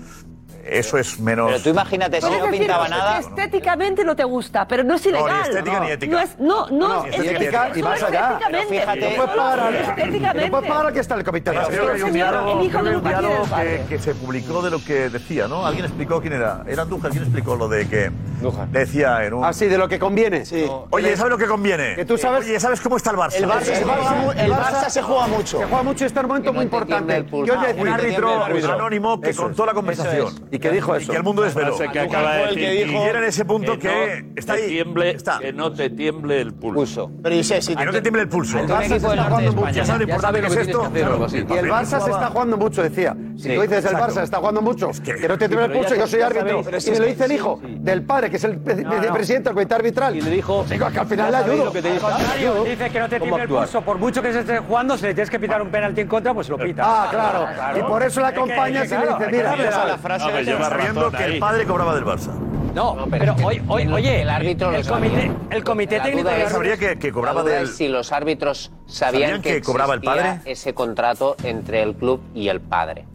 eso es menos... Pero tú imagínate, si Puedes no decir pintaba que nada... Estéticamente no te gusta, pero no es No, ni ilegal. estética ni ética. No es, no, no, No, es- estética estética- y más solo allá. Estéticamente. Pero fíjate- solo No puedes pagar al- estéticamente. No pues, puedes pagar al que está en el comité. Pero creo que hay un diálogo, El hijo creo que hay un de Lucas diálogo tiene el que, que se publicó de lo que decía, ¿no? Alguien explicó quién era. Era Andújar, ¿quién explicó lo de que le decía en un. Ah, sí, de lo que conviene. Sí. Oye, ¿sabes lo que conviene? Que tú sabes- Oye, ¿sabes cómo está el Barça? El Barça se juega- el Barça se juega mucho. Se juega mucho y está en un momento muy importante. Yo ya un árbitro anónimo que Eso contó es. la conversación. Eso es. Y que dijo Y eso. que el mundo desveló. Frase que acaba de decir Y Gil, era en ese punto que, no está te ahí. Tiemble, Que no te tiemble el pulso. Pero José, Que no te tiemble el pulso. El Barça se está jugando mucho. Ya sabes lo Ya importante sabe que lo es que tienes esto. que hacer, algo así. Y el Barça se está jugando mucho, decía. Si Sí, tú dices el exacto. Barça se está jugando mucho, que, no te teme pero el ya pulso, yo sabéis- soy ya árbitro. sabéis, pero y es me lo que- dice el hijo del padre, que es el pre- presidente del comité arbitral. Y le dijo. Digo, es que al final le Ya sabéis ayudo. lo que te dice. Dice que no te ¿Cómo tiene el actuar? pulso. Por mucho que se esté jugando, si le tienes que pitar un penalti en contra, pues lo pita. Ah, claro. Y por eso la acompañas y le dices, mira, mira, la frase No, pero lleva sabiendo que el padre cobraba del Barça. No, pero hoy, hoy, oye, el árbitro lo el comité, el comité La técnico duda de es- árbitros- la duda es si los árbitros sabían, ¿Sabían que cobraba el existía padre? ese contrato entre el club y el padre.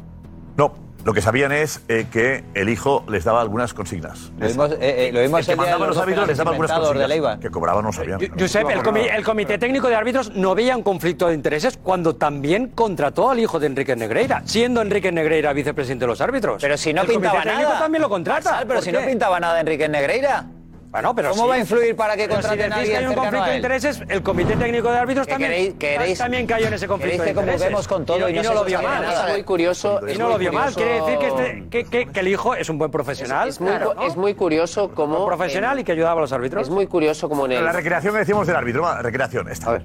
No, lo que sabían es eh, que el hijo les daba algunas consignas. Lo vimos, eh, eh, lo vimos el que el día de mandaba los los árbitros les daba algunas inventados de consignas. Leiva. Que cobraban no sabían. Josep, el, comi- el comité técnico de árbitros no veía un conflicto de intereses cuando también contrató al hijo de Enrique Negreira, siendo Enrique Negreira vicepresidente de los árbitros. Pero Si no pintaba El comité técnico nada. también lo contrata. Sal, pero ¿Por si qué? no pintaba nada Enrique Negreira. Bueno, pero ¿Cómo sí. va a influir para que Pero contraten si a decís que alguien hay un cercano conflicto a de él? intereses, el comité técnico de árbitros Que también, queréis- queréis- también cayó en ese conflicto queréis que de intereses. convoquemos con todo y no se lo sabe vio mal. nada. Es muy curioso- Y es no lo muy vio mal. Quiere curioso- decir que, este- que- que- que el hijo es un buen profesional. Es muy, cu- es muy curioso cómo... profesional y que ayudaba a los árbitros. Es muy curioso como en el... La recreación que decimos del árbitro, va, recreación, esta. A ver.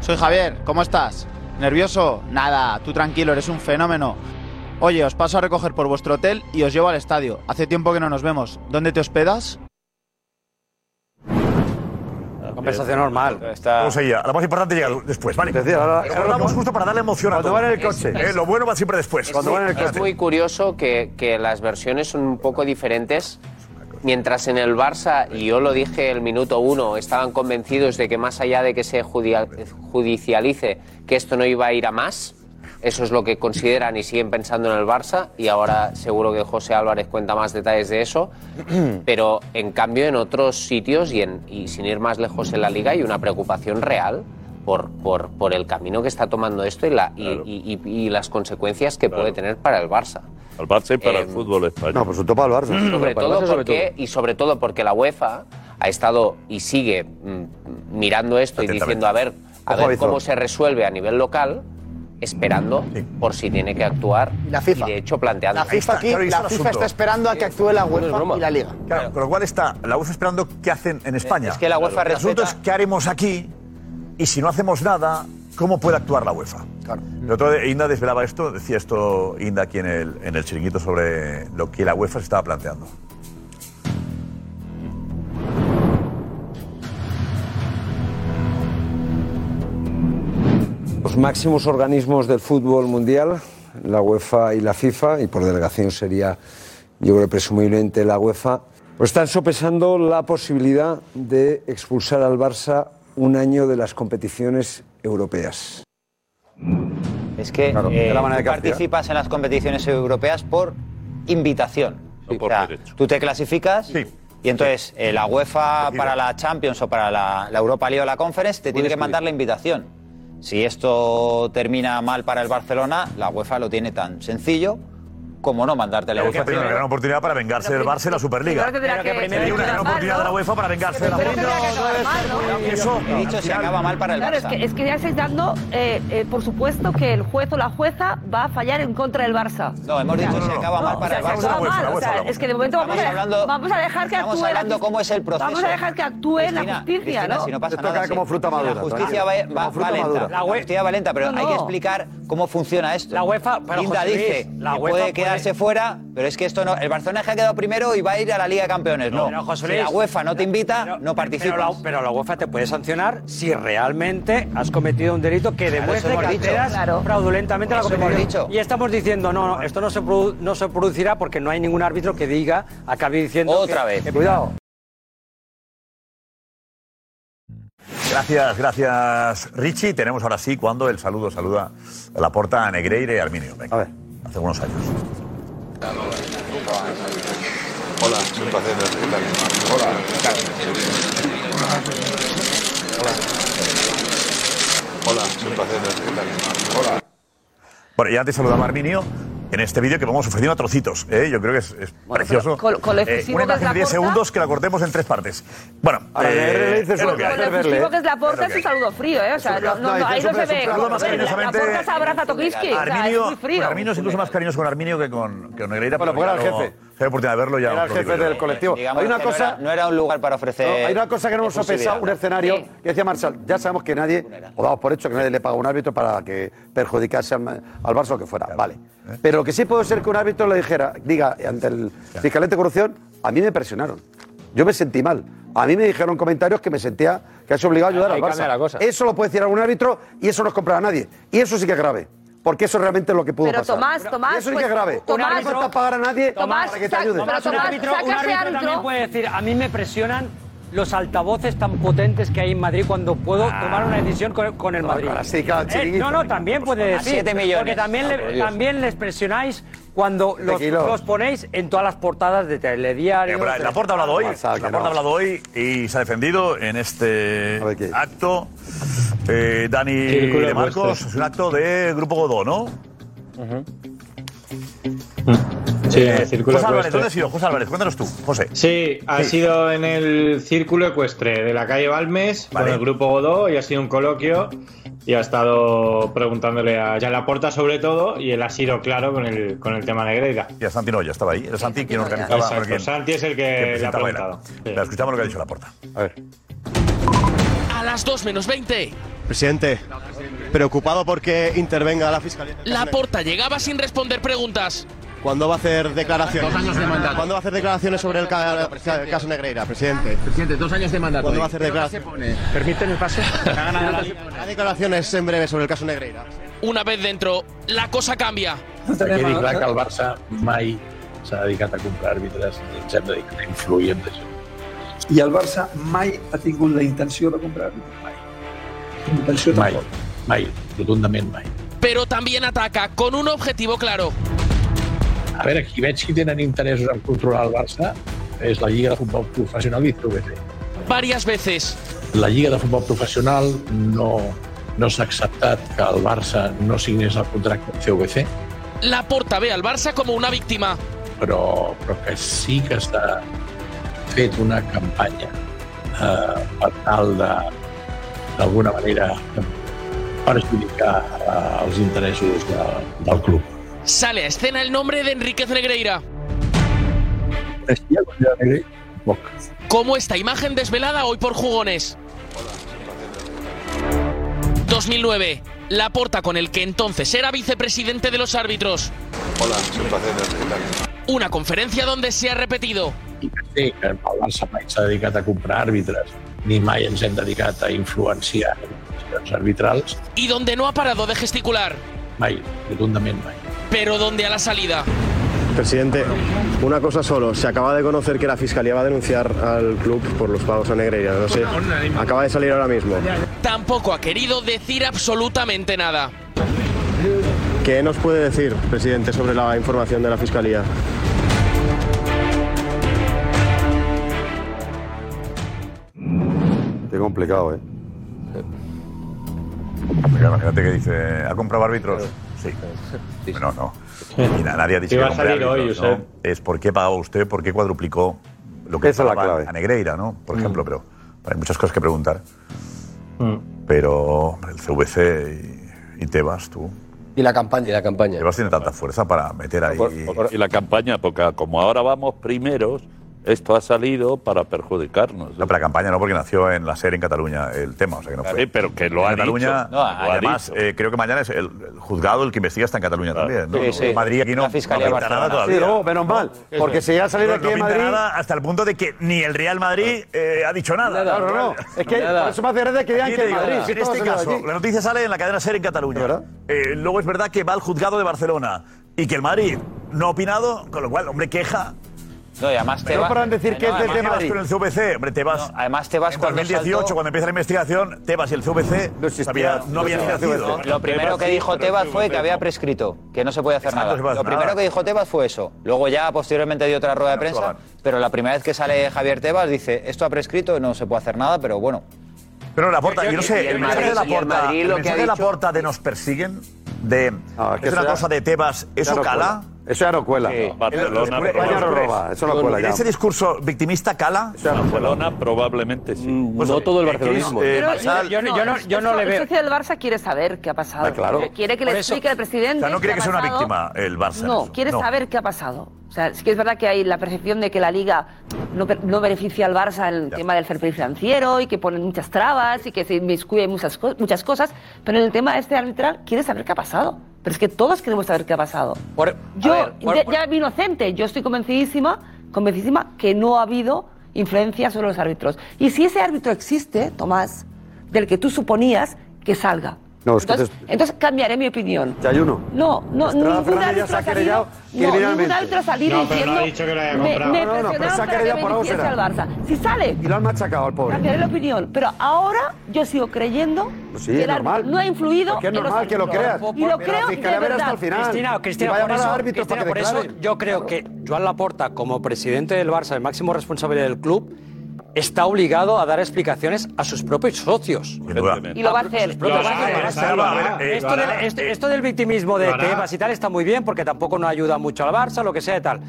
Soy Javier, ¿cómo estás? ¿Nervioso? Nada, tú tranquilo, eres un fenómeno. Oye, os paso a recoger por vuestro hotel y os llevo al estadio. Hace tiempo que no nos vemos. ¿Dónde te hospedas? Conversación normal. Vamos allá. Lo más importante llega después, ¿vale? Nos guardamos justo para darle emoción a todo. Eh, lo bueno va siempre después. Es, muy, este es muy curioso que, que las versiones son un poco diferentes. Mientras en el Barça, y yo lo dije el minuto uno, estaban convencidos de que más allá de que se judia- judicialice, que esto no iba a ir a más. Eso es lo que consideran y siguen pensando en el Barça. Y ahora seguro que José Álvarez cuenta más detalles de eso. Pero en cambio, en otros sitios y, en- y sin ir más lejos en la liga, hay una preocupación real por, por, por el camino que está tomando esto y, la, y, y- y- y las consecuencias que puede tener para el Barça. Em, Al Barça y para el fútbol español. No, por su topa pues al Barça. Sobre todo porque, y sobre todo porque la UEFA ha estado y sigue mm, mirando esto y diciendo a ver, a Ojo, ver avizor. cómo se resuelve a nivel local, esperando por si tiene que actuar la FIFA. y de hecho planteando. La FIFA aquí, la FIFA está esperando a que actúe la UEFA y la Liga. Claro, con lo cual está la UEFA esperando qué hacen en España. Es que la UEFA El asunto es respeta- qué haremos aquí y si no hacemos nada, ¿cómo puede actuar la UEFA? Claro. El otro día Inda desvelaba esto, decía esto Inda aquí en el, en el chiringuito sobre lo que la UEFA se estaba planteando. Los máximos organismos del fútbol mundial, la UEFA y la FIFA, y por delegación sería, yo creo, presumiblemente la UEFA, pues están sopesando la posibilidad de expulsar al Barça un año de las competiciones europeas. Es que de eh, la manera tú que hacía. participas en las competiciones europeas por invitación. O sea, Tú te clasificas Y entonces eh, la UEFA para la Champions o para la, la Europa League o la Conference te tiene que mandar la invitación. Si esto termina mal para el Barcelona, la UEFA lo tiene tan sencillo como no mandarte la Creo que UEFA. primero, gran oportunidad para vengarse del Barça y la Superliga. primero tendrá Creo que- sería una tendrá gran que oportunidad de acabar, la ¿no? UEFA para vengarse de la Pero Superliga. tendrá que acabar mal, ¿no? Eso, He dicho, al se final- acaba mal para el Barça. Claro, es que, es que ya estáis dando, eh, eh, por supuesto, que el juez o la jueza va a fallar en contra del Barça. No, hemos dicho se acaba mal para el se Barça. acaba mal, o sea, es que de momento vamos, Estamos a, hablando- vamos a dejar que estamos actúe la hablando justi- cómo es el proceso. Vamos a dejar que actúe la justicia, Cristina, ¿no? si no pasa Esto nada. cae como sí. fruta madura, La justicia tranquilo. va, Como va- va fruta lenta. madura. La justicia va lenta, pero No, hay que no. explicar cómo funciona esto. La UEFA- pero, Linda José Luis, dice la UEFA que puede puede- quedarse fuera, pero es que esto no. El Barcelona es que ha quedado primero y va a ir a la Liga de Campeones. No, Pero, José si la Luis, UEFA no te invita, no participas. Pero la, pero la UEFA te puede sancionar si realmente has cometido un delito que Claro, demuestre eso hemos que dicho. alteras Claro. fraudulentamente la Eso hemos competición. Y estamos diciendo, no, no, esto no se, produ- no se producirá porque no hay ningún árbitro que diga, acabe diciendo... Otra vez. cuidado. Gracias, gracias Richie. Tenemos ahora sí cuando el saludo saluda a la porta a Negreire y Arminio. a ver. Hace unos años. Hola, es un placer estar Hola, Hola. Hola, es un placer estar Hola. Bueno, ya te saludaba Arminio en este vídeo que vamos ofreciendo a trocitos. ¿eh? Yo creo que es, es precioso. con- con lo Eh, excesivo una que es imagen la de 10 corta. segundos que la cortemos en tres partes. Bueno, eh, Ahora, Negreire le dices es lo una que hay. cosa, Lo exclusivo que es la porta es que un saludo frío, ¿eh? O sea, no, no, no, ahí no se ve. La porta se abraza a Tokiski, o sea, es Arminio, muy frío. con Arminio es incluso más cariñoso con Arminio que con, que con Negreira. Bueno, pero porque era ya el jefe. luego- Si hay oportunidad de verlo Era ya. os el lo jefe digo yo. del colectivo. Eh, Digamos hay una que cosa. No era, no era un lugar para ofrecer. No, hay una cosa que no hemos exclusividad. sopesado, un escenario que decía Marshall. Ya sabemos que nadie, o damos por hecho que nadie le paga a un árbitro para que perjudicase al, al Barça o que fuera. Vale. Pero lo que sí puede ser que un árbitro le dijera, diga, ante el fiscalete de corrupción, a mí me presionaron. Yo me sentí mal. A mí me dijeron comentarios que me sentía que has obligado a ayudar Ahí al cambia Barça. la cosa. Eso lo puede decir algún árbitro y eso no es comprar a nadie. Y eso sí que es grave. Porque eso realmente es lo que pudo Pero pasar. Tomás, Tomás, Y eso sí que pues, es grave. Tomás, un árbitro no está pagar a nadie Tomás, para que te sac- ayude. pero Un un Tomás, árbitro, saca un ese árbitro árbitro. también puede decir, a mí me presionan los altavoces tan potentes que hay en Madrid cuando puedo tomar una decisión con, con el Madrid. Ah. ahora sí, claro, Eh, chiringuito. no, no, también puede A decir. siete millones. Porque también, le- Ah, por Dios. también les presionáis cuando Siete los, kilos. los ponéis en todas las portadas de telediario. Eh, pero la porta ha hablado hoy. WhatsApp, La que no. porta ha hablado hoy y se ha defendido en este acto. Eh, Dani Círculo de Marcos, vuestro. es un acto de Grupo Godó, ¿no? Sí, en Eh, el círculo José Álvarez, ecuestre. ¿dónde has sido? José Álvarez, cuéntanos tú, José. Sí, ha sido en el círculo ecuestre de la calle Balmes con el grupo Godó y ha sido un coloquio y ha estado preguntándole a Jan Laporta sobre todo y él ha sido claro con el, con el tema Negreira. Y a Santi Noya estaba ahí. Era Santi quien organizaba. Exacto, bueno, quien- Santi es el quien que le ha presentaba era. preguntado. Pero escuchamos lo que ha dicho la porta. A ver. A las 2 menos 20, Presidente, preocupado porque intervenga la Fiscalía. la porta llegaba sin responder preguntas. ¿Cuándo va a hacer declaraciones? Dos años de mandato. ¿Cuándo va a hacer declaraciones sobre el ca- ca- caso Negreira, presidente? Presidente, dos años de mandato. ¿Cuándo va a hacer declaraciones? ¿Permiten el paso? ¿Hará declaraciones en breve sobre el caso Negreira? Una vez dentro, la cosa cambia. Aquí dir clar que el Barça mai s'ha dedicat a comprar àrbitres, ens hem dedicat a influir en això. I el Barça mai ha tingut la intenció de comprar-lo. Mai. Intenció Mai. tampoc. Mai, rotundament mai. Pero también ataca con un objetivo claro. A veure, qui veig que tenen interessos en controlar el Barça és la Lliga de Futbol Professional i CVC. Varias veces. La Lliga de Futbol Professional no, no s'ha acceptat que el Barça no signés el contracte amb CVC, La porta ve al Barça como una víctima. però, però que sí que s'ha fet una campanya eh, per tal de, d'alguna manera, perjudicar eh, els interessos de, del club. Sale a escena el nombre de Enríquez Negreira. Així, a Colla de Negre, poc. Como esta imagen desvelada hoy por jugones. 2009. La porta con el que entonces era vicepresidente de los árbitros. Hola, es un placer estar Una conferencia donde se ha repetido. Sí, que el Barça mai s'ha dedicat a comprar àrbitres, ni mai ens hem dedicat a influenciar en decisions arbitrals, Y donde no ha parado de gesticular. mai, rotundament mai. Pero donde a la salida. Presidente, una cosa solo. Se acaba de conocer que la Fiscalía va a denunciar al club por los pagos a Negreira. No sé, acaba de salir ahora mismo. Tampoco ha querido decir absolutamente nada. ¿Qué nos puede decir, presidente, sobre la información de la Fiscalía? Qué complicado, ¿eh? Porque imagínate que dice, ¿ha comprado árbitros? Sí. No, no. Mira, nadie ha dicho Sí, va que a compre salir hoy, árbitros, ¿no? Josep. Es por qué pagó usted, por qué cuadruplicó lo que Esa es la pagaba clave. Mm. a Negreira, ¿no? Por ejemplo, pero hay muchas cosas que preguntar. Pero hombre, el CVC y, y Tebas, tú. Y la campaña. Y la campaña. Tebas tiene tanta fuerza para meter ahí. Y la campaña, porque como ahora vamos primeros, esto ha salido para perjudicarnos. ¿eh? No, pero la campaña no, porque nació en la serie en Cataluña el tema, o sea que no fue. Sí, pero que lo en ha Cataluña, dicho. Ah. No, ha además, eh, creo que mañana es el, el juzgado el que investiga está en Cataluña también. ¿no? Sí, sí. Madrid aquí no, La Fiscalía no pinta Barcelona. nada todavía. Sí, no, menos mal, porque si ya ha salido No, aquí no de pinta Madrid- Ah. nada hasta el punto de que ni el Real Madrid eh, ha dicho nada. Nada, no, no. Es que Nada. por eso me hace gracia que digan Aquí que te el Madrid, si En todo este ha salido caso, de aquí. la noticia sale en la cadena SER en Cataluña. Eh, luego es verdad que va al juzgado de Barcelona y que el Madrid no ha opinado, con lo cual, hombre, queja. No, y además te Pero va- Eh, podrán decir que es además desde te vas Madrid. con el CVC, hombre, te vas. además te vas En cuando 2018, saltó- cuando empieza la investigación, Tebas y el CVC había- no habían nacido. Lo primero que dijo Tebas fue que había prescrito, que no se puede hacer Exacto, nada. no se puede Lo hacer primero nada. que dijo Tebas fue eso. Luego ya posteriormente dio otra rueda de prensa, pero la primera vez que sale Javier Tebas dice, esto ha prescrito, no se puede hacer nada, pero bueno. Pero la porta, yo no Y sé, el el mensaje de la Madrid- y el porta, Madrid lo que ha mensaje de la dicho- porta de nos persiguen, de que es una sea- cosa de Eh, Tebas, Ya eso no cala. cuela. Eso ya no cuela. Sí. Barcelona, El- el- España el- no el- roba, eso no cuela ya. Ese discurso victimista cala. Pues Barcelona probablemente sí. no todo el barcelonismo. eh, Pero Marsal- yo- yo- no- yo no le veo. El socio del Barça quiere saber qué ha pasado. Ah, claro. Quiere que le Por eso. explique al presidente. O sea, no qué quiere ha que sea una pasado. víctima el Barça. en No, eso. quiere saber qué ha pasado. O sea, sí que es verdad que hay la percepción de que la liga no, per- no beneficia al Barça en el tema del fair play financiero y que ponen muchas trabas y que se inmiscuye en muchas, co- muchas cosas, pero en el tema este arbitral quiere saber qué ha pasado. Pero es que todos queremos saber qué ha pasado. yo ya, ya vi inocente, yo estoy convencidísima, convencidísima que no ha habido influencia sobre los árbitros. Y si ese árbitro existe, Tomás, del que tú suponías que salga. No, es que entonces, te- entonces cambiaré mi opinión. Ya hay uno. No, no, Estrada ningún Fernández árbitro ya se ha ha salido. querellado No, ningún criminalmente. árbitro ha salido No, pero no diciendo. ha dicho que lo haya me, comprado". me No, no, no, pero presionaron se ha para que querellado por algo beneficiase al será. Barça. Si sale, Y lo han machacado al pobre. cambiaré la opinión. Pero ahora yo sigo creyendo Pues sí, que es el árbitro normal. no ha influido. Porque es en los normal que lo árbitros. creas. Y lo Pero la creo de fiscalía verá hasta verdad. el final. Cristina, Cristina, Y va a por, llamar a eso, árbitros Cristina, para que por eso declaren. yo creo que Joan Laporta, como presidente del Barça, el máximo responsable del club, está obligado a dar explicaciones a sus propios socios. Y lo va a hacer. Pero Lo va vas a a hacer. ver, Salva, Eh, Esto del, este- esto del victimismo de lo hará. Tebas y tal está muy bien porque tampoco no ayuda mucho al Barça, lo que sea y tal.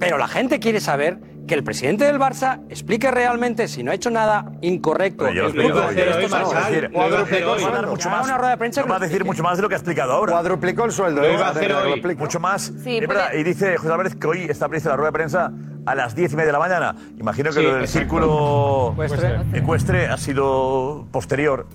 Pero la gente quiere saber que el presidente del Barça explique realmente si no ha hecho nada incorrecto. Pero ya lo he El club explicado puede hoy, hacer ¿eh? Lo esto, no, iba a decir, no, lo iba a no, decir no, mucho no, más. una rueda de prensa No va a decir mucho más de lo que ha explicado ahora. Cuadruplicó el sueldo. Lo ¿eh? iba a De- hacer de- hoy. lo explico. Mucho más. Sí, Es verdad, Y dice José Álvarez que hoy está prevista la rueda de prensa a las 10 y media de la mañana. Imagino que Sí, lo del exacto. círculo Ecuestre. ecuestre ha sido posterior.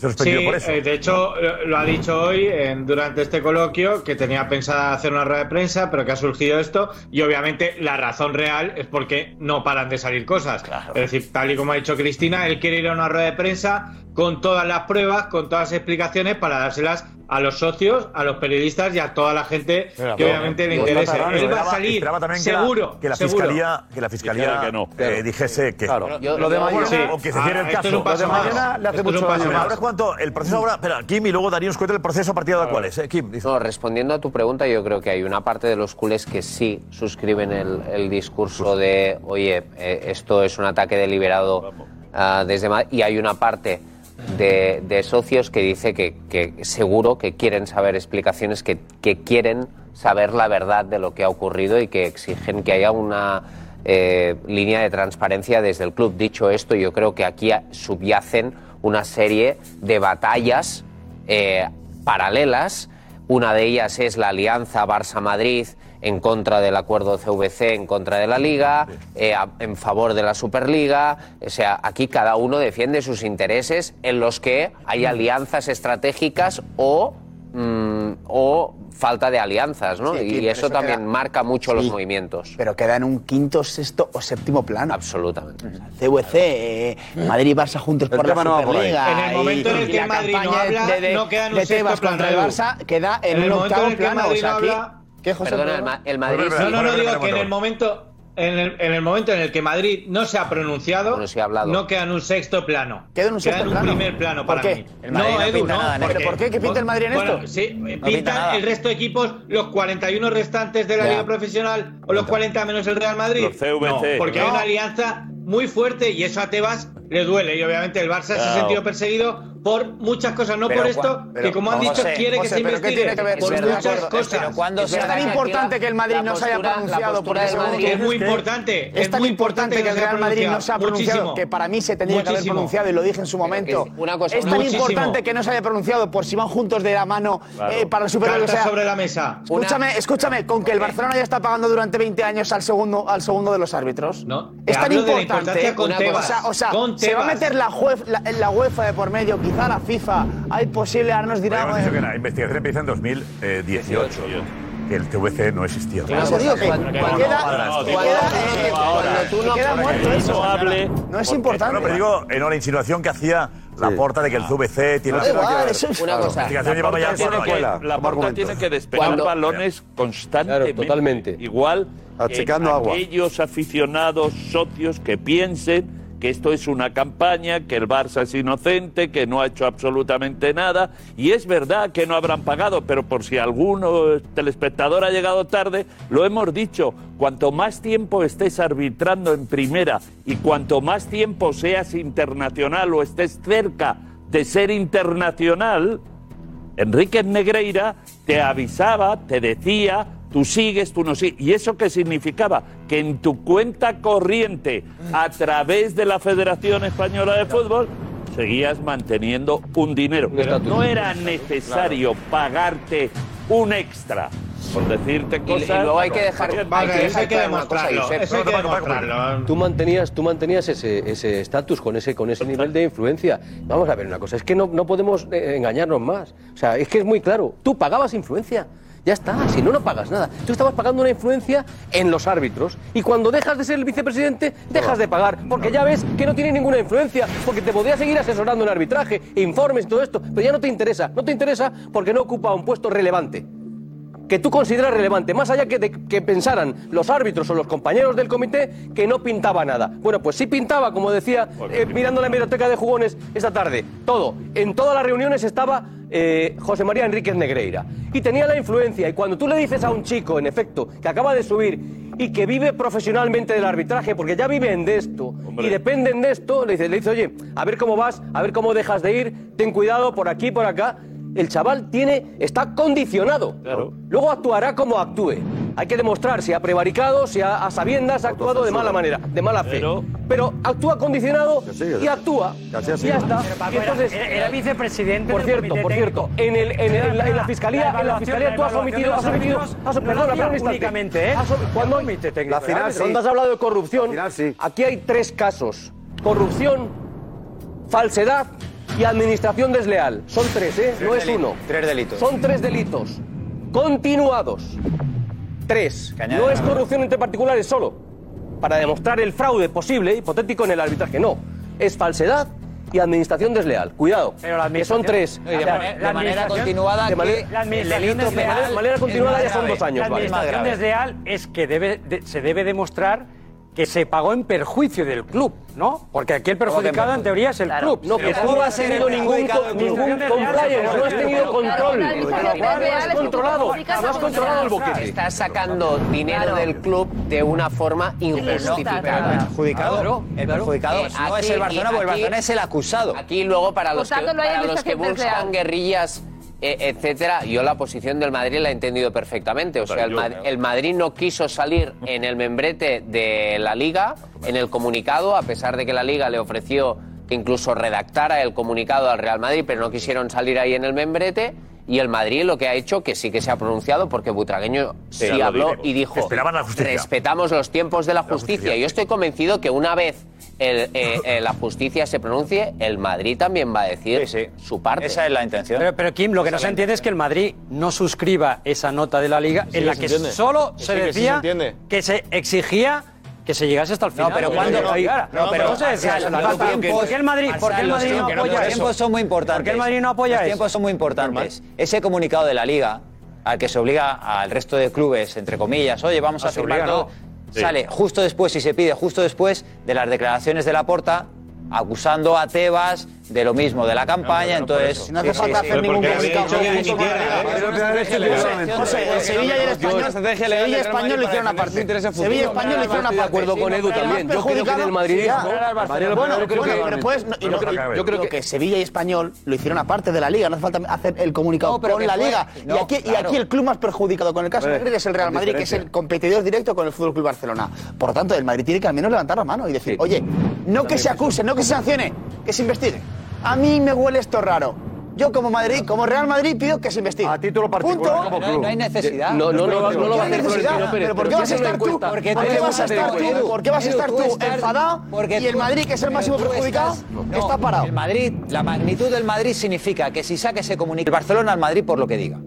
Suspendido Sí, por eso. eh, de hecho, lo, lo ha dicho hoy en- durante este coloquio que tenía pensada hacer una rueda de prensa, pero que ha surgido esto. Y obviamente la razón real es porque no paran de salir cosas. Es decir, tal y como ha dicho Cristina, él quiere ir a una rueda de prensa con todas las pruebas, con todas las explicaciones para dárselas a los socios, a los periodistas y a toda la gente que obviamente le interese. Él va a Esperaba- salir esperaba también que la- seguro. Que la seguro. fiscalía, que la fiscalía Dijera que no. eh, dijese que. Claro. Yo- lo de mañana- Sí. O que se cierre el Ah, esto caso. es un paso Lo de más. mañana le hace Esto es un mucho paso daño. más. Ahora, ¿cuánto? El proceso ahora. Espera, Kim y luego Darío nos cuenta el proceso a partir de ahora cuál es. ¿eh? Kim, dice. No, respondiendo a tu pregunta, yo creo que hay una parte de los culés que sí suscriben el, el discurso Pues- de, oye, eh, esto es un ataque deliberado ah, desde Madrid, y hay una parte de, de socios que dice que, que seguro que quieren saber explicaciones, que, que quieren saber la verdad de lo que ha ocurrido y que exigen que haya una eh, línea de transparencia desde el club. Dicho esto, yo creo que aquí ah, subyacen una serie de batallas eh, paralelas. Una de ellas es la alianza Barça-Madrid en contra del acuerdo CVC, en contra de la Liga, eh, a- en favor de la Superliga. O sea, aquí cada uno defiende sus intereses en los que hay alianzas estratégicas o, mm, o falta de alianzas, ¿no? Sí, y Kim, y pero eso eso queda- también marca mucho los Sí. movimientos. Pero queda en un quinto, sexto o séptimo plano. Absolutamente. CVC, eh, Madrid y Barça juntos por la tema no va por ahí. Superliga. En el y- momento en el y que la Madrid no campaña habla, de, de- no queda en un de Tebas sexto plano, contra el Edu. Barça, queda en, En el un momento octavo en el que plano. Madrid o sea, no aquí- habla- ¿Qué, José? Perdona, el, Manuel? Ma- el Madrid... No, no, no, digo que en el momento, en el, en el momento en el que Madrid no se ha pronunciado, no queda en un sexto plano. Queda en un sexto plano. primer plano ¿Por para qué? mí. El Madrid no pinta nada en esto. ¿Por qué? ¿Qué pinta el Madrid en Bueno, esto? Sí, No pintan pinta nada. el resto de equipos los 41 restantes de la Ya. Liga Profesional o los 40 menos el Real Madrid. Los CVC. No, porque hay No. una alianza muy fuerte y eso a Tebas le duele y obviamente el Barça se ha Claro. sentido perseguido por muchas cosas, no Pero por cua- esto, pero- que como han dicho José, quiere que José, se ¿pero qué investigue tiene que ver? por Es verdad, muchas pero- cosas. pero cuando Es se verdad haga que la- importante que el Madrid la no se haya postura- la pronunciado postura porque del según Madrid- es muy importante. Es tan muy importante que el no se haya Real Madrid no pronunciado. se ha pronunciado, Muchísimo. que para mí se tendría que haber Muchísimo. pronunciado y lo dije en su momento. una cosa- es tan Muchísimo. importante que no se haya pronunciado por si van juntos de la mano Claro. eh, para superar Cartas sobre la mesa. Escúchame, Una- escúchame, con que el Barcelona ya está pagando durante 20 años al segundo, al segundo de los árbitros. No, te Es tan hablo de la importante. importancia con o Tebas. sea, o sea, Con se va a Tebas. meter la, juez- la- la UEFA de por medio, quizá la FIFA. Hay posible, ahora nos dirá. Hemos bueno, dicho que la investigación empieza en 2018. Que el TVC no existía. Por eso digo que queda- eh, no queda muerto eso. No es importante. No, pero digo, eh, no, la insinuación que hacía la porta de que el TVC tiene Ah. No, la da igual, Claro. eso es- Una La cosa. investigación La llevaba ya Porta tiene cuatro que- años. la Porta Argumento. tiene que despejar Cuando- balones constantemente. Claro, totalmente. Igual Achicando agua. aquellos aficionados, socios que piensen que esto es una campaña, que el Barça es inocente, que no ha hecho absolutamente nada. Y es verdad que no habrán pagado, pero por si alguno eh, telespectador ha llegado tarde, lo hemos dicho, cuanto más tiempo estés arbitrando en primera y cuanto más tiempo seas internacional o estés cerca de ser internacional, Enríquez Negreira te avisaba, te decía, tú sigues, tú no sigues. ¿Y eso qué significaba? Que en tu cuenta corriente, a través de la Federación Española de Fútbol, seguías manteniendo un dinero. No era necesario pagarte un extra. Por decirte y cosas. luego hay que dejar- hay Vale, que eso hay dejar que claro una cosa, demostrarlo, Josep. eso hay que ¿eh? Tú mantenías, tú mantenías ese ese estatus con ese con ese nivel de influencia. Vamos a ver una cosa, es que no, no podemos eh, engañarnos más. O sea, es que es muy claro. Tú pagabas influencia. Ya está, si no, no pagas nada. Tú estabas pagando una influencia en los árbitros. Y cuando dejas de ser el vicepresidente, dejas de pagar. Porque ya ves que no tiene ninguna influencia. Porque te podía seguir asesorando en arbitraje, informes, todo esto. Pero ya no te interesa. No te interesa porque no ocupa un puesto relevante que tú consideras relevante, más allá que, de- que pensaran los árbitros o los compañeros del comité que no pintaba nada. Bueno, pues sí pintaba, como decía, eh, mirando la biblioteca de jugones esta tarde, todo. En todas las reuniones estaba eh, José María Enríquez Negreira. Y tenía la influencia, y cuando tú le dices a un chico, en efecto, que acaba de subir y que vive profesionalmente del arbitraje, porque ya viven de esto y dependen de esto, le dices, le dice, oye, a ver cómo vas, a ver cómo dejas de ir, ten cuidado por aquí, por acá. El chaval tiene, está condicionado. Luego actuará como actúe. Hay que demostrar si ha prevaricado, si ha, a sabiendas ha actuado de mala manera, de mala fe. Pero, actúa condicionado y actúa. Y ya está. Y entonces, era, era vicepresidente por del cierto, comité por cierto, técnico. en, el, en, el- en la, en la fiscalía, en la evaluación- fiscalía tú has evaluación de omitido, los has omitido, árbitros has, no la perdona, hacía perdona un instante. únicamente, ¿eh? Has om- cuando hay- La final Antes, sí. Cuando has hablado de corrupción, aquí hay tres casos: corrupción, falsedad y administración desleal. Son tres, ¿eh? no es uno. Tres delitos. Son tres delitos continuados. Tres. añaden No es a la- corrupción entre particulares solo. Para demostrar el fraude posible, hipotético, en el arbitraje. No. Es falsedad y administración desleal. Cuidado. que son tres. No, y de mane- de manera administración- continuada de manera- que la administración de manera- desleal de manera es continuada más ya son grave. dos años. La vale. administración desleal es que debe, de- se debe demostrar que se pagó en perjuicio del club, ¿no? Porque aquí el ¿Cómo que en perjudicado perjuicio? en teoría es el Claro. club. No, pero tú no has tenido ningún co- ningún compliance, no has tenido control. has controlado, has controlado el boquete. Estás sacando dinero del club de una forma injustificada. El perjudicado, el perjudicado Eh, no es aquí- el Barcelona, porque aquí- el Barcelona es el acusado. Aquí luego para los que, Por tanto, no hay para los que administración buscan desleal. guerrillas, eh, etcétera, yo la posición del Madrid la he entendido perfectamente. O sea, el, yo, Ma- claro. el Madrid no quiso salir en el membrete de la Liga, en el comunicado, a pesar de que la Liga le ofreció que incluso redactara el comunicado al Real Madrid, pero no quisieron salir ahí en el membrete. Y el Madrid lo que ha hecho, que sí que se ha pronunciado, porque Butragueño Sí, sí, ya lo habló dije. y dijo, Esperaban la justicia. respetamos los tiempos de la justicia. Yo estoy convencido que una vez el, eh, eh, la justicia se pronuncie, el Madrid también va a decir su parte. Esa es la intención. Pero, pero, Kim, lo que no se entiende es que el Madrid no suscriba esa nota de la Liga Sí, en la se que entiende. solo Que sí, se que sí se decía entiende. que se exigía que se llegase hasta el final. pero ¿cuándo? No, No, pero- no se decía eso en la Marcial, nota. los tiempos- ¿Por qué el Madrid, por qué el Marcial, Madrid los no tiempos- apoya Los eso? tiempos son muy importantes. ¿Por qué el Madrid no apoya Los eso? tiempos son muy importantes. Ese comunicado de la Liga, al que se obliga al resto de clubes, entre comillas, oye, vamos Ah, a se firmar obliga, todo, ¿no? Sí. sale justo después, y se pide justo después de las declaraciones de Laporta, acusando a Tebas de lo mismo, de la campaña, entonces... No hace falta hacer ningún comunicado. José, el Sevilla y el Español, Sevilla y Español lo hicieron aparte. Sevilla y Español lo hicieron aparte. de acuerdo con Edu también. Yo creo que en el madridismo... Bueno, pero pues, puedes... Yo creo que Sevilla y Español lo hicieron aparte de la Liga, no hace falta hacer el comunicado con la Liga. Y aquí el club más perjudicado con el caso de es el Real Madrid, que es el competidor directo con el Fútbol Club Barcelona. Por tanto, el Madrid tiene que al menos levantar la mano y decir, oye, no que se acuse, no que se sancione, que se investigue. A mí me huele esto raro. Yo como Madrid, como Real Madrid pido que se investigue. A título particular como club. No, hay necesidad. No, no, no, no, no lo va a ¿Qué hacer necesidad? Florentino Pérez. ¿Pero por qué vas a estar tú? encuesta. ¿Por qué vas a estar tú? ¿Por qué vas a estar tú enfadado y el Madrid, que es el máximo perjudicado, está parado? El Madrid, la magnitud del Madrid significa que si saque ese comunicado... El Barcelona al Madrid por lo que diga.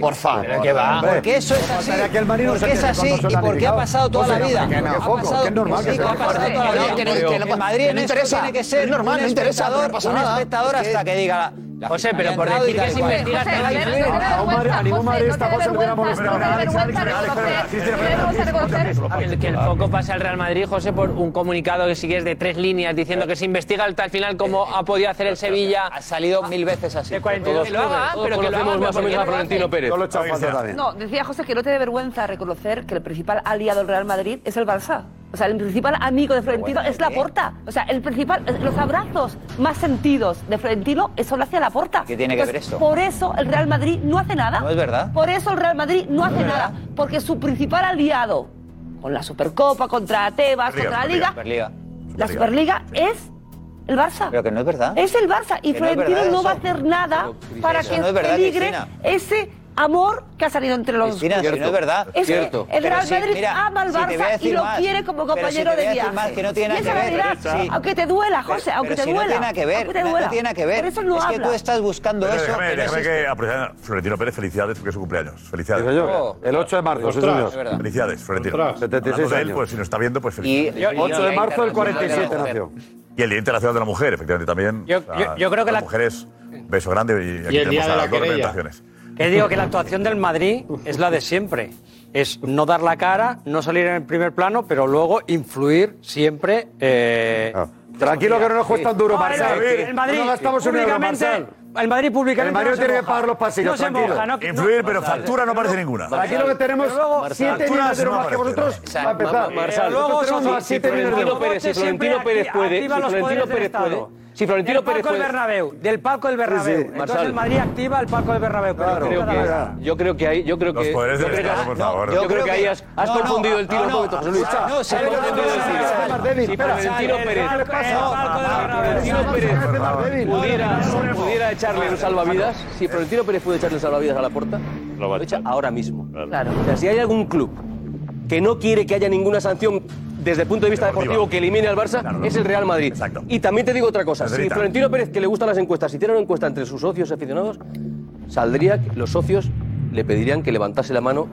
Por favor. ¿Qué va? Hombre. Porque eso es así. faltaría que el Madrid no Porque es se quede así cuando y suena porque ha ligado. pasado toda No la se llama vida. que no, Ha foco, que es pasado- normal que sí, se ha quede pasado fuera. toda No, la vida. que no- que no- En Madrid en no esto interesa. tiene que ser Es normal, un no interesa, espectador- no pasa un nada. espectador Es que- hasta que diga la José, pero por decir que se investiga José, no te dé vergüenza, A un Madrid- a ningún madridista, José, le hubiera molestado. Que el foco pase al Real Madrid, José, por un comunicado que sigue de tres líneas diciendo que se investiga hasta el final como ha podido hacer el Sevilla. Ha salido mil veces así. De 42 que lo haga, Todos pero que lo haga. conocemos más o pero menos ¿por qué no a lo hace? Florentino Pérez. Yo lo he echado falta también. No, decía José que no te dé vergüenza reconocer que el principal aliado del Real Madrid es el Barça. O sea, el principal amigo de Florentino es la porta. O sea, el principal, los abrazos más sentidos de Florentino son hacia la porta. ¿Qué tiene que ver esto? Por eso el Real Madrid no hace nada. No es verdad. Por eso el Real Madrid no hace nada. Porque su principal aliado, con la Supercopa, contra Tebas, Superliga, contra la Liga, Superliga. la Superliga es el Barça. Pero que no es verdad. Es el Barça y Que no es Florentino verdad no eso. va a hacer nada Cristina, para eso que no es verdad, peligre Cristina. ese amor que ha salido entre los Cristina, si no es verdad. Es que Cierto. el Real Pero sí, Madrid mira, ama al si te voy a Barça y decir lo más, quiere como pero si compañero te voy a de decir viaje. más, que no tiene Y nada esa que es ver, la pero realidad, sí. aunque te duela, Pero- José, pero aunque te si duela. No tiene nada que aunque ver. te No, duela. no tiene nada que ver. Por eso no es que habla. tú estás buscando Pero eso. déjame, que no déjame existe. que aprovechar- Florentino Pérez, felicidades porque es su cumpleaños. Felicidades. Oh. Digo yo, el 8 de marzo, sí, Ostras, señor. es verdad. Felicidades, Florentino. Ostras. 76 Hablando de él, años. pues si nos está viendo, pues felicidades. Y- 8 de marzo del 47 nació. Y el Día Internacional de la Mujer, efectivamente, también. Yo- yo- yo creo que las la- mujeres, beso grande y aquí el Día tenemos de a la las dos Querella. representaciones. Que digo que la actuación del Madrid es la de siempre. Es no dar la cara, no salir en el primer plano, pero luego influir siempre. eh, Tranquilo que no nos cuesta un duro, No, el- Marcel. El, Madrid No gastamos un euro, públicamente- Marcel. El Madrid públicamente. El Madrid no se tiene que moja. pagar los pasillos, No se tranquilo. moja, no- Influir, no- pero factura no aparece ninguna. Aquí lo que tenemos Pero luego- 7 Facturas millones de euros no más que aparecen. vosotros Exacto. va a empezar. Ma- Marsal, Nosotros si- tenemos más si 7 millones de Florentino euros. Pérez, si Florentino Pérez puede, si Florentino Pérez puede, si Florentino del palco Pérez puede, del Bernabéu, del palco del Bernabéu. Sí, sí, Entonces Marsal. el Madrid activa el palco del Bernabéu. pero Yo creo nunca la gana. que, yo creo que ahí, yo creo Los que, poderes yo del creo que- Estado, por favor. yo creo que ahí has, has no, no, confundido el tiro no, un no, poquito, José Luis. no, Has se ha confundido el tiro. confundido. más débil, Si espera. Florentino Pérez, El palco del Bernabéu. Florentino Pérez más débil. pudiera, pudiera echarle un salvavidas, si Florentino Pérez puede echarle un salvavidas a la puerta, lo echa ahora mismo. Claro. O sea, si hay algún club que no quiere que haya ninguna sanción desde el punto de vista Deportiva. deportivo que elimine al Barça, es el Real Madrid. Exacto. Y también te digo otra cosa, si Pedrita. Florentino Pérez, que le gustan las encuestas, si tiene una encuesta entre sus socios aficionados, saldría, que los socios le pedirían que levantase la mano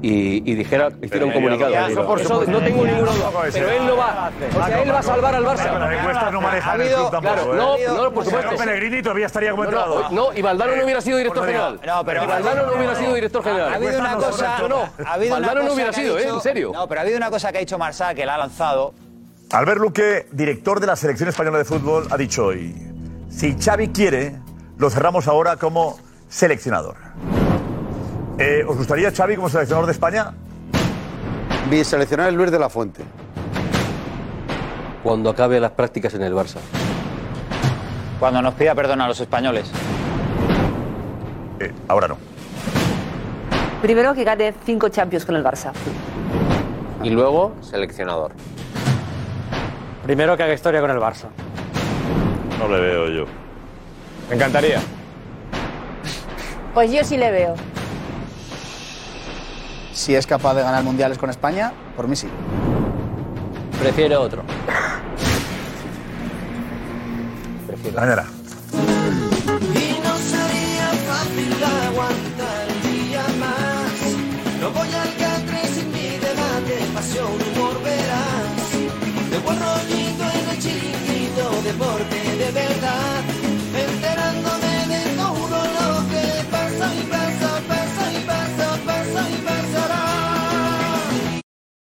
y, y dijera, hiciera un ya, comunicado. ya, eso por Eso supuesto. no tengo ninguna duda, Tampoco es pero eso. él no va, o sea, él va a salvar al Pero las Barça. encuestas no manejan el club tampoco, claro, ¿eh? no, no, por Si no, supuesto. Pellegrini todavía estaría como No, no, entrado. no, y Valdano no hubiera sido director Por lo general. digo. No, pero- Y Valdano no hubiera sido director general. Ha habido una Cuéntanos, cosa. Roberto. no, ha habido una Valdano no cosa hubiera que ha sido, ¿eh? dicho- En serio. No, pero ha habido una cosa que ha dicho Marsá que la ha lanzado. Albert Luque, director de la Selección Española de Fútbol, ha dicho hoy, si Xavi quiere, lo cerramos ahora como seleccionador. Eh, ¿Os gustaría Xavi como seleccionador de España? Mi seleccionado es Luis de la Fuente. Cuando acabe las prácticas en el Barça. Cuando nos pida perdón a los españoles. Eh, ahora no. Primero que gane cinco Champions con el Barça. Y luego, seleccionador. Primero que haga historia con el Barça. No le veo yo. Me encantaría. Pues yo sí le veo. Si es capaz de ganar mundiales con España, por mí sí. Prefiero otro. Mañana. Y no sería fácil aguantar un día más. No voy al catre sin mi debate, pasión, humor verás. De buen rollito en el chiquito, deporte de verdad.